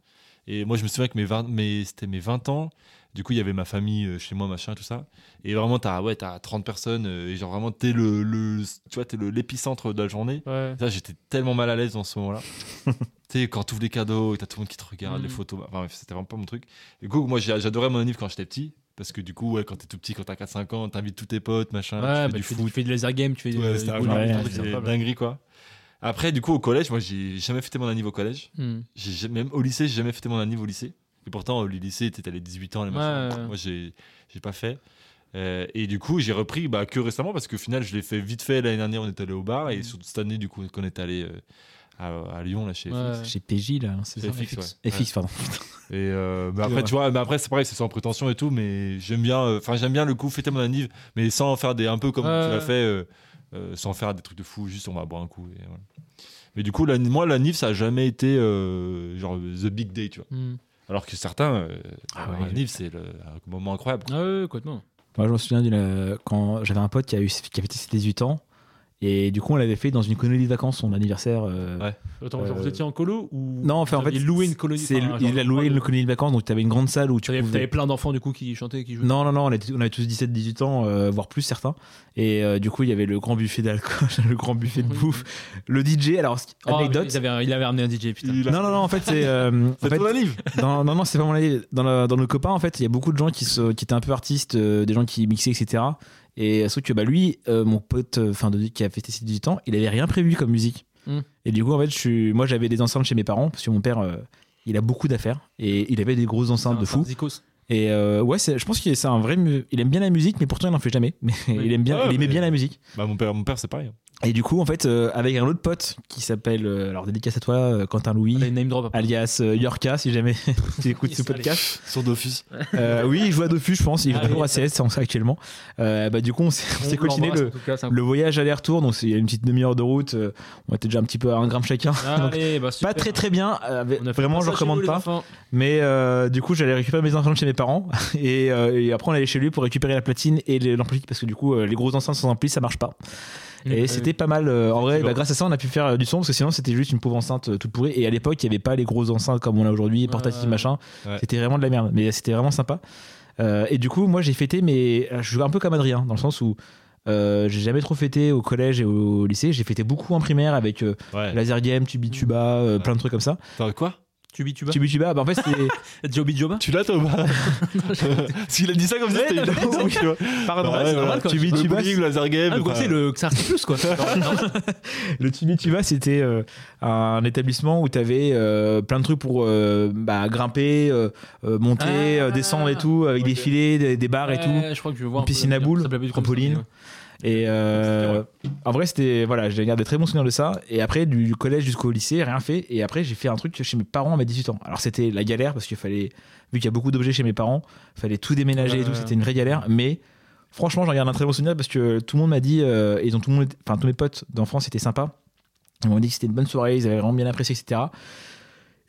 Speaker 2: Et moi, je me souviens que mes 20, mes- c'était mes 20 ans. Du coup, il y avait ma famille euh, chez moi, machin, tout ça. Et vraiment, t'as ouais, t'as 30 personnes. euh, et genre, vraiment, t'es le, le, tu vois, t'es le- l'épicentre de la journée.
Speaker 1: Ouais.
Speaker 2: Ça, j'étais tellement mal à l'aise dans ce moment-là. tu sais, quand t'ouvres les cadeaux, t'as tout le monde qui te regarde, les
Speaker 1: Mm.
Speaker 2: photos. bah, Enfin, bref, c'était vraiment pas mon truc. Du coup, moi, j'ai- j'adorais mon anniv quand j'étais petit. Parce que du coup, ouais, quand t'es tout petit, quand t'as 4-5 ans, t'invites tous tes potes, machin.
Speaker 1: Ouais,
Speaker 2: tu
Speaker 1: bah,
Speaker 2: fais du
Speaker 1: tu, fais,
Speaker 2: foot.
Speaker 1: tu fais de laser game, tu fais du
Speaker 2: Ouais,
Speaker 1: euh,
Speaker 2: c'était
Speaker 1: du
Speaker 2: un
Speaker 1: bowling,
Speaker 3: ouais,
Speaker 1: un truc,
Speaker 2: truc,
Speaker 1: c'est
Speaker 2: c'est
Speaker 1: incroyable.
Speaker 2: dinguerie, quoi. Après, du coup, au collège, moi, j'ai jamais fêté mon anniv au collège.
Speaker 1: Hmm.
Speaker 2: J'ai jamais- même au lycée, j'ai jamais fêté mon anniv au lycée. Et pourtant, euh, le lycée, t'étais allé 18 ans, les machins.
Speaker 1: Ouais.
Speaker 2: Moi, j'ai j'ai pas fait. Euh, et du coup, j'ai repris bah, que récemment parce qu'au final, je l'ai fait vite fait. L'année dernière, on est allé au bar
Speaker 1: Mmh.
Speaker 2: et surtout cette année, du coup, qu'on est allé euh, à, à Lyon, là, chez
Speaker 1: Ouais.
Speaker 2: FX.
Speaker 3: Chez PJ, là, hein, c'est
Speaker 2: Chez
Speaker 3: ça
Speaker 2: FX, ouais. Ouais.
Speaker 3: FX, pardon.
Speaker 2: Et euh, mais
Speaker 3: Ouais.
Speaker 2: après, tu vois, mais après, c'est pareil, c'est sans prétention et tout, mais j'aime bien, euh, enfin, j'aime bien le coup fêter mon anniv, mais sans faire des, un peu comme
Speaker 1: Ouais.
Speaker 2: tu l'as fait, euh, euh, sans faire des trucs de fou, juste on va boire un coup. et voilà. Mais du coup, la, moi, l'anniv, ça a jamais été euh, genre the big day, tu vois.
Speaker 1: Hmm.
Speaker 2: Alors que certains, euh,
Speaker 1: Ah ouais,
Speaker 2: un
Speaker 1: je-
Speaker 2: livre, c'est le- un moment incroyable. quoi.
Speaker 1: Ah ouais, complètement.
Speaker 3: Moi, je me souviens d'une. euh, quand j'avais un pote qui, a eu, qui avait fêté ses 18 ans. Et du coup, on l'avait fait dans une colonie de vacances, son anniversaire. euh,
Speaker 2: Ouais.
Speaker 1: Attends,
Speaker 3: Euh,
Speaker 1: vous étiez en colo ou
Speaker 3: Non, enfin, en fait.
Speaker 1: il louait une colonie.
Speaker 3: c'est-
Speaker 1: enfin, un genre
Speaker 3: il
Speaker 1: de
Speaker 3: a loué
Speaker 1: colonie.
Speaker 3: une colonie de vacances, donc tu avais une grande salle où tu
Speaker 1: T'avais
Speaker 3: pouvais.
Speaker 1: t'avais plein d'enfants du coup qui chantaient, qui jouaient.
Speaker 3: Non, non, non, on était- on avait tous 17, 18 ans, euh, voire plus certains. Et euh, du coup, il y avait le grand buffet d'alcool, le grand buffet de
Speaker 1: Oui.
Speaker 3: bouffe, le DJ. Alors, ce qui-
Speaker 1: Oh,
Speaker 3: anecdote.
Speaker 1: ils avaient- il avait ramené un DJ, putain.
Speaker 3: Non, non, non, en fait, c'est. euh, en fait,
Speaker 2: livre
Speaker 3: dans- non, non, c'est pas mon avis. Dans, la- dans nos copains, en fait, il y a beaucoup de gens qui, se, qui étaient un peu artistes, euh, des gens qui mixaient, etc. Et sauf que bah, lui, euh, mon pote, euh, enfin, de- qui a fêté ses 18 ans, il avait rien prévu comme musique.
Speaker 1: Mm.
Speaker 3: Et du coup, en fait, je suis, moi, j'avais des enceintes chez mes parents, parce que mon père, euh, il a beaucoup d'affaires. Et il avait des grosses
Speaker 1: C'est un-
Speaker 3: enceintes de
Speaker 1: c'est un
Speaker 3: fou.
Speaker 1: Zikos.
Speaker 3: Et euh, ouais, c'est- je pense qu'il est- c'est un vrai. mu- Il aime bien la musique, mais pourtant, il n'en fait jamais. Mais il, aime bien,
Speaker 1: Ah,
Speaker 2: Ouais,
Speaker 3: il aimait
Speaker 2: mais-
Speaker 3: bien la musique.
Speaker 2: bah, mon père, mon père c'est pareil.
Speaker 3: Et du coup, en fait, euh, avec un autre pote qui s'appelle, euh, alors dédicace à toi, euh, Quentin Louis,
Speaker 1: Allez, name drop. après.
Speaker 3: alias euh, Yorka, si jamais tu écoutes ce
Speaker 1: Allez.
Speaker 3: podcast.
Speaker 2: Sur Dofus.
Speaker 3: Euh, oui, il joue à Dofus, je pense. Il joue
Speaker 1: Allez.
Speaker 3: toujours à CS en- actuellement. Euh, bah, du coup, on s'est on s'est
Speaker 1: On
Speaker 3: coltiné
Speaker 1: l'embrasse, en
Speaker 3: le,
Speaker 1: tout cas, c'est un-
Speaker 3: le voyage aller-retour. Donc, c'est- il y a une petite demi-heure de route. euh, on était déjà un petit peu à un gramme chacun. Donc,
Speaker 1: Allez, bah,
Speaker 3: pas
Speaker 1: super.
Speaker 3: très très bien. euh, avec-
Speaker 1: On a fait
Speaker 3: vraiment,
Speaker 1: ça
Speaker 3: je
Speaker 1: chez
Speaker 3: recommande
Speaker 1: vous, les
Speaker 3: pas.
Speaker 1: enfants.
Speaker 3: Mais euh, du coup, j'allais récupérer mes enceintes chez mes parents. Et, euh, et après, on allait chez lui pour récupérer la platine et les- l'ampli. Parce que du coup, euh, les grosses enceintes sans ampli, ça marche pas. Et
Speaker 1: Ouais.
Speaker 3: c'était pas mal. euh,
Speaker 2: Mm. Ah
Speaker 3: en vrai,
Speaker 2: Effectivement.
Speaker 3: bah, grâce à ça, on a pu faire euh, du son parce que sinon, c'était juste une pauvre enceinte euh, toute pourrie. Et à l'époque, il n'y avait pas les grosses enceintes comme on a aujourd'hui, portatives,
Speaker 1: Ouais.
Speaker 3: machin.
Speaker 2: Ouais.
Speaker 3: C'était vraiment de la merde. Mais c'était vraiment sympa. Euh, et du coup, moi, j'ai fêté, mais euh, je suis un peu comme Adrien, dans le sens où. euh, j'ai jamais trop fêté au collège et au lycée. J'ai fêté beaucoup en primaire avec euh,
Speaker 2: Ouais.
Speaker 3: laser game, tubi tuba, euh,
Speaker 2: Ouais.
Speaker 3: plein de trucs comme ça.
Speaker 2: Attends, quoi
Speaker 1: Tubi Tuba.
Speaker 3: Tubi tuba, bah, en fait c'était
Speaker 1: Joby Joba.
Speaker 2: Tu l'as, Thomas S'il a dit ça comme si c'était une blague, tu vois.
Speaker 3: Pardon,
Speaker 2: Ouais,
Speaker 3: c'est
Speaker 2: voilà.
Speaker 3: normal, quoi. Tubi
Speaker 2: Le
Speaker 3: Tuba,
Speaker 2: bowling, le laser game.
Speaker 1: Ah, quoi,
Speaker 2: enfin,
Speaker 1: c'est le ça reste plus quoi.
Speaker 3: Le Tibi Tuba, c'était euh, un établissement où tu avais plein de trucs pour euh, bah, grimper, euh, euh, monter,
Speaker 1: Ah,
Speaker 3: euh, descendre et tout, avec des
Speaker 2: ok.
Speaker 3: filets, des, des barres et tout.
Speaker 1: Ouais, Je crois que je vois.
Speaker 3: Une piscine à boules, trampoline. Et euh, en vrai, c'était voilà, j'ai gardé des très bons souvenirs de ça. Et après, du, du collège jusqu'au lycée, rien fait. Et après, j'ai fait un truc chez mes parents à mes 18 ans. Alors, c'était la galère parce qu'il fallait, vu qu'il y a beaucoup d'objets chez mes parents, fallait tout déménager et
Speaker 1: Ouais.
Speaker 3: tout. C'était une vraie galère. Mais franchement, j'en garde un très bon souvenir parce que tout le monde m'a dit, euh, ils ont tout le monde, enfin, tous mes potes d'enfance étaient sympas. Ils m'ont dit que c'était une bonne soirée, ils avaient vraiment bien apprécié, etc.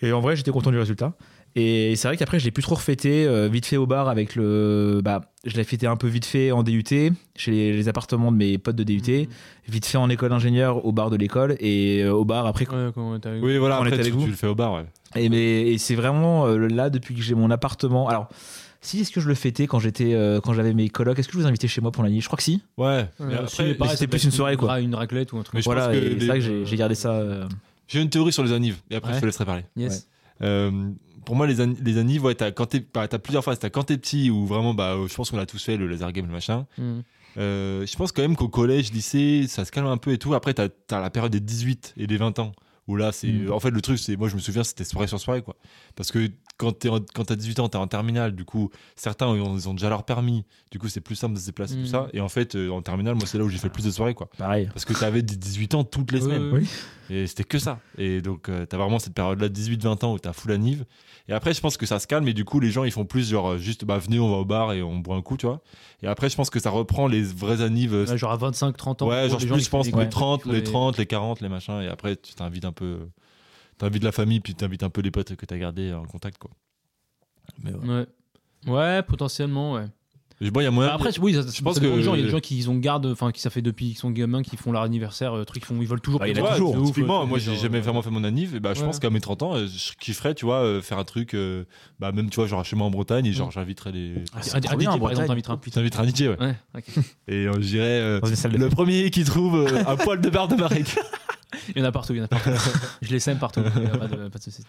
Speaker 3: Et en vrai, j'étais content du résultat. Et c'est vrai qu'après, je l'ai plus trop refêté euh, vite fait au bar avec le. Bah, je l'ai fêté un peu vite fait en DUT, chez les, les appartements de mes potes de
Speaker 1: Mhm.
Speaker 3: DUT, vite fait en école d'ingénieur, au bar de l'école et euh, au bar après. quoi.
Speaker 1: Ouais, comment t'as eu
Speaker 2: Oui, voilà,
Speaker 3: On
Speaker 2: après,
Speaker 3: était
Speaker 2: tu,
Speaker 3: avec vous.
Speaker 2: tu le fais au bar, ouais.
Speaker 3: Et, mais- et c'est vraiment euh, là, depuis que j'ai mon appartement. Alors, si est-ce que je le fêtais quand j'étais, euh, quand j'avais mes colocs Est-ce que je vous invitais chez moi pour la nuit Je crois que si.
Speaker 2: Ouais. mais
Speaker 1: Ouais, aussi,
Speaker 2: après,
Speaker 1: mais pareil,
Speaker 3: c'était
Speaker 1: ça
Speaker 3: plus
Speaker 1: peut
Speaker 3: une
Speaker 1: être
Speaker 3: soirée, quoi.
Speaker 1: ra- Une raclette ou un
Speaker 2: Mais
Speaker 1: truc.
Speaker 2: je
Speaker 3: voilà,
Speaker 2: pense que
Speaker 3: et
Speaker 2: les-
Speaker 3: c'est vrai que j'ai, j'ai gardé ça. euh,
Speaker 2: J'ai une théorie sur les anives, et après,
Speaker 1: Ouais.
Speaker 2: je te laisserai parler.
Speaker 1: Yes.
Speaker 2: Euh, pour moi, les, an- les anives, ouais, t'as, quand t'es, bah, t'as plusieurs phases. T'as quand t'es petit, où vraiment, bah, euh, je pense qu'on a tous fait le laser game, le machin.
Speaker 1: Mm.
Speaker 2: Euh, je pense quand même qu'au collège, lycée, ça se calme un peu et tout. Après, t'as, t'as la période des 18 et des 20 ans. Où là, c'est.
Speaker 3: Mm.
Speaker 2: En fait, le truc, c'est. Moi, je me souviens, c'était soirée sur soirée, quoi. Parce que quand, t'es en- quand t'as 18 ans, t'es en terminale. Du coup, certains, ils ont, ils ont déjà leur permis. Du coup, c'est plus simple de se déplacer,
Speaker 1: Mm. Ah.
Speaker 2: tout ça. Et en fait, euh, en terminale, moi, c'est là où j'ai fait le plus de soirées, quoi.
Speaker 3: pareil.
Speaker 2: Parce que t'avais des 18 ans toutes les
Speaker 1: Ouais,
Speaker 2: semaines.
Speaker 1: ouais,
Speaker 3: Oui.
Speaker 2: Et c'était que ça. Et donc, euh, t'as vraiment cette période-là, 18-20 ans, où t'as full anive. Et après, je pense que ça se calme. Et du coup, les gens, ils font plus genre, euh, juste, bah, venez, on va au bar et on boit un coup, tu vois. Et après, je pense que ça reprend les vraies anives. euh,
Speaker 1: Ouais, Genre à 25, 30 ans.
Speaker 2: ouais,
Speaker 1: gros,
Speaker 2: genre,
Speaker 1: les gens,
Speaker 2: plus,
Speaker 1: ils
Speaker 2: je pense,
Speaker 1: font
Speaker 2: les
Speaker 1: des-
Speaker 2: 30,
Speaker 1: ils font
Speaker 2: les
Speaker 1: des-
Speaker 2: 30, les 40, les machins. Et après, tu t'invites un peu. euh, T'invites la famille, puis t'invites un peu les potes que t'as gardés en contact, quoi. Mais ouais.
Speaker 1: Ouais. Ouais, potentiellement, ouais.
Speaker 2: Je- bon, il y a moyen.
Speaker 1: Bah après, oui, ça,
Speaker 2: pense
Speaker 1: ça dépend
Speaker 2: que-
Speaker 1: des gens. Il y a des gens qui ils ont garde, enfin, qui ça fait depuis qu'ils sont gamins, qui font leur anniversaire, euh, truc, ils, font, ils veulent toujours.
Speaker 3: Bah, il y en a
Speaker 2: Ouais,
Speaker 3: toujours.
Speaker 1: de ouf,
Speaker 2: typiquement,
Speaker 1: euh,
Speaker 2: moi
Speaker 1: tous les
Speaker 2: j'ai
Speaker 1: gens,
Speaker 2: jamais
Speaker 1: ouais.
Speaker 2: vraiment fait mon anniv et bah je
Speaker 1: Ouais.
Speaker 2: pense qu'à mes 30 ans euh, je kifferais tu vois euh, faire un truc euh, bah même tu vois genre chez moi en Bretagne et genre
Speaker 1: Mm.
Speaker 2: j'inviterais les
Speaker 3: Ah, c'est
Speaker 1: Un- un
Speaker 3: trop
Speaker 1: DJ,
Speaker 3: bien, en
Speaker 1: par exemple,
Speaker 3: Bretagne.
Speaker 2: Oh,
Speaker 1: t'inviteras.
Speaker 2: J'inviterais un DJ, ouais.
Speaker 1: Ouais, ok.
Speaker 2: Et euh, on dirait
Speaker 3: Dans une salle de
Speaker 2: le premier qui trouve euh, un poil de barre de Marek.
Speaker 1: Il y en a partout, il y en a partout. Je les sème partout. Il y a Pas de, pas de soucis.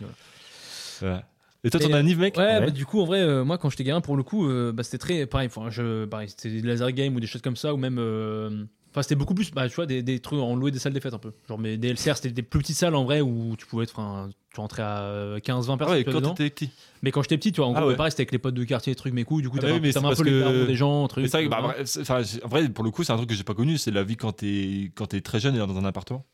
Speaker 1: voilà.
Speaker 2: Ouais. Et toi,
Speaker 1: Et,
Speaker 2: ton
Speaker 1: euh,
Speaker 2: anniv, mec
Speaker 1: Ouais,
Speaker 3: Ouais.
Speaker 1: bah, du coup, en vrai, euh, moi, quand j'étais gamin, pour le coup, euh, bah, c'était très pareil. Enfin, je, pareil, c'était des laser games ou des choses comme ça, ou même. euh, Enfin, c'était beaucoup plus, bah, tu vois, des, des trucs, on louait des salles des fêtes un peu. Genre, mais des LCR, c'était des plus petites salles en vrai où tu pouvais être, enfin, tu rentrais à euh, 15-20
Speaker 2: Ah
Speaker 1: personnes.
Speaker 2: ouais,
Speaker 1: tu vois,
Speaker 2: quand
Speaker 1: dedans.
Speaker 2: t'étais petit.
Speaker 1: mais quand j'étais petit, tu vois, en
Speaker 2: Ah
Speaker 1: gros,
Speaker 2: ouais.
Speaker 1: pareil, c'était avec les potes de quartier, trucs, mes couilles, du coup,
Speaker 2: Ah
Speaker 1: t'as
Speaker 2: bah oui, mais
Speaker 1: t'as
Speaker 2: c'est
Speaker 1: un
Speaker 2: parce
Speaker 1: peu les
Speaker 2: que-
Speaker 1: darons des gens, trucs.
Speaker 2: Mais c'est vrai que, bah,
Speaker 1: euh,
Speaker 2: bref, c'est- enfin, c'est- en vrai, pour le coup, c'est un truc que j'ai pas connu, c'est la vie quand t'es quand t'es très jeune et dans un appartement.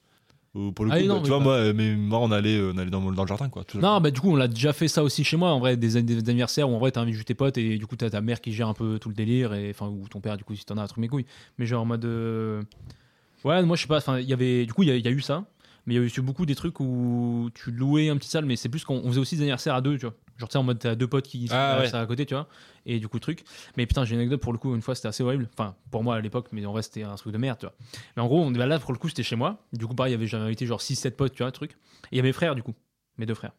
Speaker 2: Ou pour le
Speaker 1: Ah
Speaker 2: coup,
Speaker 1: oui,
Speaker 2: bah,
Speaker 1: non,
Speaker 2: tu
Speaker 1: mais
Speaker 2: vois,
Speaker 1: pas-
Speaker 2: moi, euh, mais moi, on allait, euh, on allait dans, le- dans le jardin, quoi. tout
Speaker 1: Non, bah du coup, on l'a déjà fait ça aussi chez moi, en vrai, des, des anniversaires où en vrai, t'invites juste tes potes et du coup, t'as ta mère qui gère un peu tout le délire, et enfin, ou ton père, du coup, si t'en as un truc mes couilles. Mais genre en mode. euh, Ouais, moi, je sais pas, enfin, il y avait. Du coup, il y, a- il y a eu ça. Mais il y a eu beaucoup des trucs où tu louais un petit salle, mais c'est plus qu'on on faisait aussi des anniversaires à deux, tu vois. Genre, tu sais, en mode, t'as deux potes qui sont
Speaker 2: Ah,
Speaker 1: à-
Speaker 2: ouais.
Speaker 1: ça à côté, tu vois. Et du coup, truc. Mais putain, j'ai une anecdote pour le coup, une fois, c'était assez horrible. Enfin, pour moi à l'époque, mais en vrai, c'était un truc de merde, tu vois. Mais en gros, on, bah là, pour le coup, c'était chez moi. Du coup, pareil, il y avait- j'avais invité genre 6-7 potes, tu vois, truc. Et il y a mes frères, du coup, mes deux frères.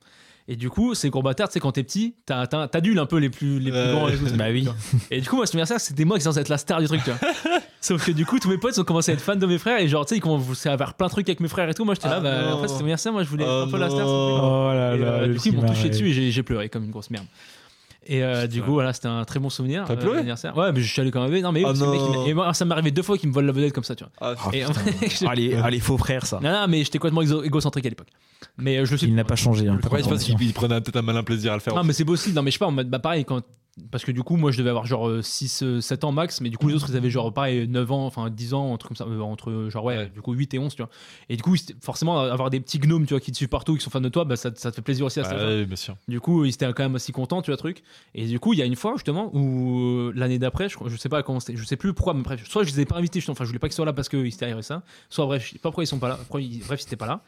Speaker 1: Et du coup, ces gros bâtards, tu sais, quand t'es petit, t'as- t'as- t'adules un peu les plus, les plus
Speaker 2: Ouais.
Speaker 1: grands et tout, tu vois.
Speaker 3: Bah oui.
Speaker 1: Et du coup, moi, ce anniversaire, c'était moi qui suis censé être la star du truc, tu vois. Sauf que du coup, tous mes potes ont commencé à être fans de mes frères et genre, tu sais, ils commençaient à faire plein de trucs avec mes frères et tout. Moi, j'étais là,
Speaker 2: Ah
Speaker 1: bah,
Speaker 2: non.
Speaker 1: en fait, c'était mon anniversaire, moi, je voulais
Speaker 2: Oh
Speaker 1: être un peu la star.
Speaker 2: non.
Speaker 1: s'il te plaît.
Speaker 6: Oh
Speaker 3: Ah
Speaker 6: là
Speaker 1: Et,
Speaker 6: là.
Speaker 1: euh,
Speaker 6: le
Speaker 1: du coup, ils m'ont
Speaker 6: petit
Speaker 1: touché
Speaker 6: marais.
Speaker 1: dessus et j'ai- j'ai pleuré comme une grosse merde. Et euh, du coup, voilà, c'était un très bon souvenir.
Speaker 2: T'as
Speaker 1: euh,
Speaker 2: pleuré
Speaker 1: l'anniversaire. Ouais, mais je suis allé quand même. Non, mais
Speaker 2: Oh
Speaker 1: parce que le mec, il
Speaker 2: non.
Speaker 1: m'a- et moi, ça m'est arrivé deux fois qu'ils me volent la vedette comme ça, tu vois.
Speaker 2: Ah,
Speaker 3: Oh,
Speaker 1: Et en
Speaker 3: putain.
Speaker 1: vrai, je-
Speaker 3: Ah, les, ah, les faux frères, ça.
Speaker 1: Non, non, mais j'étais complètement exo- égocentrique à l'époque. Mais euh, je le suis.
Speaker 3: Il n'a pas changé. hein.
Speaker 2: Après, je pense qu'il il prenait peut-être un malin plaisir à le faire.
Speaker 1: Non, mais c'est possible. Non, mais je sais pas, en mode, bah, pareil, quand. Parce que du coup, moi, je devais avoir genre euh, 6, 7 ans max, mais du coup, les autres, ils avaient genre pareil 9 ans, enfin 10 ans, un truc comme ça, euh, entre euh, genre, ouais, du coup, 8 et 11, tu vois. Et du coup, c'était- forcément, avoir des petits gnomes, tu vois, qui te suivent partout, qui sont fans de toi, bah, ça, ça te fait plaisir aussi à
Speaker 2: Ah,
Speaker 1: cet âge-là.
Speaker 2: oui, bien sûr.
Speaker 1: Du coup, ils étaient quand même assez contents, tu vois, truc. Et du coup, il y a une fois, justement, où euh, l'année d'après, je, crois- je sais pas comment c'était, je sais plus pourquoi, mais bref, soit je les ai pas invités, justement, enfin, je voulais pas qu'ils soient là parce qu'ils étaient à RSA, soit bref, je sais pas pourquoi ils sont pas là, pourquoi ils- bref, ils étaient pas là.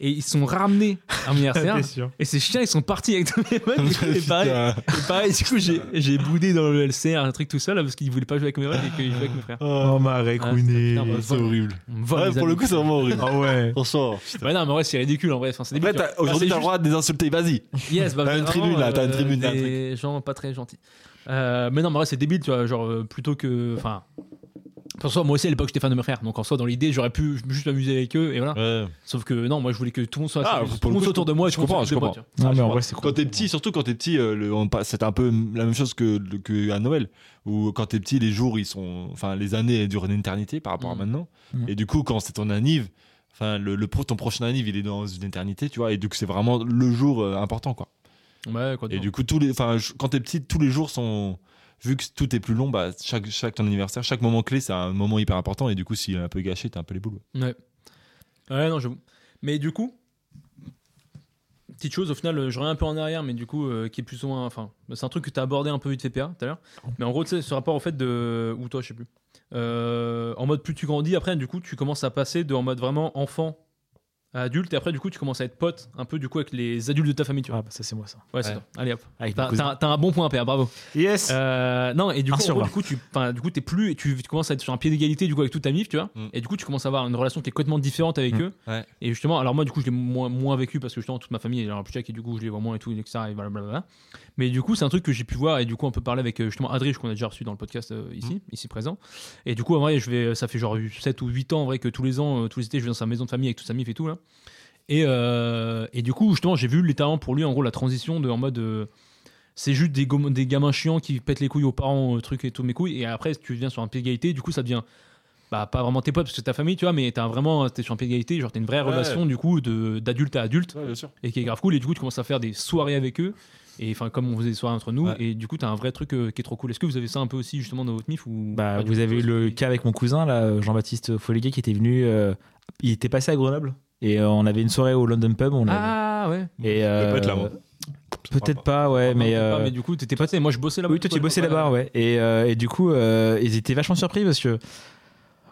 Speaker 1: Et ils se sont ramenés à mon anniversaire.
Speaker 6: T'es sûr.
Speaker 1: Et ces chiens, ils sont partis avec tous mes mecs. du coup, et pareil,
Speaker 2: Putain.
Speaker 1: et pareil, du coup, j'ai, j'ai boudé dans le LCR un truc tout seul là, parce qu'ils voulaient pas jouer avec mes mecs et qu'ils jouaient avec mes frères.
Speaker 6: Oh, marais
Speaker 1: Ah,
Speaker 6: couiné.
Speaker 1: putain, bah,
Speaker 2: C'est horrible.
Speaker 1: On me vole,
Speaker 2: Ouais,
Speaker 1: les
Speaker 2: pour le
Speaker 1: amis.
Speaker 2: coup, c'est vraiment horrible.
Speaker 6: Ah ouais.
Speaker 2: Bonsoir.
Speaker 1: Ouais, non, mais en vrai, c'est ridicule en vrai. Enfin, c'est débile, tu vois.
Speaker 2: Aujourd'hui, t'as
Speaker 1: Enfin,
Speaker 2: le droit de les insulter, vas-y.
Speaker 1: Yes, bah,
Speaker 2: T'as
Speaker 1: vraiment,
Speaker 2: une tribune, là, t'as une
Speaker 1: euh,
Speaker 2: tribune, t'as un
Speaker 1: des gens pas très gentils. Euh, mais non, mais en vrai, c'est débile, tu vois. Genre, euh, plutôt que. Enfin. En soi, moi aussi à l'époque j'étais fan de mes frères, donc en soi dans l'idée j'aurais pu juste m'amuser avec eux et voilà.
Speaker 2: Ouais.
Speaker 1: Sauf que non, moi je voulais que tout le monde soit,
Speaker 2: Ah,
Speaker 1: tout
Speaker 2: pour
Speaker 1: le
Speaker 2: le
Speaker 1: monde
Speaker 2: coup,
Speaker 1: soit autour de moi. et
Speaker 2: je
Speaker 1: tout le monde
Speaker 2: comprends,
Speaker 1: soit
Speaker 2: je
Speaker 1: avec des
Speaker 2: comprends.
Speaker 1: potes, Ah, tu vois.
Speaker 3: Non, mais en
Speaker 2: Ouais.
Speaker 3: vrai, c'est
Speaker 2: Quand
Speaker 3: cool.
Speaker 2: t'es petit, surtout quand t'es petit, euh, le- on pa- c'est un peu la même chose que, que à Noël, où quand t'es petit, les jours, ils sont, enfin, les années elles durent une éternité par rapport à
Speaker 1: Mm.
Speaker 2: maintenant.
Speaker 3: Mm.
Speaker 2: Et du coup, quand c'est ton anniv, enfin, le, le pro- ton prochain anniv, il est dans une éternité, tu vois. Et du coup, c'est vraiment le jour euh, important, quoi.
Speaker 1: Ouais, quoi,
Speaker 2: Et
Speaker 1: non.
Speaker 2: du coup, tous les, enfin, je- quand t'es petit, tous les jours sont, vu que tout est plus long, bah, chaque, chaque ton anniversaire, chaque moment clé, c'est un moment hyper important. Et du coup, s'il est un peu gâché, t'as un peu les boules. ouais.
Speaker 1: Ouais. Ouais, non, j'avoue. Mais du coup, petite chose, au final, euh, je reviens un peu en arrière, mais du coup, euh, qui est plus ou moins. Enfin, c'est un truc que tu as abordé un peu vite fait, PA, tout à l'heure. Mais en gros, tu sais, ce rapport au fait de. Ou toi, je sais plus. Euh, en mode, plus tu grandis, après, du coup, tu commences à passer de en mode vraiment enfant à adulte, et après, du coup, tu commences à être pote un peu, du coup, avec les adultes de ta famille, tu vois.
Speaker 3: Ah, bah, ça, c'est moi, ça.
Speaker 1: Ouais, c'est
Speaker 2: ouais.
Speaker 1: toi. Allez hop.
Speaker 3: Avec
Speaker 1: Ah, T'as
Speaker 3: mes cousins.
Speaker 1: t'as un- t'as un bon point, PA, bravo.
Speaker 3: Yes!
Speaker 1: Euh, non et du
Speaker 3: Un
Speaker 1: coup, en
Speaker 3: sur
Speaker 1: gros,
Speaker 3: vingt.
Speaker 1: du coup tu enfin, du coup t'es plus et tu, tu commences à être sur un pied d'égalité du coup avec toute ta mif tu vois
Speaker 2: Mm.
Speaker 1: et du coup tu commences à avoir une relation qui est complètement différente avec
Speaker 3: Mm.
Speaker 1: eux
Speaker 2: Ouais.
Speaker 1: et justement alors moi du coup je l'ai moins, moins vécu parce que justement toute ma famille est dans le check et du coup je les vois moins et tout etc et blablabla mais du coup c'est un truc que j'ai pu voir et du coup on peut parler avec euh, justement Adrich qu'on a déjà reçu dans le podcast euh, ici ici présent et du coup en vrai je vais ça fait genre 7 ou 8 ans en vrai que tous les ans euh, tous les étés je vais dans sa maison de famille avec toute sa mif et tout là et, euh, et du coup justement j'ai vu littéralement pour lui en gros la transition de en mode euh, c'est juste des, gom- des gamins chiants qui pètent les couilles aux parents, euh, truc et tout, mes couilles. Et après, tu viens sur un pied d'égalité, du coup, ça devient bah, pas vraiment tes potes parce que c'est ta famille, tu vois, mais t'as vraiment, t'es sur un pied d'égalité, genre t'as une vraie
Speaker 2: Ouais.
Speaker 1: relation du coup de- d'adulte à adulte
Speaker 2: bien sûr.
Speaker 1: et qui est grave cool. Et du coup, tu commences à faire des soirées avec eux, et enfin, comme on faisait des soirées entre nous,
Speaker 2: Ouais.
Speaker 1: et du coup, t'as un vrai truc euh, qui est trop cool. Est-ce que vous avez ça un peu aussi justement dans votre MIF ou
Speaker 3: Bah,
Speaker 1: pas Ah, du
Speaker 3: vous
Speaker 1: tout
Speaker 3: avez eu le cas avec mon cousin, là, euh, Jean-Baptiste Folleguet, qui était venu. euh, il était passé à Grenoble et euh, on avait une soirée au London Pub. On l'avait-
Speaker 1: Ah ouais,
Speaker 3: et,
Speaker 2: Je vais pas être là,
Speaker 3: euh,
Speaker 2: moi.
Speaker 3: Peut-être pas, ouais,
Speaker 1: Ah, Non,
Speaker 3: mais.
Speaker 1: peut-être pas,
Speaker 3: euh,
Speaker 1: mais du coup, t'étais passé. Moi, je bossais là-bas.
Speaker 3: Oui, toi,
Speaker 1: du
Speaker 3: tu
Speaker 1: coup,
Speaker 3: bossais
Speaker 1: à l'époque,
Speaker 3: là-bas, ouais. Et, euh, et du coup, euh, ils étaient vachement surpris parce que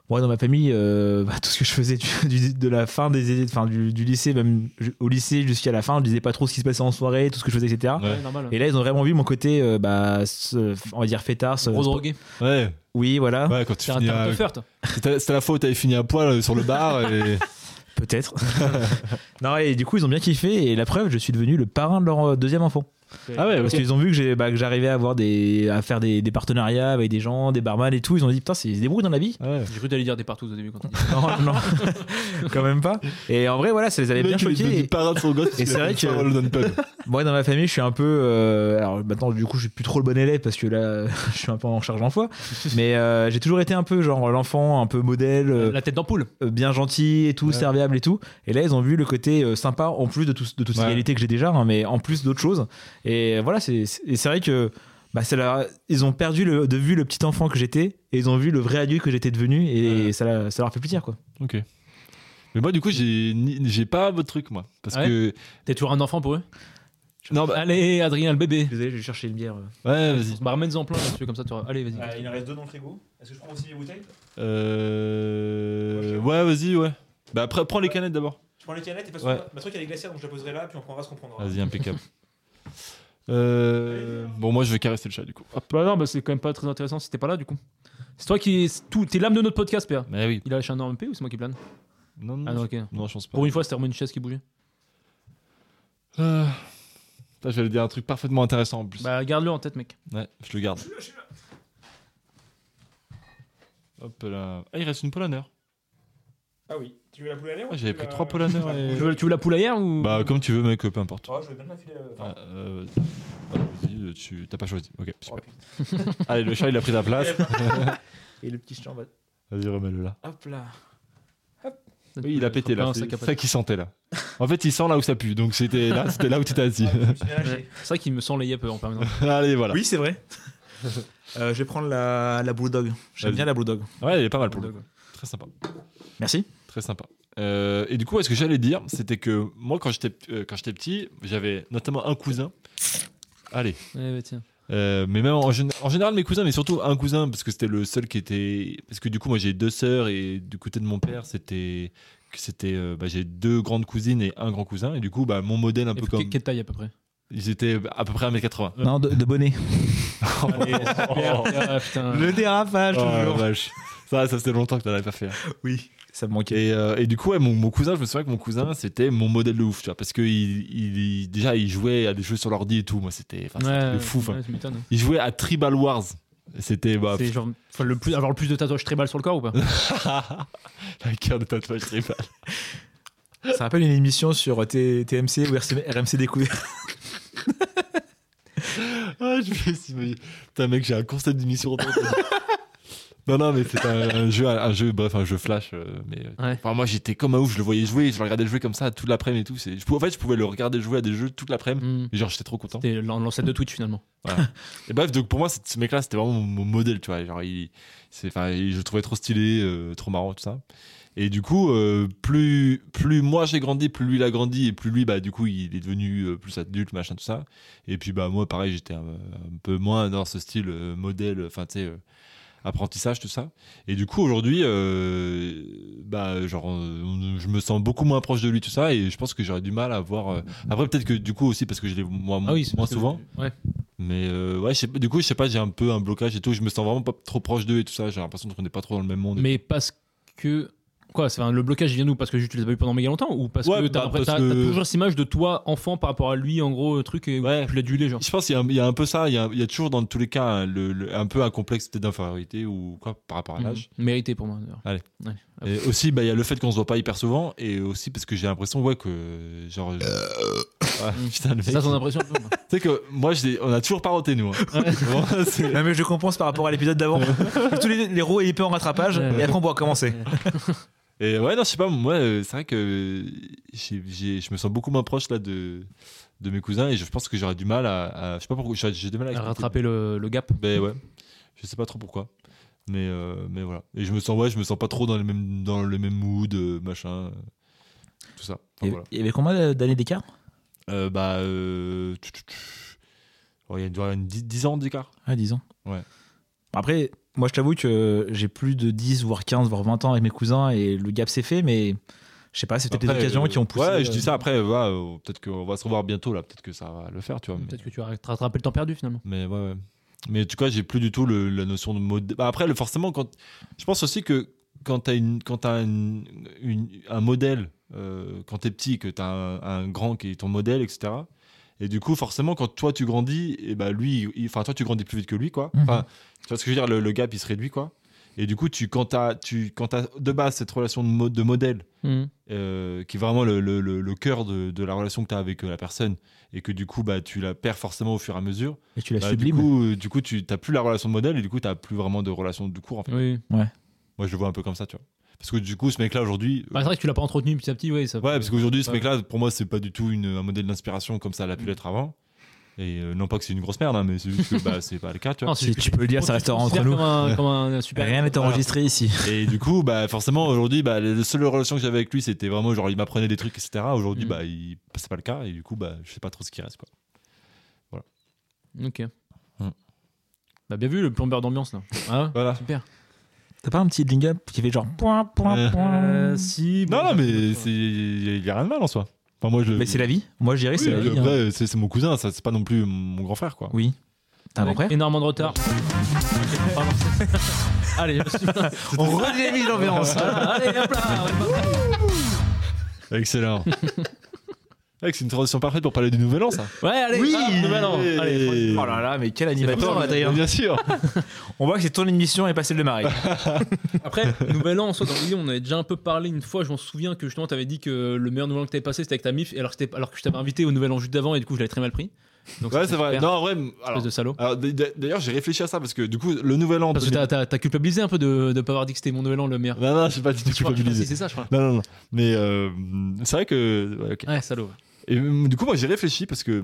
Speaker 3: moi, dans ma famille, euh, bah, tout ce que je faisais du- du- de la fin des, enfin, du, du lycée, même ju- au lycée jusqu'à la fin, je disais pas trop ce qui se passait en soirée, tout ce que je faisais, etc.
Speaker 2: Ouais.
Speaker 1: Ouais, normal.
Speaker 3: Et là, ils ont vraiment vu mon côté, euh, bah, ce- on va dire fêtard. ce-
Speaker 1: Gros drogué.
Speaker 2: Ouais,
Speaker 3: oui, voilà,
Speaker 2: ouais, quand tu
Speaker 1: T'es un
Speaker 2: finis à-
Speaker 1: tartuffer, toi.
Speaker 2: C'était c'était la fois où t'avais fini à poil euh, sur le bar et.
Speaker 3: peut-être. non, et du coup, ils ont bien kiffé. Et la preuve, je suis devenu le parrain de leur euh, deuxième enfant.
Speaker 1: Ah ouais,
Speaker 3: Parce qu'ils ont vu que j'ai- bah, que j'arrivais à, avoir des, à faire des, des partenariats avec des gens, des barman et tout. Ils ont dit, putain, c'est- ils se débrouillent dans la vie.
Speaker 1: J'ai cru t'allais dire des partout au début quand t'as dit.
Speaker 3: Non, non, quand même pas. Et en vrai, voilà, ça les avait bien choqués. Et
Speaker 2: parade son gosse.
Speaker 3: c'est vrai que- Moi, dans ma famille, je suis un peu. euh, alors maintenant, du coup, je suis plus trop le bon élève parce que là, je suis un peu en charge en foi. Mais euh, j'ai toujours été un peu genre l'enfant, un peu modèle, euh,
Speaker 1: La tête d'ampoule.
Speaker 3: euh, bien gentil et tout,
Speaker 2: Ouais.
Speaker 3: serviable et tout. Et là, ils ont vu le côté euh, sympa en plus de, tout, de toutes ces
Speaker 2: Ouais.
Speaker 3: qualités que j'ai déjà, hein, mais en plus d'autres choses. Et voilà, c'est c'est- et c'est vrai que. Bah, ça leur a- ils ont perdu le- de vue le petit enfant que j'étais et ils ont vu le vrai adulte que j'étais devenu et ça, la- ça leur fait plaisir quoi.
Speaker 2: Ok. Mais moi, du coup, j'ai ni- j'ai pas votre truc, moi. Parce
Speaker 1: Ah ouais
Speaker 2: que.
Speaker 1: T'es toujours un enfant pour eux
Speaker 2: Non, bah.
Speaker 1: Allez, Adrien, le bébé.
Speaker 3: Désolé, je vais chercher une bière.
Speaker 2: Ouais,
Speaker 3: euh,
Speaker 1: On
Speaker 2: vas-y.
Speaker 1: se barmène en plein, là, tu veux, comme ça, tu auras- Allez, vas-y.
Speaker 6: il en reste deux dans le frigo. Est-ce que je prends aussi mes bouteilles
Speaker 2: Euh. Ouais, vas-y, ouais. Bah, après, prends les canettes d'abord.
Speaker 6: Je prends les canettes et passe
Speaker 2: Ouais.
Speaker 6: ma truc elle est glaciaire donc je la poserai là puis on prendra ce qu'on prendra.
Speaker 2: Vas-y, impeccable. Euh, bon, moi je vais caresser le chat du coup. Hop.
Speaker 1: Bah non, bah c'est quand même pas très intéressant si t'es pas là du coup. C'est toi qui. c'est Tout, t'es l'âme de notre podcast, PA.
Speaker 2: Mais oui.
Speaker 1: Il a lâché un énorme P ou c'est moi qui plane
Speaker 2: Non, non,
Speaker 1: Ah non, ok.
Speaker 2: non, je pense pas.
Speaker 1: Pour une fois, c'était vraiment une chaise qui bougeait.
Speaker 2: Euh, putain, je vais dire un truc parfaitement intéressant en plus.
Speaker 1: Bah garde-le en tête, mec.
Speaker 2: Ouais, je le garde. Hop là. Ah, il reste une poloneur.
Speaker 6: Ah oui, tu veux la poule à l'air
Speaker 2: Ah, J'avais pris trois poloneurs et.
Speaker 1: Tu veux, tu veux la poule hier ou
Speaker 2: Bah, comme tu veux, mec, peu importe.
Speaker 6: Oh, je vais bien la filer. euh,
Speaker 2: Ah, euh, ah, vas-y, tu t'as pas choisi. Ok, super.
Speaker 6: Oh,
Speaker 2: Allez, le chat il a pris ta place.
Speaker 6: Et le petit chat en bas.
Speaker 2: Vas-y, remets-le là.
Speaker 3: Hop là.
Speaker 2: Oui, il a pété là.
Speaker 1: Un
Speaker 2: C'est
Speaker 1: sac à
Speaker 2: ça qui sentait là. En fait, il sent là où ça pue. Donc c'était là, c'était là où tu t'es assis.
Speaker 6: Ah, je me suis bien lâché.
Speaker 1: Ouais. C'est vrai qu'il me sent les yeux en permanence.
Speaker 2: Allez, voilà.
Speaker 3: Oui, c'est vrai. Euh, je vais prendre la, la Bulldog. J'aime
Speaker 2: Vas-y.
Speaker 3: bien la Bulldog.
Speaker 2: Ouais, elle est pas mal pour le coup. Très sympa.
Speaker 3: Merci.
Speaker 2: Très sympa. Euh, et du coup, ouais, ce que j'allais dire, c'était que moi, quand j'étais euh, quand j'étais petit, j'avais notamment un cousin. Allez.
Speaker 1: Ouais, ouais, tiens.
Speaker 2: Euh, mais même en, gén- en général, mes cousins, mais surtout un cousin, parce que c'était le seul qui était. Parce que du coup, moi, j'ai deux sœurs et du côté de mon père, c'était. que C'était, euh, bah, j'ai deux grandes cousines et un grand cousin. Et du coup, bah, mon modèle, un
Speaker 1: Et
Speaker 2: peu
Speaker 1: que-
Speaker 2: comme.
Speaker 1: Quelle taille à peu près
Speaker 2: Ils étaient à peu près 1m80.
Speaker 3: Non, de, de bonnet.
Speaker 2: Oh,
Speaker 1: Ah putain.
Speaker 3: Le
Speaker 1: Ah,
Speaker 3: dérapage,
Speaker 2: oh, la
Speaker 3: toujours.
Speaker 2: vache. Ça, ça faisait longtemps que t'en avais pas fait. hein.
Speaker 3: Oui, ça me manquait.
Speaker 2: Et, euh, et du coup, ouais, mon, mon cousin, je me souviens que mon cousin, c'était mon modèle de ouf, tu vois, parce que il, il- il- déjà, il jouait à des jeux sur l'ordi et tout. Moi, c'était enfin, c'était un truc de fou. enfin.
Speaker 1: ouais, tu m'étonnes.
Speaker 2: Il jouait à Tribal Wars. C'était bah,
Speaker 1: C'est genre faut le plus, avoir le plus de tatouages tribal sur le corps ou pas
Speaker 2: la guerre de tatouage tribal.
Speaker 3: Ça rappelle une émission sur T- TMC ou RC RMC Découvert.
Speaker 2: Ah, je vais s'imaginer. Putain, mec, j'ai un concept d'émission. en tête. non, non, mais c'est un, un jeu, un jeu, bref, un jeu flash. euh, mais euh,
Speaker 1: Ouais.
Speaker 2: enfin, moi, j'étais comme un ouf, je le voyais jouer, je le regardais jouer comme ça toute l'après-midi et tout. C'est- Je, pouvais- en fait, je pouvais le regarder jouer à des jeux toute l'après-midi.
Speaker 1: Hmm.
Speaker 2: Et Genre, j'étais trop content.
Speaker 1: C'était l'an- l'ancêtre de Twitch finalement.
Speaker 2: Et bref, donc pour moi, c'est- ce mec-là, c'était vraiment mon, mon modèle, tu vois. Genre, il, c'est, enfin, il- je le trouvais trop stylé, euh, trop marrant, tout ça. Et du coup, euh, plus, plus moi j'ai grandi, plus lui il a grandi, et plus lui, bah, du coup, il est devenu euh, plus adulte, machin, tout ça. Et puis, bah, moi, pareil, j'étais un, un peu moins dans ce style euh, modèle, enfin, tu sais, euh, apprentissage, tout ça. Et du coup, aujourd'hui, euh, bah, genre, on- je me sens beaucoup moins proche de lui, tout ça, et je pense que j'aurais du mal à voir. euh, Après, peut-être que du coup aussi, parce que je l'ai moi,
Speaker 1: Ah c'est
Speaker 2: moins
Speaker 1: parce que-
Speaker 2: souvent.
Speaker 1: Ouais.
Speaker 2: Mais euh, ouais, je sais pas- du coup, je sais pas, j'ai un peu un blocage et tout. Je me sens vraiment pas trop proche d'eux et tout ça. J'ai l'impression qu'on n'est pas trop dans le même monde.
Speaker 1: Mais parce que. Quoi, c'est- enfin, le blocage il vient d'où Parce que juste tu les as pas eu pendant méga longtemps Ou parce
Speaker 2: Ouais,
Speaker 1: que t'as
Speaker 2: bah,
Speaker 1: après,
Speaker 2: parce
Speaker 1: t'as-
Speaker 2: que-
Speaker 1: t'as toujours cette image de toi enfant par rapport à lui, en gros, euh, truc, et où
Speaker 2: Ouais.
Speaker 1: tu l'as genre
Speaker 2: Je pense qu'il y a un- il y, a un peu ça. Il y a, il y a toujours, dans tous les cas, un, le- le- un peu un complexe peut-être d'infériorité ou quoi par rapport à l'âge.
Speaker 1: Mhm. Mérité pour moi. d'ailleurs.
Speaker 2: Et aussi, bah, il y a le fait qu'on se voit pas hyper souvent et aussi parce que j'ai l'impression, ouais, que genre. Ouais, putain, le
Speaker 1: Euh.
Speaker 2: mec.
Speaker 1: C'est ça ton impression un peu, moi.
Speaker 2: Tu sais que moi, je l'ai- on a toujours pas roté, nous. hein. Vraiment, c'est-
Speaker 3: Non, mais je compense par rapport à l'épisode d'avant. Tous les, les roues et l'épée en rattrapage.
Speaker 1: Ouais.
Speaker 3: Et après, on pourra commencer.
Speaker 2: Et ouais, non, je sais pas, moi, euh, c'est vrai que euh, j'ai- j'ai- je me sens beaucoup moins proche là de, de mes cousins et je pense que j'aurais du mal à, à- Je sais pas pourquoi, j'ai j'ai du mal à
Speaker 1: À
Speaker 2: expliquer.
Speaker 1: rattraper le, le gap.
Speaker 2: Ben ouais, je sais pas trop pourquoi. Mais, euh, mais voilà. Et je me sens, ouais, je me sens pas trop dans le même, dans le même mood, euh, machin, euh, tout ça. Enfin,
Speaker 3: Il
Speaker 2: voilà.
Speaker 3: y avait combien d'années d'écart
Speaker 2: Euh, bah, euh, tu- tu- tu- oh, il y a- il doit y avoir une dix- 10 ans d'écart.
Speaker 3: Ah, 10 ans.
Speaker 2: Ouais.
Speaker 3: Après, moi, je t'avoue que j'ai plus de 10, voire 15, voire 20 ans avec mes cousins et le gap s'est fait, mais je sais pas, c'était des
Speaker 2: Après,
Speaker 3: occasions
Speaker 2: euh,
Speaker 3: qui ont poussé.
Speaker 2: Ouais, je dis
Speaker 3: euh,
Speaker 2: ça après, voilà, euh, peut-être qu'on va se revoir bientôt là, peut-être que ça va le faire, tu vois. mais-
Speaker 1: Peut-être que tu vas rattraper le temps perdu finalement.
Speaker 2: Mais ouais, ouais. Mais en tout cas, j'ai plus du tout le- la notion de mode. Bah, après, le, forcément, quand... je pense aussi que quand t'as une, quand t'as une, une- un modèle, euh, quand t'es petit, que t'as un, un grand qui est ton modèle, etc. Et du coup, forcément, quand toi tu grandis, et ben lui, il- enfin toi tu grandis plus vite que lui, quoi. Enfin, tu vois ce que je veux dire, le, le gap il se réduit, quoi. Et du coup, tu, quand t'as, tu, quand t'as de base cette relation de, mode, de modèle
Speaker 1: Mhm.
Speaker 2: euh, qui est vraiment le, le- le- le cœur de, de la relation que tu as avec euh, la personne et que du coup bah, tu la perds forcément au fur et à mesure,
Speaker 3: Et tu l'as
Speaker 2: bah, du
Speaker 3: sublime.
Speaker 2: coup, euh, du coup tu n'as plus la relation de modèle et du coup tu n'as plus vraiment de relation de cours. En fait.
Speaker 1: Oui.
Speaker 3: Mm.
Speaker 2: Moi je le vois un peu comme ça, tu vois. Parce que du coup ce mec-là aujourd'hui... euh,
Speaker 1: Bah, c'est vrai que tu l'as pas entretenu petit à petit, ouais. Ça...
Speaker 2: ouais, parce qu'aujourd'hui ce
Speaker 1: Ouais.
Speaker 2: mec-là pour moi c'est pas du tout une- un modèle d'inspiration comme ça l'a pu
Speaker 1: Mm.
Speaker 2: l'être avant. Et euh, non pas que c'est une grosse merde, hein, mais c'est juste que bah, c'est pas le cas, tu vois.
Speaker 1: Non, c'est
Speaker 3: Si
Speaker 1: juste que
Speaker 3: tu peux le dire, ça
Speaker 1: tu
Speaker 3: restera
Speaker 1: te
Speaker 3: entre
Speaker 1: considères
Speaker 3: nous.
Speaker 1: Comme un, comme un super.
Speaker 3: Rien n'est enregistré ici.
Speaker 2: Et du coup, bah, forcément, aujourd'hui, bah, la seule relation que j'avais avec lui, c'était vraiment genre, il m'apprenait des trucs, etc. Aujourd'hui,
Speaker 1: Mm.
Speaker 2: bah, il... c'est pas le cas. Et du coup, bah, je sais pas trop ce qui reste, quoi.
Speaker 1: Ok.
Speaker 2: Hmm. Hum.
Speaker 1: Bah, bien vu le plombeur d'ambiance là. Ah,
Speaker 2: Voilà.
Speaker 1: super.
Speaker 3: T'as pas un petit jingle qui fait genre point, point,
Speaker 2: Euh,
Speaker 3: point.
Speaker 1: si. bah,
Speaker 2: Non, non, mais c'est- il n'y a rien de mal en soi. Enfin, moi, je...
Speaker 3: Mais c'est la vie. Moi, je dirais
Speaker 2: Oui,
Speaker 3: que c'est la vie. hein.
Speaker 2: après, c'est c'est mon cousin, ça, c'est pas non plus mon grand frère, quoi.
Speaker 3: Oui. T'as un grand frère
Speaker 1: Énormément de retard. Pardon. Allez, je suis là.
Speaker 3: On redémise l'ambiance.
Speaker 1: Allez, hop là, on est parti.
Speaker 2: Excellent. Ouais, c'est une transition parfaite pour parler du nouvel an, ça.
Speaker 1: Ouais, allez,
Speaker 2: Oui.
Speaker 1: ah, nouvel an. Allez,
Speaker 3: Oh là là, mais quel
Speaker 2: Attends,
Speaker 3: animateur,
Speaker 2: mais-
Speaker 3: Adrien.
Speaker 2: mais Bien sûr.
Speaker 3: On voit que c'est ton émission et pas celle de Marie.
Speaker 1: Après, Nouvel An, en soi, dans l'idée, on avait déjà un peu parlé une fois. Je m'en souviens que justement, t'avais dit que le meilleur Nouvel An que t'avais passé, c'était avec ta mif, et alors, que c'était- alors que je t'avais invité au Nouvel An juste d'avant, et du coup, je l'avais très mal pris. Donc,
Speaker 2: Ouais, c'est vrai.
Speaker 1: super.
Speaker 2: Non, en vrai, m- alors,
Speaker 1: espèce de salaud.
Speaker 2: alors, d- d- d'ailleurs, j'ai réfléchi à ça parce que du coup, le nouvel an.
Speaker 1: Parce que t'as- t'as t'as culpabilisé un peu de ne pas avoir dit que c'était mon Nouvel An le meilleur.
Speaker 2: Non, non, je sais pas du tout
Speaker 1: Je crois- je sais pas si
Speaker 2: culpabilisé.
Speaker 1: C'est ça, je crois.
Speaker 2: Non, non, non. Mais euh, c'est vrai que. ouais, ok.
Speaker 1: Ouais, salaud.
Speaker 2: Et euh, du coup, moi, j'ai réfléchi parce que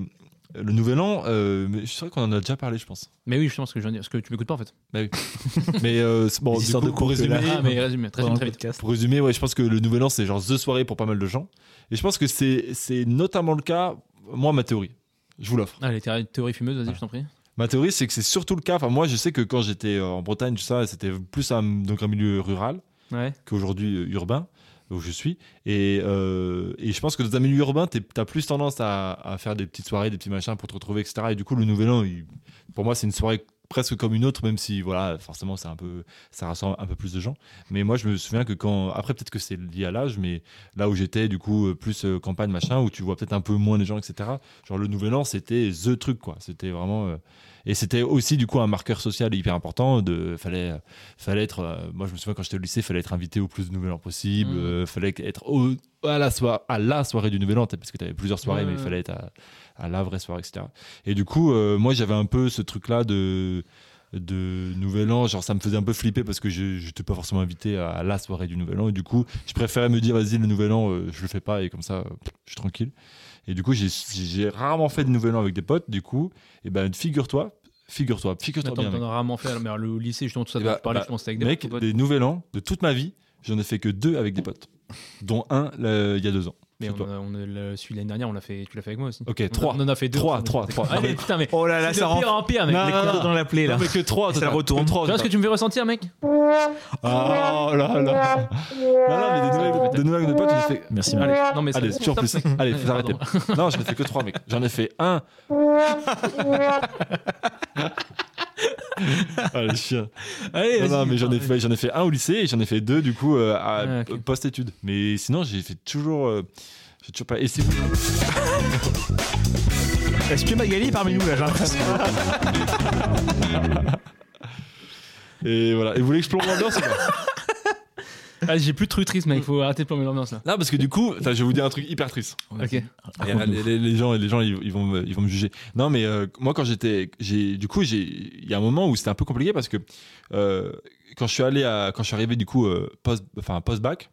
Speaker 2: le nouvel an, euh, mais je suis sûr qu'on en a déjà parlé, je pense.
Speaker 1: Mais oui, justement, ce que je viens de dire, parce que tu m'écoutes pas en fait.
Speaker 2: Mais euh, c'est- bon,
Speaker 3: Les
Speaker 2: du
Speaker 3: histoires
Speaker 2: coup,
Speaker 3: de
Speaker 2: pour
Speaker 3: couple, là.
Speaker 2: résumer,
Speaker 1: Ah, mais résume, très,
Speaker 3: Pendant
Speaker 1: vite, très
Speaker 2: Bah,
Speaker 3: le
Speaker 1: vite.
Speaker 3: podcast.
Speaker 2: Pour résumer, ouais, je pense que le nouvel an, c'est genre the soirée pour pas mal de gens. Et je pense que c'est c'est notamment le cas, moi, ma théorie. Je vous l'offre.
Speaker 1: Allez, théorie théorie fumeuse, vas-y, je t'en prie.
Speaker 2: Ma théorie, c'est que c'est surtout le cas. Enfin, moi, je sais que quand j'étais euh, en Bretagne, tout ça, c'était plus un, donc un milieu rural
Speaker 1: Ouais.
Speaker 2: qu'aujourd'hui euh, urbain, où je suis. Et, euh, et je pense que dans un milieu urbain, t'es- t'as plus tendance à, à faire des petites soirées, des petits machins pour te retrouver, etc. Et du coup, le nouvel an, il- pour moi, c'est une soirée presque comme une autre, même si, voilà, forcément, c'est un peu, ça rassemble un peu plus de gens. Mais moi, je me souviens que quand. Après, peut-être que c'est lié à l'âge, mais là où j'étais, du coup, euh, plus euh, campagne, machin, où tu vois peut-être un peu moins les gens, etc. Genre, le nouvel an, c'était The truc, quoi. C'était vraiment. euh, Et c'était aussi, du coup, un marqueur social hyper important. De... Fallait, fallait être. euh, Moi, je me souviens quand j'étais au lycée, fallait être invité au plus de nouvel an possible.
Speaker 1: Mhm.
Speaker 2: euh, fallait être au... à, la soir... à la soirée du nouvel an, parce que tu avais plusieurs soirées,
Speaker 1: Ouais,
Speaker 2: mais il
Speaker 1: ouais.
Speaker 2: fallait être à... à la vraie soirée, etc. Et du coup, euh, moi, j'avais un peu ce truc-là de de Nouvel An, genre ça me faisait un peu flipper parce que je n'étais pas forcément invité à la soirée du Nouvel An et du coup je préférais me dire vas-y le Nouvel An euh, je le fais pas et comme ça euh, je suis tranquille et du coup j'ai- j'ai rarement fait de Nouvel An avec des potes du coup et ben figure-toi figure-toi figure-toi
Speaker 1: Attends,
Speaker 2: bien
Speaker 1: t'en
Speaker 2: mec,
Speaker 1: as rarement fait, mais le lycée, justement, tout ça,
Speaker 2: Eh
Speaker 1: dont
Speaker 2: bah,
Speaker 1: tu parlais,
Speaker 2: bah,
Speaker 1: je pense, c'était avec des
Speaker 2: Mec,
Speaker 1: potes.
Speaker 2: des Nouvel An de toute ma vie j'en ai fait que deux avec des potes dont un là, il y a deux ans
Speaker 1: Mais
Speaker 2: C'est
Speaker 1: on,
Speaker 2: toi.
Speaker 1: a- on a- le- celui de l'année dernière, on l'a fait, tu l'as fait avec moi aussi.
Speaker 2: Ok,
Speaker 1: On a-
Speaker 2: trois.
Speaker 1: On en a fait deux.
Speaker 2: Trois,
Speaker 1: ensemble.
Speaker 2: trois, Ah, trois.
Speaker 1: Allez, putain, mais.
Speaker 3: Oh là là,
Speaker 1: c'est
Speaker 3: ça
Speaker 1: de
Speaker 3: rend
Speaker 1: pire en pire, mec.
Speaker 2: Non,
Speaker 1: Les
Speaker 3: les
Speaker 1: quatre-
Speaker 3: cordes dans la plaie
Speaker 2: non
Speaker 3: là.
Speaker 2: mais que trois
Speaker 3: Ça
Speaker 2: total.
Speaker 3: retourne.
Speaker 2: Que trois,
Speaker 1: Tu vois ce que
Speaker 2: total.
Speaker 1: tu me fais ressentir, mec
Speaker 2: ah oh là là Oh. non non mais des nouvelles- des nouvelles avec des potes j'ai fait
Speaker 3: Merci Marie.
Speaker 1: Allez, non, mais ça-
Speaker 2: Allez, toujours
Speaker 1: stop,
Speaker 2: plus.
Speaker 1: mec.
Speaker 2: Allez, faut
Speaker 1: pardon.
Speaker 2: arrêter. Non, j'en ai fait que trois, mec. J'en ai fait un. ah, le chien.
Speaker 1: Allez,
Speaker 2: Non,
Speaker 1: vas-y.
Speaker 2: non, mais j'en ai, fait, j'en ai fait un au lycée et j'en ai fait deux, du coup, euh, à
Speaker 1: Ah, ok.
Speaker 2: euh, post-études. Mais sinon, j'ai fait toujours. euh, j'ai toujours pas. Et c'est-
Speaker 3: Est-ce que Magali est parmi nous là, j'ai l'impression
Speaker 2: Et voilà. Et vous voulez que je plombe l'ambiance ou pas
Speaker 1: Ah, j'ai plus de truc triste, mec. Faut arrêter de plomber l'ambiance là.
Speaker 2: Non, parce que du coup, attends, je vais vous dire un truc hyper triste.
Speaker 1: Ok.
Speaker 2: Et, euh, les, les- les gens, les gens, ils, ils vont, me- ils vont me juger. Non, mais euh, moi, quand j'étais, j'ai, du coup, j'ai, il y a un moment où c'était un peu compliqué parce que euh, quand je suis allé, à, quand je suis arrivé du coup euh, post, enfin post bac,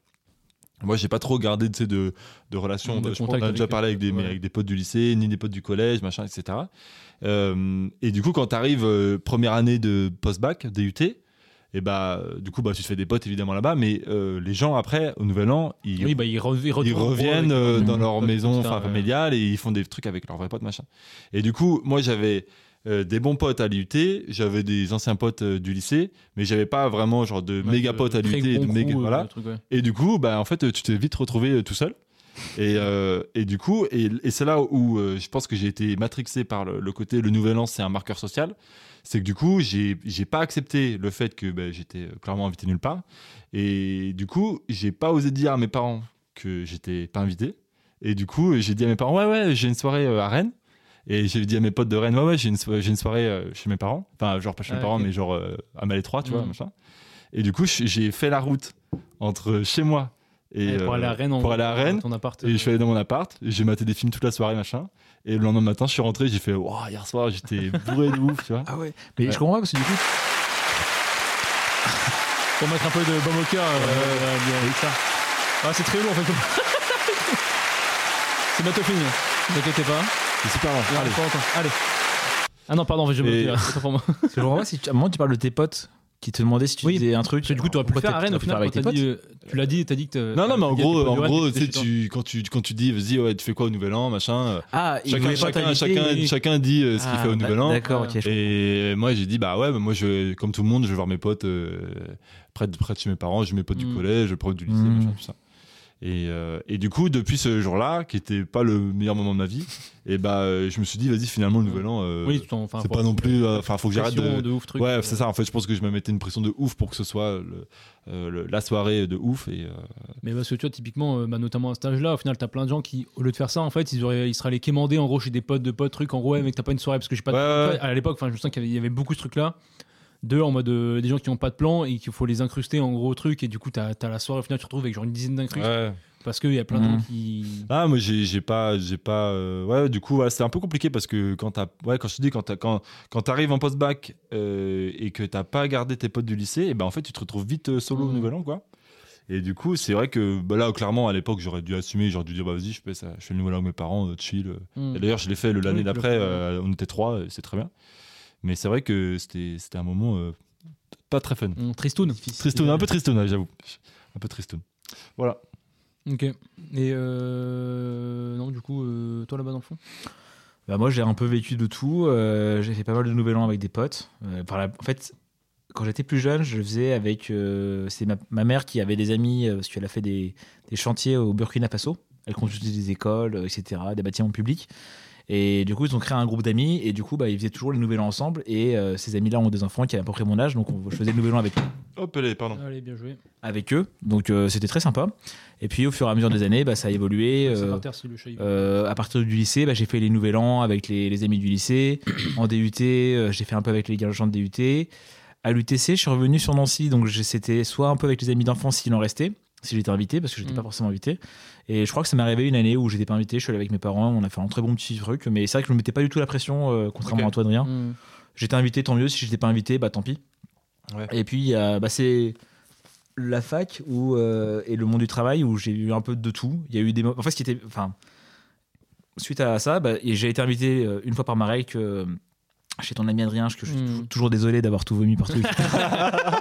Speaker 2: moi, j'ai pas trop gardé tu sais, de, de relations.
Speaker 1: De
Speaker 2: je pense
Speaker 1: contact
Speaker 2: qu'on a
Speaker 1: avec
Speaker 2: déjà
Speaker 1: eux.
Speaker 2: parlé avec des,
Speaker 1: Ouais.
Speaker 2: avec des potes du lycée, ni des potes du collège, machin, etc. Euh, et du coup, quand t'arrives euh, première année de post bac, DUT. Et bah, du coup, bah, tu te fais des potes évidemment là-bas, mais euh, les gens après, au nouvel an, ils,
Speaker 1: Oui, bah, ils, rev-
Speaker 2: ils
Speaker 1: retournent
Speaker 2: reviennent
Speaker 1: avec-
Speaker 2: euh, dans leur
Speaker 1: Putain,
Speaker 2: maison
Speaker 1: ouais.
Speaker 2: enfin, familiale et ils font des trucs avec leurs vrais potes machin et du coup moi j'avais euh, des bons potes à l'IUT j'avais des anciens potes euh, du lycée mais j'avais pas vraiment genre de
Speaker 1: Ouais,
Speaker 2: euh, méga
Speaker 1: de-
Speaker 2: potes à
Speaker 1: très
Speaker 2: l'IUT et de
Speaker 1: bon
Speaker 2: méga
Speaker 1: crew, euh,
Speaker 2: voilà
Speaker 1: le truc, ouais.
Speaker 2: et du coup bah en fait euh, tu t'es vite retrouvé euh, tout seul et, euh, et du coup et, et c'est là où euh, je pense que j'ai été matrixé par le, le côté le nouvel an c'est un marqueur social c'est que du coup j'ai j'ai pas accepté le fait que bah, j'étais euh, clairement invité nulle part et du coup, j'ai pas osé dire à mes parents que j'étais pas invité. Et du coup, j'ai dit à mes parents, ouais, ouais, j'ai une soirée euh, à Rennes. Et j'ai dit à mes potes de Rennes, ouais, ouais, j'ai une, so- j'ai une soirée euh, chez mes parents. Enfin, genre pas chez mes
Speaker 1: Ah,
Speaker 2: parents,
Speaker 1: ok.
Speaker 2: mais genre euh, à Malétroit, tu vois,
Speaker 1: Mhm.
Speaker 2: machin. Et du coup, j- j'ai fait la route entre chez moi et.
Speaker 1: Ouais, Pour aller à
Speaker 2: euh,
Speaker 1: Rennes, on-
Speaker 2: Pour aller à Rennes.
Speaker 1: Ton appart.
Speaker 2: Et je suis allé dans mon appart, j'ai maté des films toute la soirée, machin. Et le lendemain matin, je suis rentré, j'ai fait, waouh, hier soir, j'étais bourré de ouf, tu vois.
Speaker 3: Ah ouais. Mais
Speaker 2: Ouais.
Speaker 3: je comprends pas parce que du coup,
Speaker 1: Pour mettre un peu de bombe au cœur. euh, euh, bien, ça. Ah, c'est très lourd en fait. c'est bientôt fini. hein. T'inquiète pas.
Speaker 2: C'est super long.
Speaker 1: Allez.
Speaker 2: Allez.
Speaker 1: Allez. Ah non, pardon, je me
Speaker 2: Et-
Speaker 1: dire. Autant pour moi.
Speaker 3: ce que je comprends pas, c'est que à un moment tu parles de tes potes qui te demandait si tu
Speaker 1: Oui.
Speaker 3: disais un truc.
Speaker 1: Parce que du coup, tu aurais pu le
Speaker 3: Pourquoi
Speaker 1: faire à
Speaker 3: t'as-
Speaker 1: Rennes au
Speaker 3: t'aurais pu
Speaker 1: final.
Speaker 3: le
Speaker 1: quand
Speaker 3: faire
Speaker 1: t'as
Speaker 3: avec tes
Speaker 1: dit, euh, tu l'as dit, t'as dit que.
Speaker 2: Non, non, mais en
Speaker 1: il y a
Speaker 2: gros,
Speaker 1: quelques
Speaker 2: en
Speaker 1: Rennes
Speaker 2: gros,
Speaker 1: qui
Speaker 2: tu sais,
Speaker 1: étaient
Speaker 2: tu, quand tu, quand tu dis, vas-y, ouais, tu fais quoi au Nouvel An, machin. euh,
Speaker 3: potes. Ah, il
Speaker 2: chacun,
Speaker 3: voulait pas
Speaker 2: chacun,
Speaker 3: t'inviter.
Speaker 2: chacun, chacun dit euh, ce qu'il
Speaker 3: Ah,
Speaker 2: fait au
Speaker 3: bah,
Speaker 2: Nouvel An.
Speaker 3: D'accord, ok. je-
Speaker 2: Et moi, j'ai dit, bah ouais, bah moi, je, comme tout le monde, je vais voir mes potes euh, près, de, près de chez mes parents, j'ai mes potes du
Speaker 1: Mm.
Speaker 2: collège, mes potes du lycée,
Speaker 3: Mm.
Speaker 2: machin, tout ça. Et, euh, et du coup, depuis ce jour-là, qui était pas le meilleur moment de ma vie, et bah, euh, je me suis dit, vas-y, finalement, le nouvel an, euh,
Speaker 1: Oui, tu t'en- enfin,
Speaker 2: c'est
Speaker 1: faut-
Speaker 2: pas non plus. euh, Enfin, faut que j'arrête
Speaker 1: pression euh.
Speaker 2: de.
Speaker 1: ouf truc.
Speaker 2: ouais, c'est ça. En fait, je pense que je me mettais une pression de ouf pour que ce soit le- euh, le- la soirée de ouf. Et, euh,
Speaker 1: Mais parce que tu vois, typiquement, euh, bah, notamment à cet âge-là, au final, t'as plein de gens qui, au lieu de faire ça, en fait, ils, auraient, ils seraient allés quémander en gros chez des potes de potes, trucs. En gros, ouais, mec, t'as pas une soirée parce que j'ai pas de.
Speaker 3: Euh,
Speaker 2: Ouais, ouais,
Speaker 1: À l'époque, enfin, je sens qu'il y avait- il y avait beaucoup ce truc-là. Deux, en mode euh, des gens qui ont pas de plan et qu'il faut les incruster en gros truc. Et du coup, t'as as la soirée, au final, tu te retrouves avec genre une dizaine d'incrustes parce qu'il y a plein de gens
Speaker 3: Mm.
Speaker 1: qui.
Speaker 2: Ah, moi, j'ai j'ai pas. j'ai pas euh, Ouais, du coup, ouais, c'est un peu compliqué parce que quand t'as. Ouais, quand je te dis, quand t'as- quand, quand t'arrives en post-bac euh, et que t'as pas gardé tes potes du lycée, et ben en fait, tu te retrouves vite euh, solo au
Speaker 1: Mhm.
Speaker 2: nouvel an, quoi. Et du coup, c'est vrai que bah là, clairement, à l'époque, j'aurais dû assumer, j'aurais dû dire, bah vas-y, je fais ça, je fais le nouvel an avec mes parents, euh, chill. euh.
Speaker 1: Mm.
Speaker 2: Et D'ailleurs, je l'ai fait le- l'année
Speaker 1: Oui, tu l'as
Speaker 2: d'après,
Speaker 1: fait, ouais.
Speaker 2: euh, on était trois, euh, c'est très bien. Mais c'est vrai que c'était c'était un moment euh, pas très fun.
Speaker 1: Mm, Tristoun.
Speaker 2: Tristoun, un peu tristoun, ouais, j'avoue. Un peu tristoun. Voilà.
Speaker 1: Ok. Et euh... non, du coup, euh, toi là-bas dans le fond
Speaker 3: Bah, moi, j'ai un peu vécu de tout. euh, j'ai fait pas mal de nouvel an avec des potes. Euh, par la- En fait, quand j'étais plus jeune, je le faisais avec. euh, C'est ma... ma mère qui avait des amis, euh, parce qu'elle a fait des... des chantiers au Burkina Faso. Elle construisait des écoles, euh, etc., des bâtiments publics. Et du coup, ils ont créé un groupe d'amis. Et du coup, bah, ils faisaient toujours les nouvel an ensemble. Et euh, ces amis-là ont des enfants qui avaient à peu près mon âge. Donc, on- je faisais le nouvel an avec
Speaker 2: Hop, allez, pardon.
Speaker 1: Allez, bien joué.
Speaker 3: avec eux. Donc euh, c'était très sympa. Et puis au fur et à mesure des années, bah, ça a évolué.
Speaker 1: C'est
Speaker 3: euh,
Speaker 1: par terre, c'est le chat. il-
Speaker 3: euh, à partir du lycée, bah, j'ai fait les Nouvel An avec les, les amis du lycée. en DUT, euh, j'ai fait un peu avec les gens de DUT. À l'UTC, je suis revenu sur Nancy, donc j'ai- c'était soit un peu avec les amis d'enfance s'il en restait, si j'étais invité, parce que j'étais
Speaker 1: Mm.
Speaker 3: pas forcément invité. Et je crois que ça m'est arrivé une année où j'étais pas invité, je suis allé avec mes parents, on a fait un très bon petit truc, mais c'est vrai que je me mettais pas du tout la pression, euh, contrairement
Speaker 2: Ok.
Speaker 3: à toi, Adrien.
Speaker 1: Mm.
Speaker 3: J'étais invité, tant mieux. Si j'étais pas invité, bah tant pis.
Speaker 2: Ouais.
Speaker 3: Et puis, il y a- bah, c'est la fac où, euh, et le monde du travail où j'ai eu un peu de tout. Il y a eu des. mo- En fait, ce qui était. Enfin, suite à ça, bah, et j'ai été invité euh, une fois par Marek euh, chez ton ami Adrien, que je suis
Speaker 1: Mm.
Speaker 3: toujours- toujours désolé d'avoir tout vomi partout.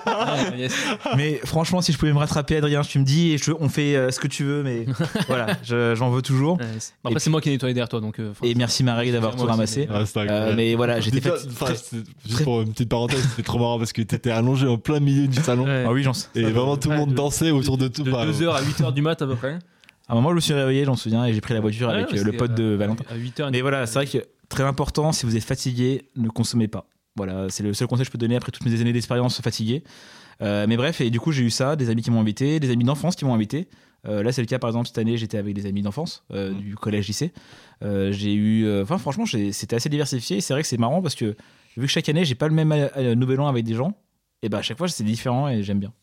Speaker 1: Ah, yes.
Speaker 3: mais franchement, si je pouvais me rattraper, Adrien, tu me dis et je- on fait euh, ce que tu veux, mais voilà, je- j'en veux toujours.
Speaker 1: Ouais, c'est- Bon, Bah, après, c'est moi qui ai nettoyé derrière toi, donc. euh, enfin,
Speaker 3: Et merci Marek d'avoir
Speaker 1: Moi
Speaker 3: tout
Speaker 1: aussi,
Speaker 3: ramassé.
Speaker 1: mais-
Speaker 2: Ah, c'est
Speaker 3: Euh,
Speaker 2: incroyable.
Speaker 3: mais voilà, j'étais
Speaker 2: Déjà,
Speaker 3: fait-
Speaker 2: enfin,
Speaker 3: très-
Speaker 2: c'est- Juste
Speaker 3: très-
Speaker 2: pour une petite parenthèse, c'était trop marrant parce que t'étais allongé en plein milieu du salon
Speaker 1: Ouais.
Speaker 3: Ah oui, j'en sais.
Speaker 2: et vraiment tout le
Speaker 1: Ouais,
Speaker 2: monde
Speaker 1: de-
Speaker 2: dansait autour de tout.
Speaker 1: De
Speaker 2: bah,
Speaker 1: 2h à 8h du mat à peu près.
Speaker 3: À un moment, je me suis réveillé, j'en souviens, et j'ai pris la voiture
Speaker 1: Ouais,
Speaker 3: avec
Speaker 1: ouais,
Speaker 3: euh, le
Speaker 1: c'était,
Speaker 3: pote de
Speaker 1: euh,
Speaker 3: Valentin.
Speaker 1: À 8h.
Speaker 3: Mais voilà, c'est vrai que très important, si vous êtes fatigué, ne consommez pas. Voilà, c'est le seul conseil que je peux donner après toutes mes années d'expérience fatiguée. Euh, mais bref, et du coup, j'ai eu ça, des amis qui m'ont invité, des amis d'enfance qui m'ont invité. Euh, là, c'est le cas, par exemple, cette année, j'étais avec des amis d'enfance, euh,
Speaker 1: Mmh.
Speaker 2: Mhm.
Speaker 3: du collège-lycée. j'ai eu. euh, Enfin, franchement, j'ai- c'était assez diversifié. C'est vrai que c'est marrant parce que, vu que chaque année, j'ai pas le même euh, euh, nouvel an avec des gens, et ben à chaque fois, c'est différent et j'aime bien.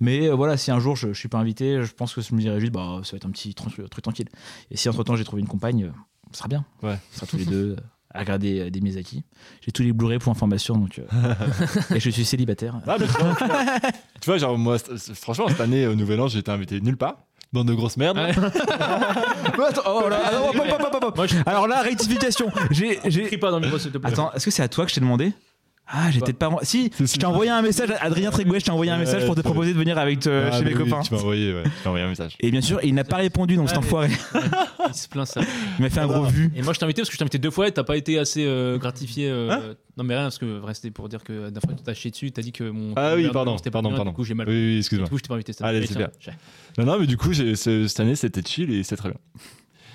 Speaker 3: Mais euh, voilà, si un jour je, je suis pas invité, je pense que je me dirais juste, bah, ça va être un petit tran- truc tranquille. Et si entre temps j'ai trouvé une compagne, euh, ce sera bien.
Speaker 2: Ouais.
Speaker 3: Ce sera tous les deux euh, à regarder euh, des Miyazaki. J'ai tous les Blu-ray pour information, donc. euh, et je suis célibataire.
Speaker 2: Ah, mais tu vois, tu vois- tu vois, genre, moi, c'est- c'est- franchement, cette année, au Nouvel An, j'ai été invité nulle part. Dans de grosses merdes.
Speaker 1: Ouais.
Speaker 2: Ah, bah, oh
Speaker 1: hop, hop, Moi, je
Speaker 3: Alors là, rectification. J'ai,
Speaker 1: crie pas dans le micro, s'il te plaît.
Speaker 3: Attends, est-ce que c'est à toi que je t'ai demandé Ah,
Speaker 1: Bah.
Speaker 3: j'étais pas moi. Si,
Speaker 2: C'est-
Speaker 3: je t'ai envoyé un message, Adrien Trégouet, je t'ai envoyé un message pour te
Speaker 2: Ouais,
Speaker 3: proposer de venir avec euh,
Speaker 2: Ah,
Speaker 3: chez
Speaker 2: mais
Speaker 3: mes
Speaker 2: oui,
Speaker 3: copains.
Speaker 2: Tu m'as Ah, envoyé, ouais, tu m'as envoyé un message.
Speaker 3: Et bien sûr, il n'a pas répondu, donc cet
Speaker 1: Ouais, mais-
Speaker 3: enfoiré.
Speaker 1: Il se plaint ça.
Speaker 3: Il m'a fait un gros vu.
Speaker 1: Et moi, je t'ai invité parce que je t'ai invité deux fois et t'as pas été assez
Speaker 2: Hein
Speaker 1: euh, gratifié. euh, non, mais rien, parce que reste pour dire que la dernière fois que t'as chié dessus, t'as dit que mon.
Speaker 2: Ah oui,
Speaker 1: mon
Speaker 2: pardon,
Speaker 1: verre, c'était pas
Speaker 2: pardon,
Speaker 1: bien,
Speaker 2: pardon.
Speaker 1: Du coup, j'ai mal.
Speaker 2: Oui, oui,
Speaker 1: Du
Speaker 2: excuse-moi.
Speaker 1: coup, je t'ai pas invité cette
Speaker 2: Allez,
Speaker 1: année.
Speaker 2: super.
Speaker 1: Tiens, j'ai-
Speaker 2: Non, non, mais du coup, j'ai- ce- cette année, c'était chill et c'est très bien.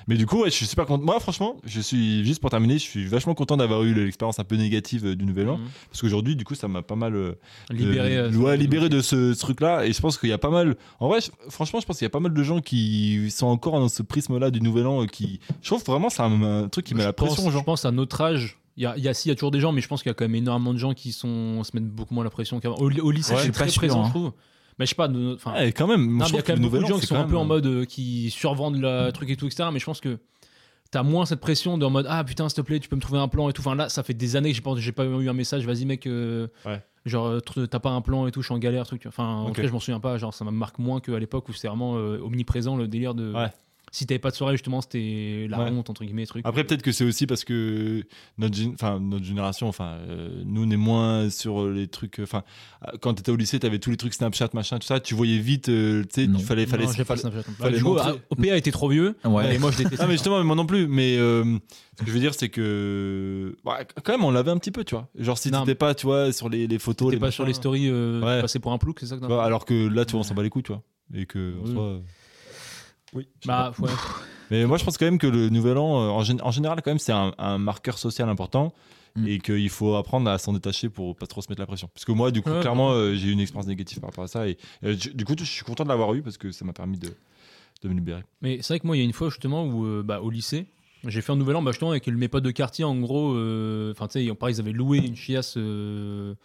Speaker 2: Mais du coup, ouais, je suis super content. Moi, franchement, je suis, juste pour terminer, je suis vachement content d'avoir eu l'expérience un peu négative euh, du Nouvel An.
Speaker 1: Mhm.
Speaker 2: Parce qu'aujourd'hui, du coup, ça m'a pas mal. euh,
Speaker 1: Libéré.
Speaker 2: de,
Speaker 1: euh,
Speaker 2: ouais, libéré de ce, ce truc-là. Et je pense qu'il y a pas mal. En vrai, je- franchement, je pense qu'il y a pas mal de gens qui sont encore dans ce prisme-là du nouvel an. euh, Qui, je trouve vraiment c'est un, un truc qui met
Speaker 1: je
Speaker 2: la
Speaker 1: pense-
Speaker 2: pression aux
Speaker 1: Je
Speaker 2: gens.
Speaker 1: pense à notre âge. Il y a, il y a, si, il y a toujours des gens, mais je pense qu'il y a quand même énormément de gens qui sont, se mettent beaucoup moins la pression qu'avant. Au, au lycée, c'est
Speaker 3: Ouais, je suis
Speaker 1: très
Speaker 3: pas sûr,
Speaker 1: présent,
Speaker 3: hein.
Speaker 1: je trouve. Mais je sais pas, de notre- enfin,
Speaker 2: Ouais, quand même.
Speaker 1: Non, mais
Speaker 2: je
Speaker 1: il y
Speaker 2: trouve
Speaker 1: a
Speaker 2: que
Speaker 1: quand
Speaker 2: le
Speaker 1: même beaucoup
Speaker 2: nouvel
Speaker 1: de
Speaker 2: an,
Speaker 1: gens qui
Speaker 2: c'est
Speaker 1: sont
Speaker 2: quand
Speaker 1: un peu
Speaker 2: même,
Speaker 1: en
Speaker 2: euh,
Speaker 1: mode euh, qui survendent le truc et tout, etc. Mais je pense que t'as moins cette pression de en mode ah putain, s'il te plaît, tu peux me trouver un plan et tout. Enfin là, ça fait des années que j'ai pas, j'ai pas eu un message, vas-y mec, euh,
Speaker 2: Ouais.
Speaker 1: genre euh, tr- t'as pas un plan et tout, je suis en galère, truc. Enfin, en
Speaker 2: Ok.
Speaker 1: tout cas, je m'en souviens pas, genre ça me marque moins qu'à l'époque où c'était vraiment euh, omniprésent le délire de.
Speaker 2: Ouais.
Speaker 1: Si t'avais pas de soirée, justement, c'était la
Speaker 2: Ouais.
Speaker 1: honte, entre guillemets, truc.
Speaker 2: Après, peut-être que c'est aussi parce que notre, gén- enfin, notre génération, enfin, euh, nous, on est moins sur les trucs. Enfin, euh, quand t'étais au lycée, t'avais tous les trucs Snapchat, machin, tout ça. Tu voyais vite, euh, tu sais,
Speaker 3: Non.
Speaker 2: il fallait.
Speaker 1: Non,
Speaker 2: fallait,
Speaker 1: j'ai pas
Speaker 2: fallait-
Speaker 1: Snapchat. Bah,
Speaker 2: fallait
Speaker 1: du coup,
Speaker 2: montrer-
Speaker 1: ah, OPA était trop vieux.
Speaker 3: Ouais.
Speaker 1: Et moi, je détestais.
Speaker 2: Ah, mais justement, moi non plus. Mais euh, ce que je veux dire, c'est que. bah, quand même, on l'avait un petit peu, tu vois. Genre, si
Speaker 1: Non,
Speaker 2: t'étais pas, tu vois, sur les, les photos.
Speaker 1: T'es
Speaker 2: les
Speaker 1: pas sur les
Speaker 2: machins,
Speaker 1: stories euh,
Speaker 2: Ouais.
Speaker 1: passé pour un plouc, c'est ça que t'as
Speaker 2: bah, alors que là, tu vois, on s'en bat les couilles, tu vois. Et que. en
Speaker 1: Oui.
Speaker 2: soi, euh, Oui. je sais
Speaker 1: Bah, ouais.
Speaker 2: Mais moi, je pense quand même que le nouvel an, euh, en, gén- en général, quand même, c'est un, un marqueur social important
Speaker 3: Mm.
Speaker 2: et qu'il faut apprendre à s'en détacher pour pas trop se mettre la pression. Parce que moi, du coup,
Speaker 1: Ouais,
Speaker 2: clairement, euh, j'ai eu une expérience négative par rapport à ça et euh, du du coup, je suis content de l'avoir eu parce que ça m'a permis de, de me libérer.
Speaker 1: Mais c'est vrai que moi, il y a une fois justement où, euh, bah, au lycée, j'ai fait un nouvel an bah, justement avec mes potes de quartier. En gros, euh, enfin, tu sais, pareil, ils avaient loué une chiasse, euh,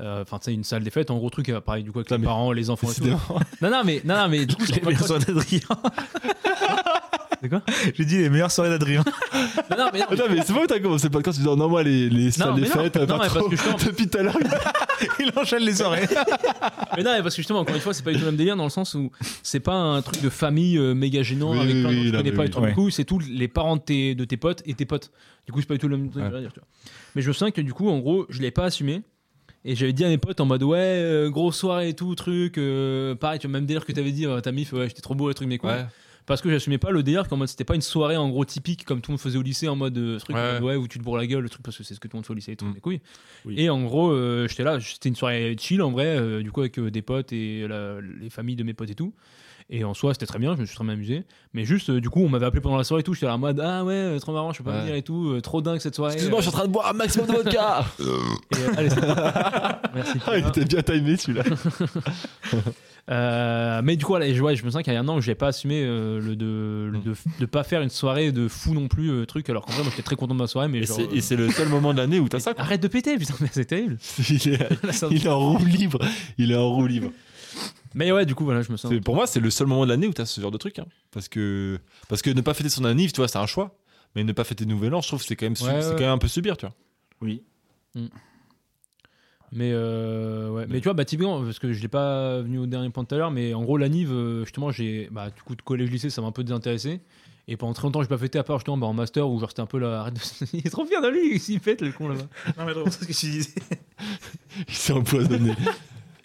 Speaker 1: euh, enfin, tu sais, une salle des fêtes. En gros, truc, euh, pareil, du coup, avec
Speaker 2: Putain,
Speaker 1: les
Speaker 2: mais-
Speaker 1: parents, les enfants et tout.
Speaker 2: Décidément.
Speaker 1: Non, non, mais, non, non, mais du coup, sur-
Speaker 3: meilleures soirées d'Adrien.
Speaker 1: C'est quoi
Speaker 3: J'ai dit les meilleures soirées d'Adrien.
Speaker 1: non, non, mais non, mais-
Speaker 2: Attends, Ah, mais c'est pas où t'as commencé le podcast, tu dis non, moi, les, les salles
Speaker 1: mais
Speaker 2: des
Speaker 1: non.
Speaker 2: fêtes,
Speaker 1: Non,
Speaker 2: pas
Speaker 1: mais parce
Speaker 2: trop.
Speaker 1: que justement-
Speaker 2: depuis tout à l'heure.
Speaker 3: Il enchaîne les soirées.
Speaker 1: mais non, mais parce que justement, encore une fois, c'est pas du tout le même délire dans le sens où c'est pas un truc de famille euh, méga gênant
Speaker 2: Oui,
Speaker 1: avec
Speaker 2: oui,
Speaker 1: plein de
Speaker 2: oui,
Speaker 1: gens que tu
Speaker 2: là,
Speaker 1: connais
Speaker 2: mais
Speaker 1: pas
Speaker 2: oui.
Speaker 1: et tout.
Speaker 3: Ouais.
Speaker 1: Du coup, c'est tous les parents de tes, de tes potes et tes potes. Du coup, c'est pas du tout le même truc.
Speaker 2: Ouais.
Speaker 1: je veux dire, tu vois. Mais je me souviens que du coup, en gros, je l'ai pas assumé. Et j'avais dit à mes potes en mode ouais, euh, grosse soirée et tout, truc. euh, pareil, tu vois, même délire que t'avais dit, euh, ta mif, ouais, j'étais trop beau, le truc, mais quoi. Parce que j'assumais pas le délire qu'en mode c'était pas une soirée en gros typique comme tout le monde faisait au lycée en mode euh, truc
Speaker 2: Ouais.
Speaker 1: en mode, ouais, où tu te bourres la gueule le truc parce que c'est ce que tout le monde fait au lycée et tout
Speaker 2: Mm.
Speaker 1: les couilles
Speaker 2: Oui.
Speaker 1: et en gros euh, j'étais là c'était une soirée chill en vrai euh, du coup avec euh, des potes et la- les familles de mes potes et tout et en soi c'était très bien je me suis très bien amusé mais juste euh, du coup on m'avait appelé pendant la soirée et tout j'étais là en mode ah ouais euh, trop marrant je peux pas
Speaker 2: Ouais.
Speaker 1: venir et tout euh, trop dingue cette soirée
Speaker 2: Excuse-moi, je suis en train de boire un maximum de vodka.
Speaker 1: Et, euh, allez, c'est- merci
Speaker 2: Ah, il
Speaker 1: Pierre.
Speaker 2: était bien timé celui-là.
Speaker 1: Euh, mais du coup, voilà, je, ouais, je me sens qu'il y a un an où j'ai pas assumé euh, le de, le de,
Speaker 2: Mm.
Speaker 1: de pas faire une soirée de fou non plus, euh, truc. Alors qu'en vrai, moi j'étais très content de ma soirée, mais
Speaker 2: Et
Speaker 1: genre,
Speaker 2: c'est-
Speaker 1: euh,
Speaker 2: et c'est le seul moment de l'année où t'as ça, quoi.
Speaker 1: arrête de péter, putain, mais c'est terrible.
Speaker 2: Il est,
Speaker 1: Là, ça-
Speaker 2: il est en roue libre. Il est en roue libre.
Speaker 1: mais ouais, du coup, voilà, je me sens.
Speaker 2: C'est- pour moi, c'est le seul moment de l'année où tu as ce genre de truc. hein. Parce, que, parce que ne pas fêter son anniv, tu vois, c'est un choix. Mais ne pas fêter Nouvel An, je trouve que c'est quand même, su-
Speaker 1: Ouais,
Speaker 2: c'est
Speaker 1: ouais.
Speaker 2: quand même un peu subir, tu vois.
Speaker 3: Oui.
Speaker 1: Mais euh, ouais, mais
Speaker 2: Mais-
Speaker 1: tu vois, bah typiquement, parce que je l'ai pas venu au dernier point de tout à l'heure, mais en gros, la Nive, euh, justement, j'ai bah du coup de collège lycée, ça m'a un peu désintéressé. Et pendant très longtemps, j'ai pas fêté à part justement bah, en master où genre c'était un peu la. il est trop fier de lui, il pète le con là-bas.
Speaker 3: Non, mais c'est ce que tu disais.
Speaker 2: Il s'est empoisonné.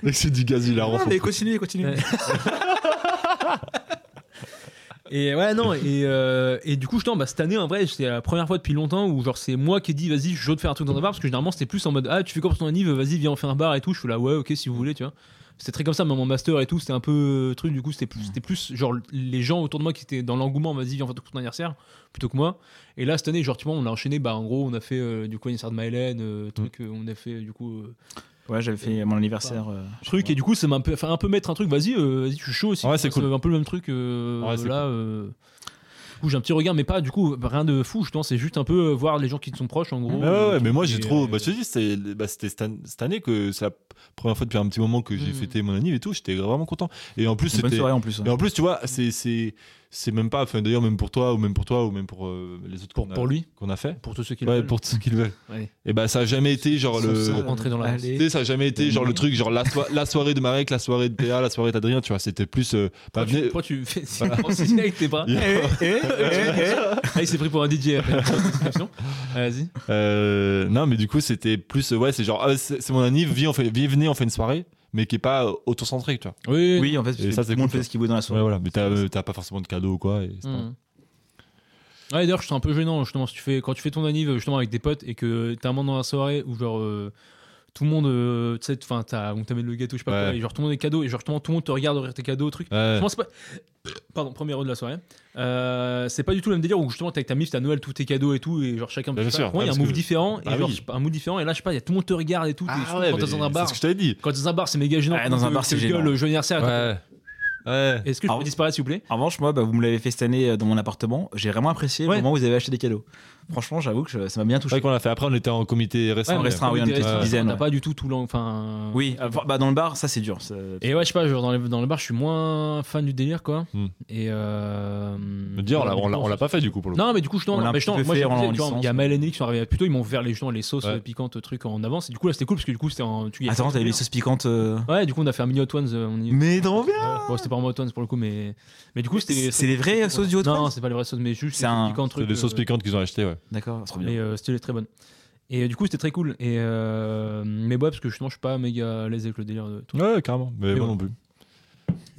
Speaker 2: Mec, c'est du gaz, il a
Speaker 3: Non, mais continue, continue.
Speaker 1: Ouais. Et ouais, non, et, euh, et du coup, je bah, cette année, en vrai, c'est la première fois depuis longtemps où, genre, c'est moi qui ai dit, vas-y, je veux te faire un truc dans un bar, parce que généralement, c'était plus en mode, ah, tu fais quoi pour ton anniv, vas-y, viens, on fait un bar et tout. Je suis là, ouais, ok, si vous voulez, tu vois. C'était très comme ça, même en master et tout, c'était un peu euh, truc, du coup, c'était plus, c'était plus, genre, les gens autour de moi qui étaient dans l'engouement, vas-y, viens, on fait un truc pour ton anniversaire, plutôt que moi. Et là, cette année, genre, tu vois, on a enchaîné, bah, en gros, on a fait, euh, du coup, l'anniversaire de Mylène, euh, truc, euh, on a fait, euh, du coup. euh,
Speaker 3: Ouais, j'avais fait mon anniversaire. euh,
Speaker 1: truc et du coup ça m'a un peu fait un peu mettre un truc vas-y euh, vas-y je suis chaud aussi
Speaker 2: Ouais,
Speaker 1: qu'on
Speaker 2: c'est
Speaker 1: fasse,
Speaker 2: cool.
Speaker 1: euh, un peu le même truc euh,
Speaker 2: Ouais, c'est
Speaker 1: là euh, du coup j'ai un petit regard mais pas du coup rien de fou je pense c'est juste un peu euh, voir les gens qui te sont proches en gros
Speaker 2: Mais ouais, ouais,
Speaker 1: euh,
Speaker 2: mais moi
Speaker 1: et,
Speaker 2: j'ai trop.
Speaker 1: euh,
Speaker 2: Bah, je te dis, c'est- bah, c'était cette an- cette année que c'est la première fois depuis un petit moment que j'ai
Speaker 1: Mm.
Speaker 2: fêté mon anniv et tout. J'étais vraiment content. Et en plus,
Speaker 3: une Bonne
Speaker 2: c'était.
Speaker 3: soirée en plus. hein. ouais.
Speaker 2: Et en plus, tu vois, c'est- c'est c'est même pas. Enfin, d'ailleurs, même pour toi, ou même pour toi, ou même pour euh, les autres
Speaker 1: pour,
Speaker 2: qu'on a-
Speaker 1: pour lui
Speaker 2: qu'on a fait.
Speaker 1: pour tous ceux qui le
Speaker 2: Ouais,
Speaker 1: veulent.
Speaker 2: pour ceux qui le veulent.
Speaker 1: Ouais.
Speaker 2: Et bah, ça a jamais été genre
Speaker 1: Sans
Speaker 2: le.
Speaker 1: ça, rentrer dans la-
Speaker 3: Allez.
Speaker 2: Tu sais, ça a jamais été genre le truc, genre la, soi- la soirée de Marek, la soirée de Théa, la soirée d'Adrien, tu vois. C'était plus. euh, bah,
Speaker 1: Pourquoi tu-
Speaker 2: venez-
Speaker 1: pourquoi tu fais c'est Francis avec tes bras
Speaker 2: Yeah.
Speaker 3: Eh, eh, eh, eh.
Speaker 1: ah, il s'est pris pour un DJ après. Ah, vas-y
Speaker 2: Euh, non, mais du coup, c'était plus. euh, Ouais, c'est genre, ah, c'est c'est mon anniv, viens, on fait, viens, venez, on fait une soirée, mais qui est pas euh, autocentrée, tu vois.
Speaker 1: oui,
Speaker 3: Oui, en fait, parce que
Speaker 2: ça, c'est
Speaker 3: tout le monde
Speaker 2: cool,
Speaker 3: fait ce qu'il veut dans la
Speaker 2: Ouais,
Speaker 3: soirée.
Speaker 2: voilà. Mais t'as euh, t'as pas forcément de cadeau ou quoi. Et c'est
Speaker 3: Hmm.
Speaker 2: pas-
Speaker 1: Mm. Ouais, d'ailleurs, je suis un peu gênant, justement, si tu fais, quand tu fais ton anniv, justement, avec des potes, et que t'as un moment dans la soirée où, genre, euh, tout le monde, euh, tu sais, enfin, t'as- on t'amène le gâteau, je sais pas
Speaker 2: Ouais.
Speaker 1: quoi, et genre, tout le monde est cadeau, et genre, tout le monde- tout le monde te regarde ouvrir tes cadeaux, truc.
Speaker 2: Ouais.
Speaker 1: Je pense pas. Pardon, premier heure de la soirée. Euh, c'est pas du tout le même délire où justement t'es avec ta mif, t'as Noël, tous tes cadeaux et tout, et genre chacun.
Speaker 2: Bah,
Speaker 1: je
Speaker 2: bien
Speaker 1: sais pas,
Speaker 2: sûr,
Speaker 1: comment, il y a
Speaker 2: parce
Speaker 1: un move
Speaker 2: que-
Speaker 1: différent, et
Speaker 2: Ah
Speaker 1: genre,
Speaker 2: oui.
Speaker 1: je sais pas, un move différent, et là je sais pas, il y a tout le monde te regarde et tout. et surtout
Speaker 2: Ah ouais,
Speaker 1: quand
Speaker 2: mais
Speaker 1: t'es dans un
Speaker 2: c'est
Speaker 1: bar,
Speaker 2: ce que je t'avais dit.
Speaker 1: quand t'es dans un bar, c'est méga gênant.
Speaker 3: Ouais, dans
Speaker 1: Quand
Speaker 3: un
Speaker 1: tu-
Speaker 3: bar,
Speaker 1: tu
Speaker 3: c'est
Speaker 1: gueules,
Speaker 3: gênant.
Speaker 1: euh, Joyeux anniversaire.
Speaker 2: Ouais. Ouais.
Speaker 1: Est-ce que je
Speaker 3: Ah
Speaker 1: peux
Speaker 3: ouais.
Speaker 1: disparaître, s'il vous plaît
Speaker 3: En revanche, moi, bah, vous me l'avez fait cette année euh, dans mon appartement. J'ai vraiment apprécié
Speaker 1: Ouais.
Speaker 3: le moment où vous avez acheté des cadeaux. Franchement, j'avoue que je- ça m'a bien
Speaker 2: C'est vrai
Speaker 3: touché.
Speaker 2: qu'on l'a fait. Après, on était en comité restreint.
Speaker 3: Ouais, on
Speaker 2: mais-
Speaker 3: restreint,
Speaker 1: Avec
Speaker 3: oui,
Speaker 1: des
Speaker 3: une petite
Speaker 1: restes,
Speaker 3: dizaine,
Speaker 1: on n'a
Speaker 3: ouais.
Speaker 1: pas du tout tout l'an. Enfin.
Speaker 3: Oui, euh, bah, dans le bar, ça c'est dur. ça-
Speaker 1: Et ouais, je sais pas, genre dans, les- dans le bar, je suis moins fan du délire, quoi.
Speaker 2: Hmm.
Speaker 1: Et. Euh...
Speaker 2: Me dire, on l'a- on l'a on l'a pas fait du coup pour le coup.
Speaker 1: Non, mais du coup, je
Speaker 3: On
Speaker 1: t'en.
Speaker 3: l'a
Speaker 1: mais
Speaker 3: un
Speaker 1: je t'en-
Speaker 3: petit peu
Speaker 1: Moi,
Speaker 3: fait
Speaker 1: j'ai
Speaker 3: en
Speaker 1: écouté, tu vois, il y a
Speaker 3: licence.
Speaker 1: Maël et Nick qui sont arrivés plus tôt, ils m'ont ouvert les, justement, les sauces
Speaker 2: Ouais.
Speaker 1: euh, piquantes, trucs en avance. Et du coup, là, c'était cool parce que du coup, c'était en. tu- il y a-
Speaker 3: Attends, Ah, t'avais les sauces Mm. piquantes. euh,
Speaker 1: Ouais, du coup, on a fait un mini Hot Ones. euh, On y...
Speaker 3: Mais trop bien
Speaker 1: Bon, c'était pas en Hot Ones pour le coup, mais. Mais du coup, c'était.
Speaker 3: C'est les vraies sauces du haut de
Speaker 1: Non, c'est pas les vraies sauces, mais juste
Speaker 3: C'est un-
Speaker 1: piquant
Speaker 2: C'est
Speaker 1: truc.
Speaker 2: des sauces piquantes qu'ils ont achetées, ouais.
Speaker 3: D'accord, trop bien.
Speaker 1: Mais euh, c'était très bonne. Et euh, du coup, c'était très cool. Et euh, mais ouais, parce que justement, je suis pas méga à l'aise avec le délire de tout.
Speaker 2: Ouais, carrément. Mais
Speaker 1: Et
Speaker 2: moi
Speaker 1: voilà.
Speaker 2: non plus.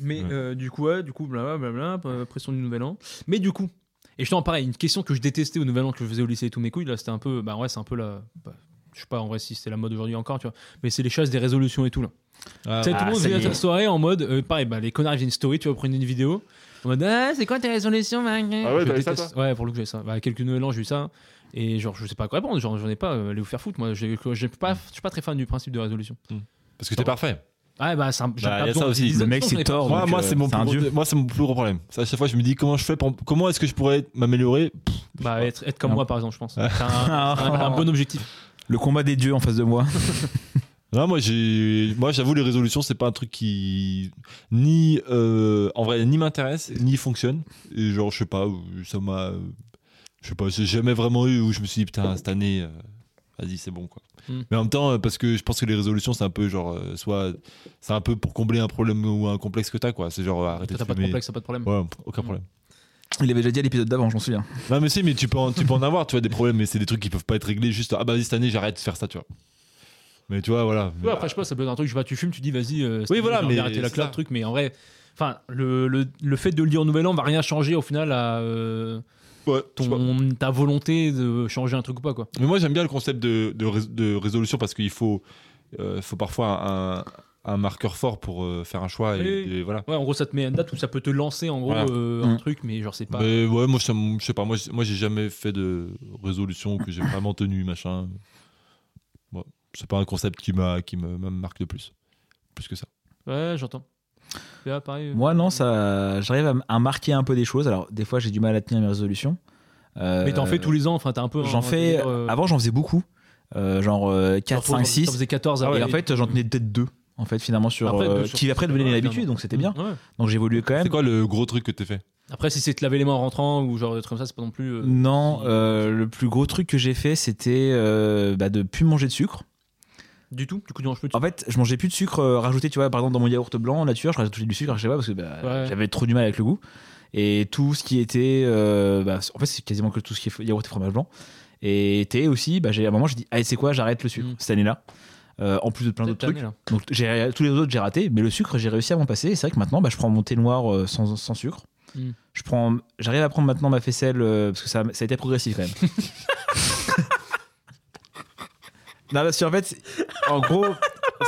Speaker 1: Mais
Speaker 2: Ouais.
Speaker 1: euh, du coup, ouais, du coup, blablabla, euh, pression du nouvel an. Mais du coup, et justement, pareil, une question que je détestais au nouvel an que je faisais au lycée et tous mes couilles, là, c'était un peu, bah ouais, c'est un peu la. bah, je sais pas en vrai si c'est la mode aujourd'hui encore, tu vois, mais c'est les chasses des résolutions et tout là. Tu sais, tout
Speaker 3: ah,
Speaker 1: le monde
Speaker 3: ça
Speaker 1: vient
Speaker 3: y
Speaker 1: à
Speaker 3: est.
Speaker 1: ta soirée en mode, euh, pareil, bah, les connards ils font une story, tu vas prendre une vidéo. En mode, ah, c'est quoi tes résolutions Ah
Speaker 6: Ah ouais, t'avais ça,
Speaker 1: Ouais, pour le coup, j'ai ça. Bah, quelques Noël j'ai eu ça. Et genre, je sais pas quoi répondre, genre, j'en ai pas, euh, allez vous faire foutre, moi, j'ai- j'ai pas- je suis pas très fan du principe de résolution.
Speaker 2: Parce que t'es parfait.
Speaker 1: Ouais, bah, ça, j'ai
Speaker 2: Bah,
Speaker 1: pas
Speaker 2: y a
Speaker 1: besoin
Speaker 2: ça
Speaker 1: de
Speaker 2: aussi.
Speaker 1: dix
Speaker 3: Le mec,
Speaker 1: actions, j'en ai
Speaker 3: c'est
Speaker 1: pas
Speaker 3: tort.
Speaker 2: Moi,
Speaker 3: donc,
Speaker 2: moi,
Speaker 3: euh,
Speaker 2: c'est mon,
Speaker 3: un
Speaker 2: plus
Speaker 3: dieu.
Speaker 2: gros- moi, c'est mon plus gros problème. C'est à chaque fois, je me dis comment je fais pour- comment est-ce que je pourrais m'améliorer. Pff,
Speaker 1: Bah, être, être comme
Speaker 3: Non.
Speaker 1: moi, par exemple, je
Speaker 2: Ah.
Speaker 1: pense. C'est un,
Speaker 3: Ah.
Speaker 1: un- un bon objectif.
Speaker 3: Le combat des dieux en face de moi.
Speaker 2: Non, moi, j'ai, moi, j'avoue, les résolutions, c'est pas un truc qui ni euh, en vrai ni m'intéresse ni fonctionne. Et genre, je sais pas, euh, ça m'a, euh, je sais pas, j'ai jamais vraiment eu où je me suis dit putain cette année, euh, vas-y, c'est bon quoi.
Speaker 1: Hmm.
Speaker 2: Mais en même temps, euh, parce que je pense que les résolutions, c'est un peu genre, euh, soit c'est un peu pour combler un problème ou un complexe que t'as quoi. C'est genre arrêter
Speaker 1: Toi,
Speaker 2: de
Speaker 1: T'as pas de
Speaker 2: fumer.
Speaker 1: complexe, t'as pas de problème.
Speaker 2: Ouais, aucun problème.
Speaker 3: Il avait déjà dit à l'épisode d'avant, je m'en souviens.
Speaker 2: Non, mais si, mais tu peux en, tu peux en avoir, tu vois, des problèmes, mais c'est des trucs qui peuvent pas être réglés. Juste, ah bah vas-y, cette année, j'arrête de faire ça, tu vois. Mais tu vois, voilà.
Speaker 1: Ouais, après, je sais pas, ça peut être un truc, je sais pas, tu fumes, tu dis, vas-y, euh,
Speaker 2: Oui,
Speaker 1: cette
Speaker 2: voilà,
Speaker 1: année,
Speaker 2: mais
Speaker 1: j'ai arrêté la
Speaker 2: c'est
Speaker 1: clope,
Speaker 2: ça.
Speaker 1: truc, mais en vrai, enfin, le, le, le fait de le dire au nouvel an va rien changer au final à euh,
Speaker 2: Ouais, je sais pas.
Speaker 1: ton, ta volonté de changer un truc ou pas, quoi.
Speaker 2: Mais moi j'aime bien le concept de, de, rés- de résolution parce qu'il faut, euh, faut parfois un, un marqueur fort pour euh, faire un choix. Et,
Speaker 1: Oui.
Speaker 2: et voilà.
Speaker 1: Ouais, en gros, ça te met une date où ça peut te lancer, en gros,
Speaker 2: Voilà.
Speaker 1: euh, un
Speaker 3: Mm.
Speaker 1: truc, mais genre, c'est pas.
Speaker 2: Mais ouais, moi ça me- je sais pas, moi j'ai- moi, j'ai jamais fait de résolution que j'ai vraiment tenue, machin. Bon, c'est pas un concept qui, m'a, qui me, me marque de plus. Plus que ça.
Speaker 1: Ouais, j'entends. Et là, pareil, euh,
Speaker 3: Moi, non, ça, j'arrive à, m- à marquer un peu des choses. Alors, des fois, j'ai du mal à tenir mes résolutions. Euh,
Speaker 1: Mais t'en fais tous les ans, enfin, t'as un peu.
Speaker 3: J'en
Speaker 1: un-
Speaker 3: fais.
Speaker 1: euh,
Speaker 3: Avant, j'en faisais beaucoup. Euh, genre euh, 4,
Speaker 1: t'en
Speaker 3: 5,
Speaker 1: faisais- T'en
Speaker 3: 6.
Speaker 1: faisais 14
Speaker 3: Ah Et
Speaker 1: après.
Speaker 3: en fait, j'en tenais peut-être deux. En fait, finalement, sur.
Speaker 1: Après, deux
Speaker 3: euh,
Speaker 1: sur-
Speaker 3: qui après devenaient
Speaker 1: Ouais,
Speaker 3: l'habitude, donc c'était bien.
Speaker 1: Ouais.
Speaker 3: Donc j'évoluais quand
Speaker 2: C'est
Speaker 3: même.
Speaker 2: quoi le gros truc que t'as fait
Speaker 1: Après, si c'est te laver les mains en rentrant ou genre des trucs comme ça, c'est pas non plus. euh,
Speaker 3: Non,
Speaker 1: si-
Speaker 3: euh, le plus gros truc que j'ai fait, c'était euh, bah, de plus manger de sucre.
Speaker 1: Du tout, du coup, tu manges plus de
Speaker 3: En fait, je mangeais plus de sucre euh, rajouté, tu vois, par exemple dans mon yaourt blanc nature, je rajoutais du sucre, je sais pas, parce que bah,
Speaker 1: Ouais.
Speaker 3: j'avais trop du mal avec le goût. Et tout ce qui était, euh, bah, en fait, c'est quasiment que tout ce qui est yaourt et fromage blanc. Et thé aussi, bah, j'ai- à un moment, j'ai dit, allez, c'est quoi, j'arrête le sucre
Speaker 1: Mm.
Speaker 3: cette année-là. Euh, en plus de plein
Speaker 1: Cette
Speaker 3: d'autres trucs.
Speaker 1: année, là.
Speaker 3: Donc j'ai- tous les autres j'ai raté, mais le sucre j'ai réussi à m'en passer. Et C'est vrai que maintenant bah, je prends mon thé noir euh, sans, sans sucre.
Speaker 1: Mm.
Speaker 3: Je prends, j'arrive à prendre maintenant ma faisselle euh, parce que ça, ça a été progressif quand même. non parce qu'en fait, c'est- en gros,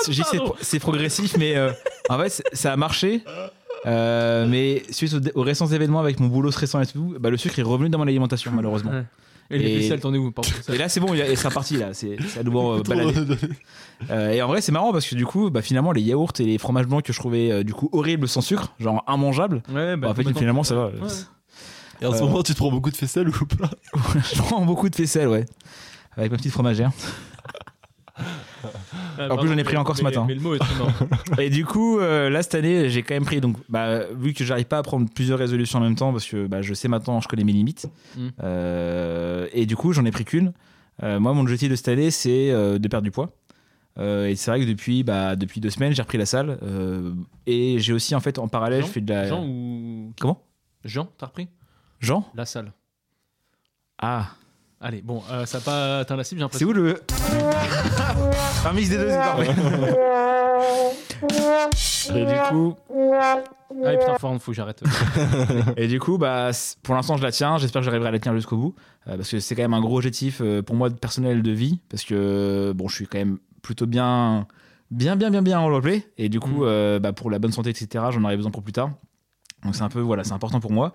Speaker 3: c'est- j'ai dit que c'est pro- c'est progressif, mais euh, en fait c'est- ça a marché. Euh, mais suite aux, aux récents événements avec mon boulot stressant et tout, bah, le sucre est revenu dans mon alimentation malheureusement.
Speaker 1: Ouais. Et les
Speaker 3: Et-
Speaker 1: ficelles, t'en es où pardon, ça-
Speaker 3: Et là, c'est bon, il a- il sera parti là. C'est c'est à nouveau euh, baladé. Euh, et en vrai, c'est marrant parce que du coup, bah, finalement, les yaourts et les fromages blancs que je trouvais euh, du coup horribles sans sucre, genre immangeables,
Speaker 1: Ouais, bah,
Speaker 3: bah, en fait,
Speaker 1: maintenant-
Speaker 3: finalement, ça va.
Speaker 1: Ouais.
Speaker 2: Et en ce
Speaker 3: Euh,
Speaker 2: moment, tu te prends beaucoup de faisselle ou pas
Speaker 3: je prends beaucoup de faisselle, ouais. Avec ma petite fromagère.
Speaker 1: Ouais,
Speaker 3: En plus, j'en ai pris encore ce
Speaker 1: mais-
Speaker 3: matin.
Speaker 1: Mais le mot est très mort.
Speaker 3: Et du coup, euh, là, cette année, j'ai quand même pris. Donc, bah, vu que j'arrive pas à prendre plusieurs résolutions en même temps, parce que bah, je sais maintenant, je connais mes limites.
Speaker 1: Mm.
Speaker 3: Euh, et du coup, j'en ai pris qu'une. Euh, moi, mon objectif de cette année, c'est euh, de perdre du poids. Euh, et c'est vrai que depuis, bah, depuis deux semaines, j'ai repris la salle. euh, et j'ai aussi, en fait, en parallèle,
Speaker 1: Jean
Speaker 3: je fais de la.
Speaker 1: Jean ou.
Speaker 3: Comment
Speaker 1: Jean, t'as repris
Speaker 3: Jean
Speaker 1: La salle.
Speaker 3: Ah
Speaker 1: Allez, bon, euh, ça n'a pas atteint la cible, j'ai
Speaker 3: C'est
Speaker 1: l'impression.
Speaker 3: où le. Un mix des deux, c'est parfait. Et du coup,
Speaker 1: Ah, putain, faut, faut que j'arrête.
Speaker 3: et du coup bah, c- pour l'instant, je la tiens. J'espère que j'arriverai à la tenir jusqu'au bout. euh, parce que c'est quand même un gros objectif euh, pour moi de personnel de vie. Parce que euh, bon, je suis quand même plutôt bien, bien, bien, bien, bien enveloppé. Et du coup,
Speaker 1: Mhm.
Speaker 3: euh, bah, pour la bonne santé, etc., j'en aurai besoin pour plus tard. Donc c'est un peu, voilà, c'est important pour moi.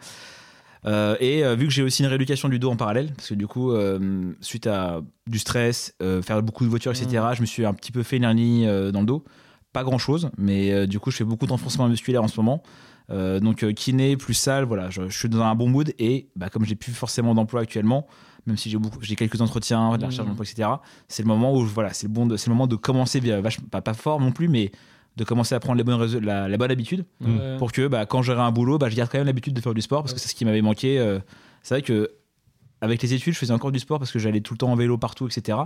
Speaker 3: Euh, et euh, vu que j'ai aussi une rééducation du dos en parallèle, parce que du coup, euh, suite à du stress, euh, faire beaucoup de voitures, etc., je me suis un petit peu fait une hernie euh, dans le dos. Pas grand chose, mais euh, du coup, je fais beaucoup d'enfoncement musculaire en ce moment. Euh, donc euh, kiné plus salle, voilà, je, je suis dans un bon mood et bah, comme j'ai plus forcément d'emploi actuellement, même si j'ai beaucoup- j'ai quelques entretiens, de la recherche
Speaker 1: Mhm.
Speaker 3: d'emploi, etc. C'est le moment où voilà, c'est le bon, de- c'est le moment de commencer bien, vachement- pas, pas fort non plus, mais de commencer à prendre les bonnes résol- la, la bonne habitude
Speaker 1: Ouais.
Speaker 3: pour que bah, quand j'aurai un boulot, bah, je garde quand même l'habitude de faire du sport parce que c'est ce qui m'avait manqué. euh, c'est vrai que avec les études, je faisais encore du sport parce que j'allais tout le temps en vélo partout, etc.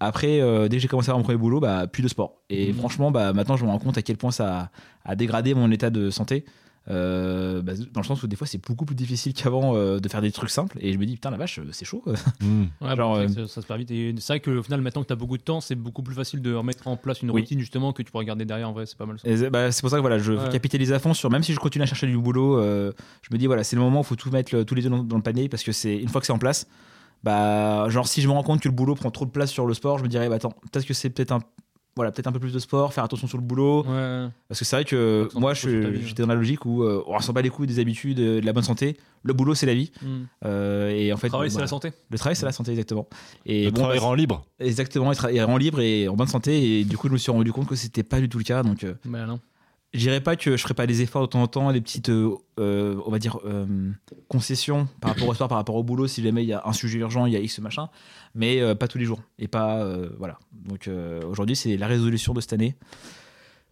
Speaker 3: Après, euh, dès que j'ai commencé à avoir mon premier boulot, bah, plus de sport. Et
Speaker 1: Mhm.
Speaker 3: franchement, bah, maintenant, je me rends compte à quel point ça a, a dégradé mon état de santé. Euh, bah, dans le sens où des fois, c'est beaucoup plus difficile qu'avant euh, de faire des trucs simples. Et je me dis, putain, la vache, euh, c'est chaud. quoi.
Speaker 2: Mm.
Speaker 1: Ouais,
Speaker 3: Genre,
Speaker 1: bon,
Speaker 3: euh,
Speaker 1: ça, ça se perd vite. Et c'est vrai qu'au final, maintenant que tu as beaucoup de temps, c'est beaucoup plus facile de remettre en place une
Speaker 3: Oui.
Speaker 1: routine justement que tu pourras garder derrière. En vrai, c'est pas mal ça.
Speaker 3: Et c'est- bah, c'est pour ça que voilà, je
Speaker 1: Ouais.
Speaker 3: capitalise à fond sur même si je continue à chercher du boulot, euh, je me dis voilà, c'est le moment où il faut tout mettre le- tous les deux dans, dans le panier parce que c'est une fois que c'est en place, bah genre si je me rends compte que le boulot prend trop de place sur le sport, je me dirais bah attends, peut-être que c'est peut-être un voilà, peut-être un peu plus de sport, faire attention sur le boulot.
Speaker 1: Ouais.
Speaker 3: Parce que c'est vrai que
Speaker 1: Concentre-toi
Speaker 3: moi,
Speaker 1: sur ta vie, hein.
Speaker 3: je-
Speaker 1: ouais.
Speaker 3: j'étais dans la logique où euh, on s'en bat les coups des habitudes, euh, de la bonne santé. Le boulot, c'est la vie.
Speaker 1: Mm.
Speaker 3: Euh, et en fait,
Speaker 1: Travail,
Speaker 3: bon,
Speaker 1: c'est
Speaker 3: bah,
Speaker 1: la santé.
Speaker 3: le travail, c'est la santé, exactement. Et
Speaker 2: Le
Speaker 3: bon,
Speaker 2: travail
Speaker 3: bah,
Speaker 2: rend libre.
Speaker 3: Exactement, et, tra- et en libre et en bonne santé. Et du coup, je me suis rendu compte que c'était pas du tout le cas. Donc, euh,
Speaker 1: Bah, non.
Speaker 3: je dirais pas que je ferais pas des efforts de temps en temps, des petites, euh, euh, on va dire, euh, concessions par rapport au sport, par rapport au boulot, si jamais il y a un sujet urgent, il y a X machin, mais euh, pas tous les jours. Et pas. euh, voilà. Donc euh, aujourd'hui, c'est la résolution de cette année.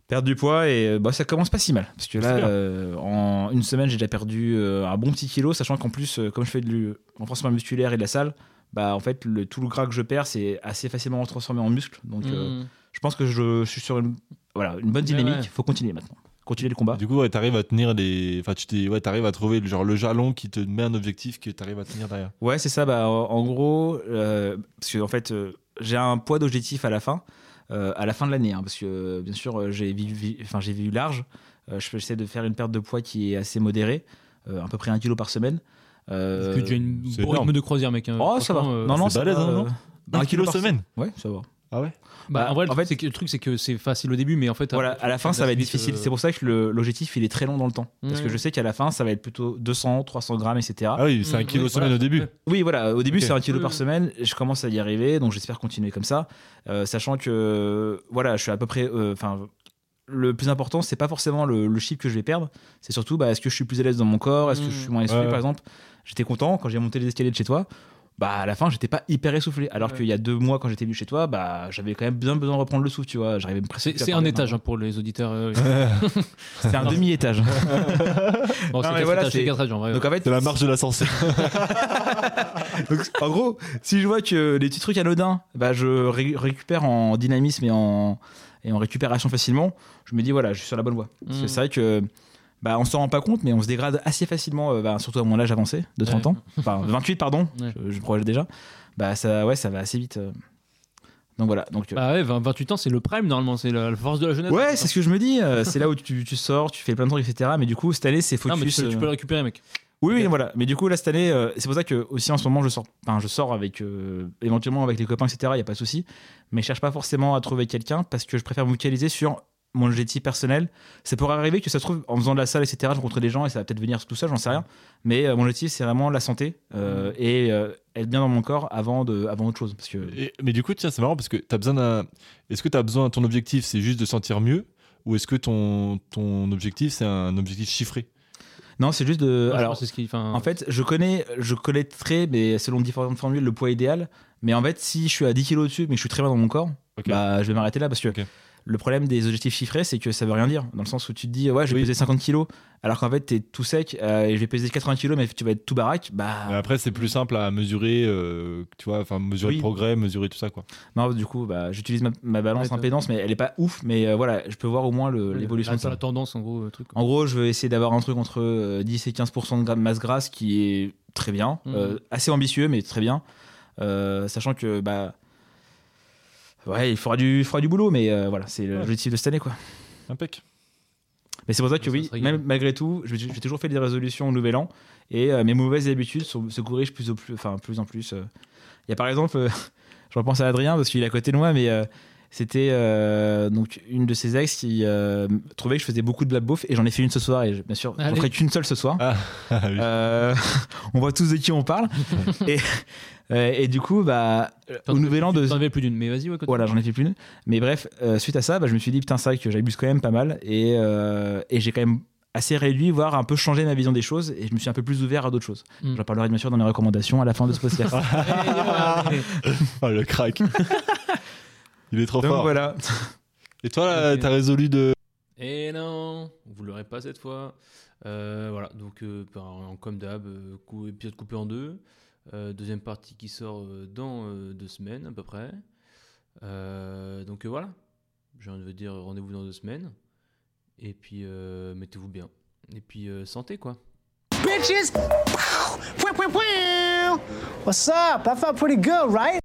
Speaker 3: Perdre du poids et euh, bah, ça commence pas si mal. Parce que là,
Speaker 2: C'est bien.
Speaker 3: euh, en une semaine, j'ai déjà perdu euh, un bon petit kilo, sachant qu'en plus, euh, comme je fais de l'entraînement musculaire et de la salle, bah en fait, le, tout le gras que je perds, c'est assez facilement transformé en muscle. Donc. euh,
Speaker 1: Mm.
Speaker 3: je pense que je, je suis sur une, voilà, une
Speaker 1: Mais
Speaker 3: bonne dynamique.
Speaker 1: ouais.
Speaker 3: faut continuer maintenant. Continuer le combat.
Speaker 2: Du coup, ouais, t'arrives à tenir les. Enfin, tu t'es- ouais, t'arrives à trouver le- genre le jalon qui te met un objectif que t'arrives à tenir derrière.
Speaker 3: Ouais, c'est ça. Bah, en en gros, euh, parce que en fait, euh, j'ai un poids d'objectif à la fin, euh, à la fin de l'année, hein, parce que euh, bien sûr, euh, j'ai vu, vi- enfin, j'ai vu large. Euh, je fais- j'essaie de faire une perte de poids qui est assez modérée, euh, à peu près un kilo par semaine. Euh,
Speaker 1: Parce que tu as une
Speaker 2: c'est
Speaker 1: bon rythme
Speaker 2: énorme.
Speaker 1: de croisière, mec. hein.
Speaker 3: Oh, ça va.
Speaker 1: Franchement, euh,
Speaker 3: non, non,
Speaker 2: c'est
Speaker 3: ça
Speaker 2: balèze,
Speaker 3: va,
Speaker 2: hein,
Speaker 3: euh,
Speaker 2: non Un kilo
Speaker 3: par
Speaker 2: semaine.
Speaker 3: Ouais, ça va.
Speaker 2: Ah ouais
Speaker 1: Bah, en vrai,
Speaker 3: en
Speaker 1: le
Speaker 3: fait-
Speaker 1: truc, c'est que, le truc, c'est que c'est facile au début, mais en fait.
Speaker 3: Voilà,
Speaker 1: après,
Speaker 3: à la fin, ça va être
Speaker 1: suite,
Speaker 3: difficile.
Speaker 1: euh,
Speaker 3: C'est pour ça que le- l'objectif, il est très long dans le temps. Parce que
Speaker 1: Ouais.
Speaker 3: je sais qu'à la fin, ça va être plutôt 200, 300 grammes, etc.
Speaker 2: Ah oui, c'est
Speaker 1: Mm,
Speaker 2: un kilo
Speaker 1: oui,
Speaker 2: semaine
Speaker 1: voilà.
Speaker 2: au début.
Speaker 3: Oui, voilà, au début
Speaker 2: Ok.
Speaker 3: c'est un kilo
Speaker 1: Oui,
Speaker 3: par
Speaker 1: oui.
Speaker 3: semaine, je commence à y arriver, donc j'espère continuer comme ça, Euh, sachant que voilà, je suis à peu près, euh, enfin, le plus important c'est pas forcément le, le chiffre que je vais perdre, c'est surtout bah, est-ce que je suis plus à l'aise dans mon corps, est-ce
Speaker 1: Mm.
Speaker 3: que je suis moins essoufflé
Speaker 2: Ouais.
Speaker 3: par exemple. J'étais content quand j'ai monté les escaliers de chez toi, bah à la fin j'étais pas hyper essoufflé, alors
Speaker 1: Ouais.
Speaker 3: qu'il y a deux mois quand j'étais venu chez toi, bah j'avais quand même bien besoin de reprendre le souffle, tu vois, j'arrivais presque.
Speaker 1: C'est
Speaker 3: plus à
Speaker 1: c'est un
Speaker 3: parler,
Speaker 1: étage
Speaker 3: hein.
Speaker 1: hein, pour les auditeurs. euh,
Speaker 3: c'est un demi étage.
Speaker 1: bon, c'est
Speaker 3: mais
Speaker 1: quatre
Speaker 3: voilà,
Speaker 1: étages, c'est
Speaker 3: c'est-
Speaker 1: quatre étages, en vrai.
Speaker 3: donc en fait
Speaker 2: C'est la marche de l'ascenseur.
Speaker 3: Donc, en gros, si je vois que les petits trucs anodins, bah, je ré- récupère en dynamisme et en, et en récupération facilement, je me dis voilà, je suis sur la bonne voie. Parce que
Speaker 1: Mm.
Speaker 3: c'est vrai que bah, on s'en rend pas compte, mais on se dégrade assez facilement, euh, bah, surtout à mon âge avancé de 30
Speaker 1: Ouais.
Speaker 3: ans, enfin 28 pardon,
Speaker 1: Ouais.
Speaker 3: je, je me projette déjà. Bah ça, ouais, ça va assez vite. euh. Donc voilà, donc euh,
Speaker 1: Bah ouais, 20 28 ans, c'est le prime normalement, c'est la la force de la jeunesse.
Speaker 3: ouais, c'est ce que je me dis. euh, c'est là où tu, tu sors, tu fais plein de trucs, etc. Mais du coup, cette année, c'est
Speaker 1: Non, mais tu
Speaker 3: focus.
Speaker 1: peux- tu
Speaker 3: euh,
Speaker 1: peux le récupérer, mec.
Speaker 3: Oui, oui, voilà. Mais du coup, là, cette année, euh, c'est pour ça que aussi en ce moment, je sors, enfin, je sors avec euh, éventuellement avec les copains, etc. Il n'y a pas de souci. Mais je cherche pas forcément à trouver quelqu'un parce que je préfère me focaliser sur mon objectif personnel. C'est pour arriver que ça se trouve en faisant de la salle, etc. Je rencontre des gens et ça va peut-être venir tout ça, j'en sais rien. Mais euh, mon objectif, c'est vraiment la santé euh,
Speaker 1: Mm.
Speaker 3: et euh, être bien dans mon corps avant de, avant autre chose. Parce que
Speaker 2: Et- mais du coup, tiens, c'est marrant parce que t'as besoin d'un. Est-ce que t'as besoin. Ton objectif, c'est juste de sentir mieux Ou est-ce que ton, ton objectif, c'est un objectif chiffré
Speaker 3: non, c'est juste de.
Speaker 1: Moi, je pense
Speaker 3: alors,
Speaker 1: que c'est ce qui. enfin,
Speaker 3: En fait, je connais, je connaîtrais, mais selon différentes formules, le poids idéal. Mais en fait, si je suis à 10 kilos au-dessus, mais que je suis très bien dans mon corps,
Speaker 2: Ok.
Speaker 3: bah, je vais m'arrêter là parce que
Speaker 2: Ok.
Speaker 3: le problème des objectifs chiffrés, c'est que ça veut rien dire. Dans le sens où tu te dis, ouais, je vais
Speaker 2: Oui.
Speaker 3: peser 50 kilos, alors qu'en fait, t'es tout sec euh, et je vais peser 80 kilos, mais tu vas être tout baraque. Bah,
Speaker 2: Mais après, c'est plus simple à mesurer, euh, tu vois, enfin, mesurer
Speaker 3: Oui.
Speaker 2: le progrès, mesurer tout ça, quoi.
Speaker 3: non, du coup, bah, j'utilise ma, ma
Speaker 1: Ouais,
Speaker 3: balance
Speaker 1: t'as-
Speaker 3: impédance, mais elle est pas ouf, mais euh, voilà, je peux voir au moins le-
Speaker 1: la-
Speaker 3: l'évolution
Speaker 2: ah,
Speaker 1: la-
Speaker 3: de ça.
Speaker 1: La tendance, en gros, le truc. quoi.
Speaker 3: En gros, je veux essayer d'avoir un truc entre euh, 10 et 15% de gra- masse grasse qui est très bien,
Speaker 1: Mhm.
Speaker 3: euh, assez ambitieux, mais très bien. Euh, sachant que, bah. Ouais, il fera du, il fera du boulot, mais euh, voilà, c'est le
Speaker 2: Ouais.
Speaker 3: l'objectif de cette année, quoi.
Speaker 2: Impec.
Speaker 3: Mais c'est pour ça que
Speaker 1: Ça
Speaker 3: oui,
Speaker 1: se régale.
Speaker 3: même malgré tout, je- j'ai toujours fait des résolutions au nouvel an et euh, mes mauvaises habitudes sont- se corrigent plus, au plus, enfin, plus en plus. euh. Il y a par exemple, euh, je repense à Adrien parce qu'il est à côté de moi, mais euh, c'était euh, donc une de ses ex qui euh, trouvait que je faisais beaucoup de la bouffe et j'en ai fait une ce soir et je- bien sûr, j'en
Speaker 1: Allez.
Speaker 3: ferai qu'une seule ce soir.
Speaker 2: Ah oui.
Speaker 3: Euh, on voit tous de qui on parle et, euh, et du coup, bah,
Speaker 1: T'en
Speaker 3: au
Speaker 1: avais-
Speaker 3: nouvel an de
Speaker 1: T'en avais plus d'une, mais vas-y, ouais, continue. Eh,
Speaker 3: voilà, j'en ai fait plus une. Mais bref, euh, suite à ça, bah, je me suis dit, putain, c'est vrai que j'abuse quand même pas mal. Et, euh, et j'ai quand même assez réduit, voire un peu changé ma vision des choses et je me suis un peu plus ouvert à d'autres choses.
Speaker 1: Mm.
Speaker 3: J'en parlerai bien sûr dans mes recommandations à la fin de ce podcast.
Speaker 2: Ah, le crack. Il est trop
Speaker 3: Donc
Speaker 2: fort.
Speaker 3: voilà. euh,
Speaker 2: Et toi, là,
Speaker 1: Ok.
Speaker 2: t'as résolu de.
Speaker 1: Et Eh, non, vous l'aurez pas cette fois. Euh, voilà, donc euh, par- comme d'hab, euh, cou- épisode coupé en deux. Euh, deuxième partie qui sort euh, dans euh, deux semaines à peu près. Euh, donc euh, voilà, j'ai envie de dire rendez-vous dans deux semaines. Et puis euh, mettez-vous bien. Et puis euh, santé quoi.
Speaker 8: What's up? I felt pretty good, right?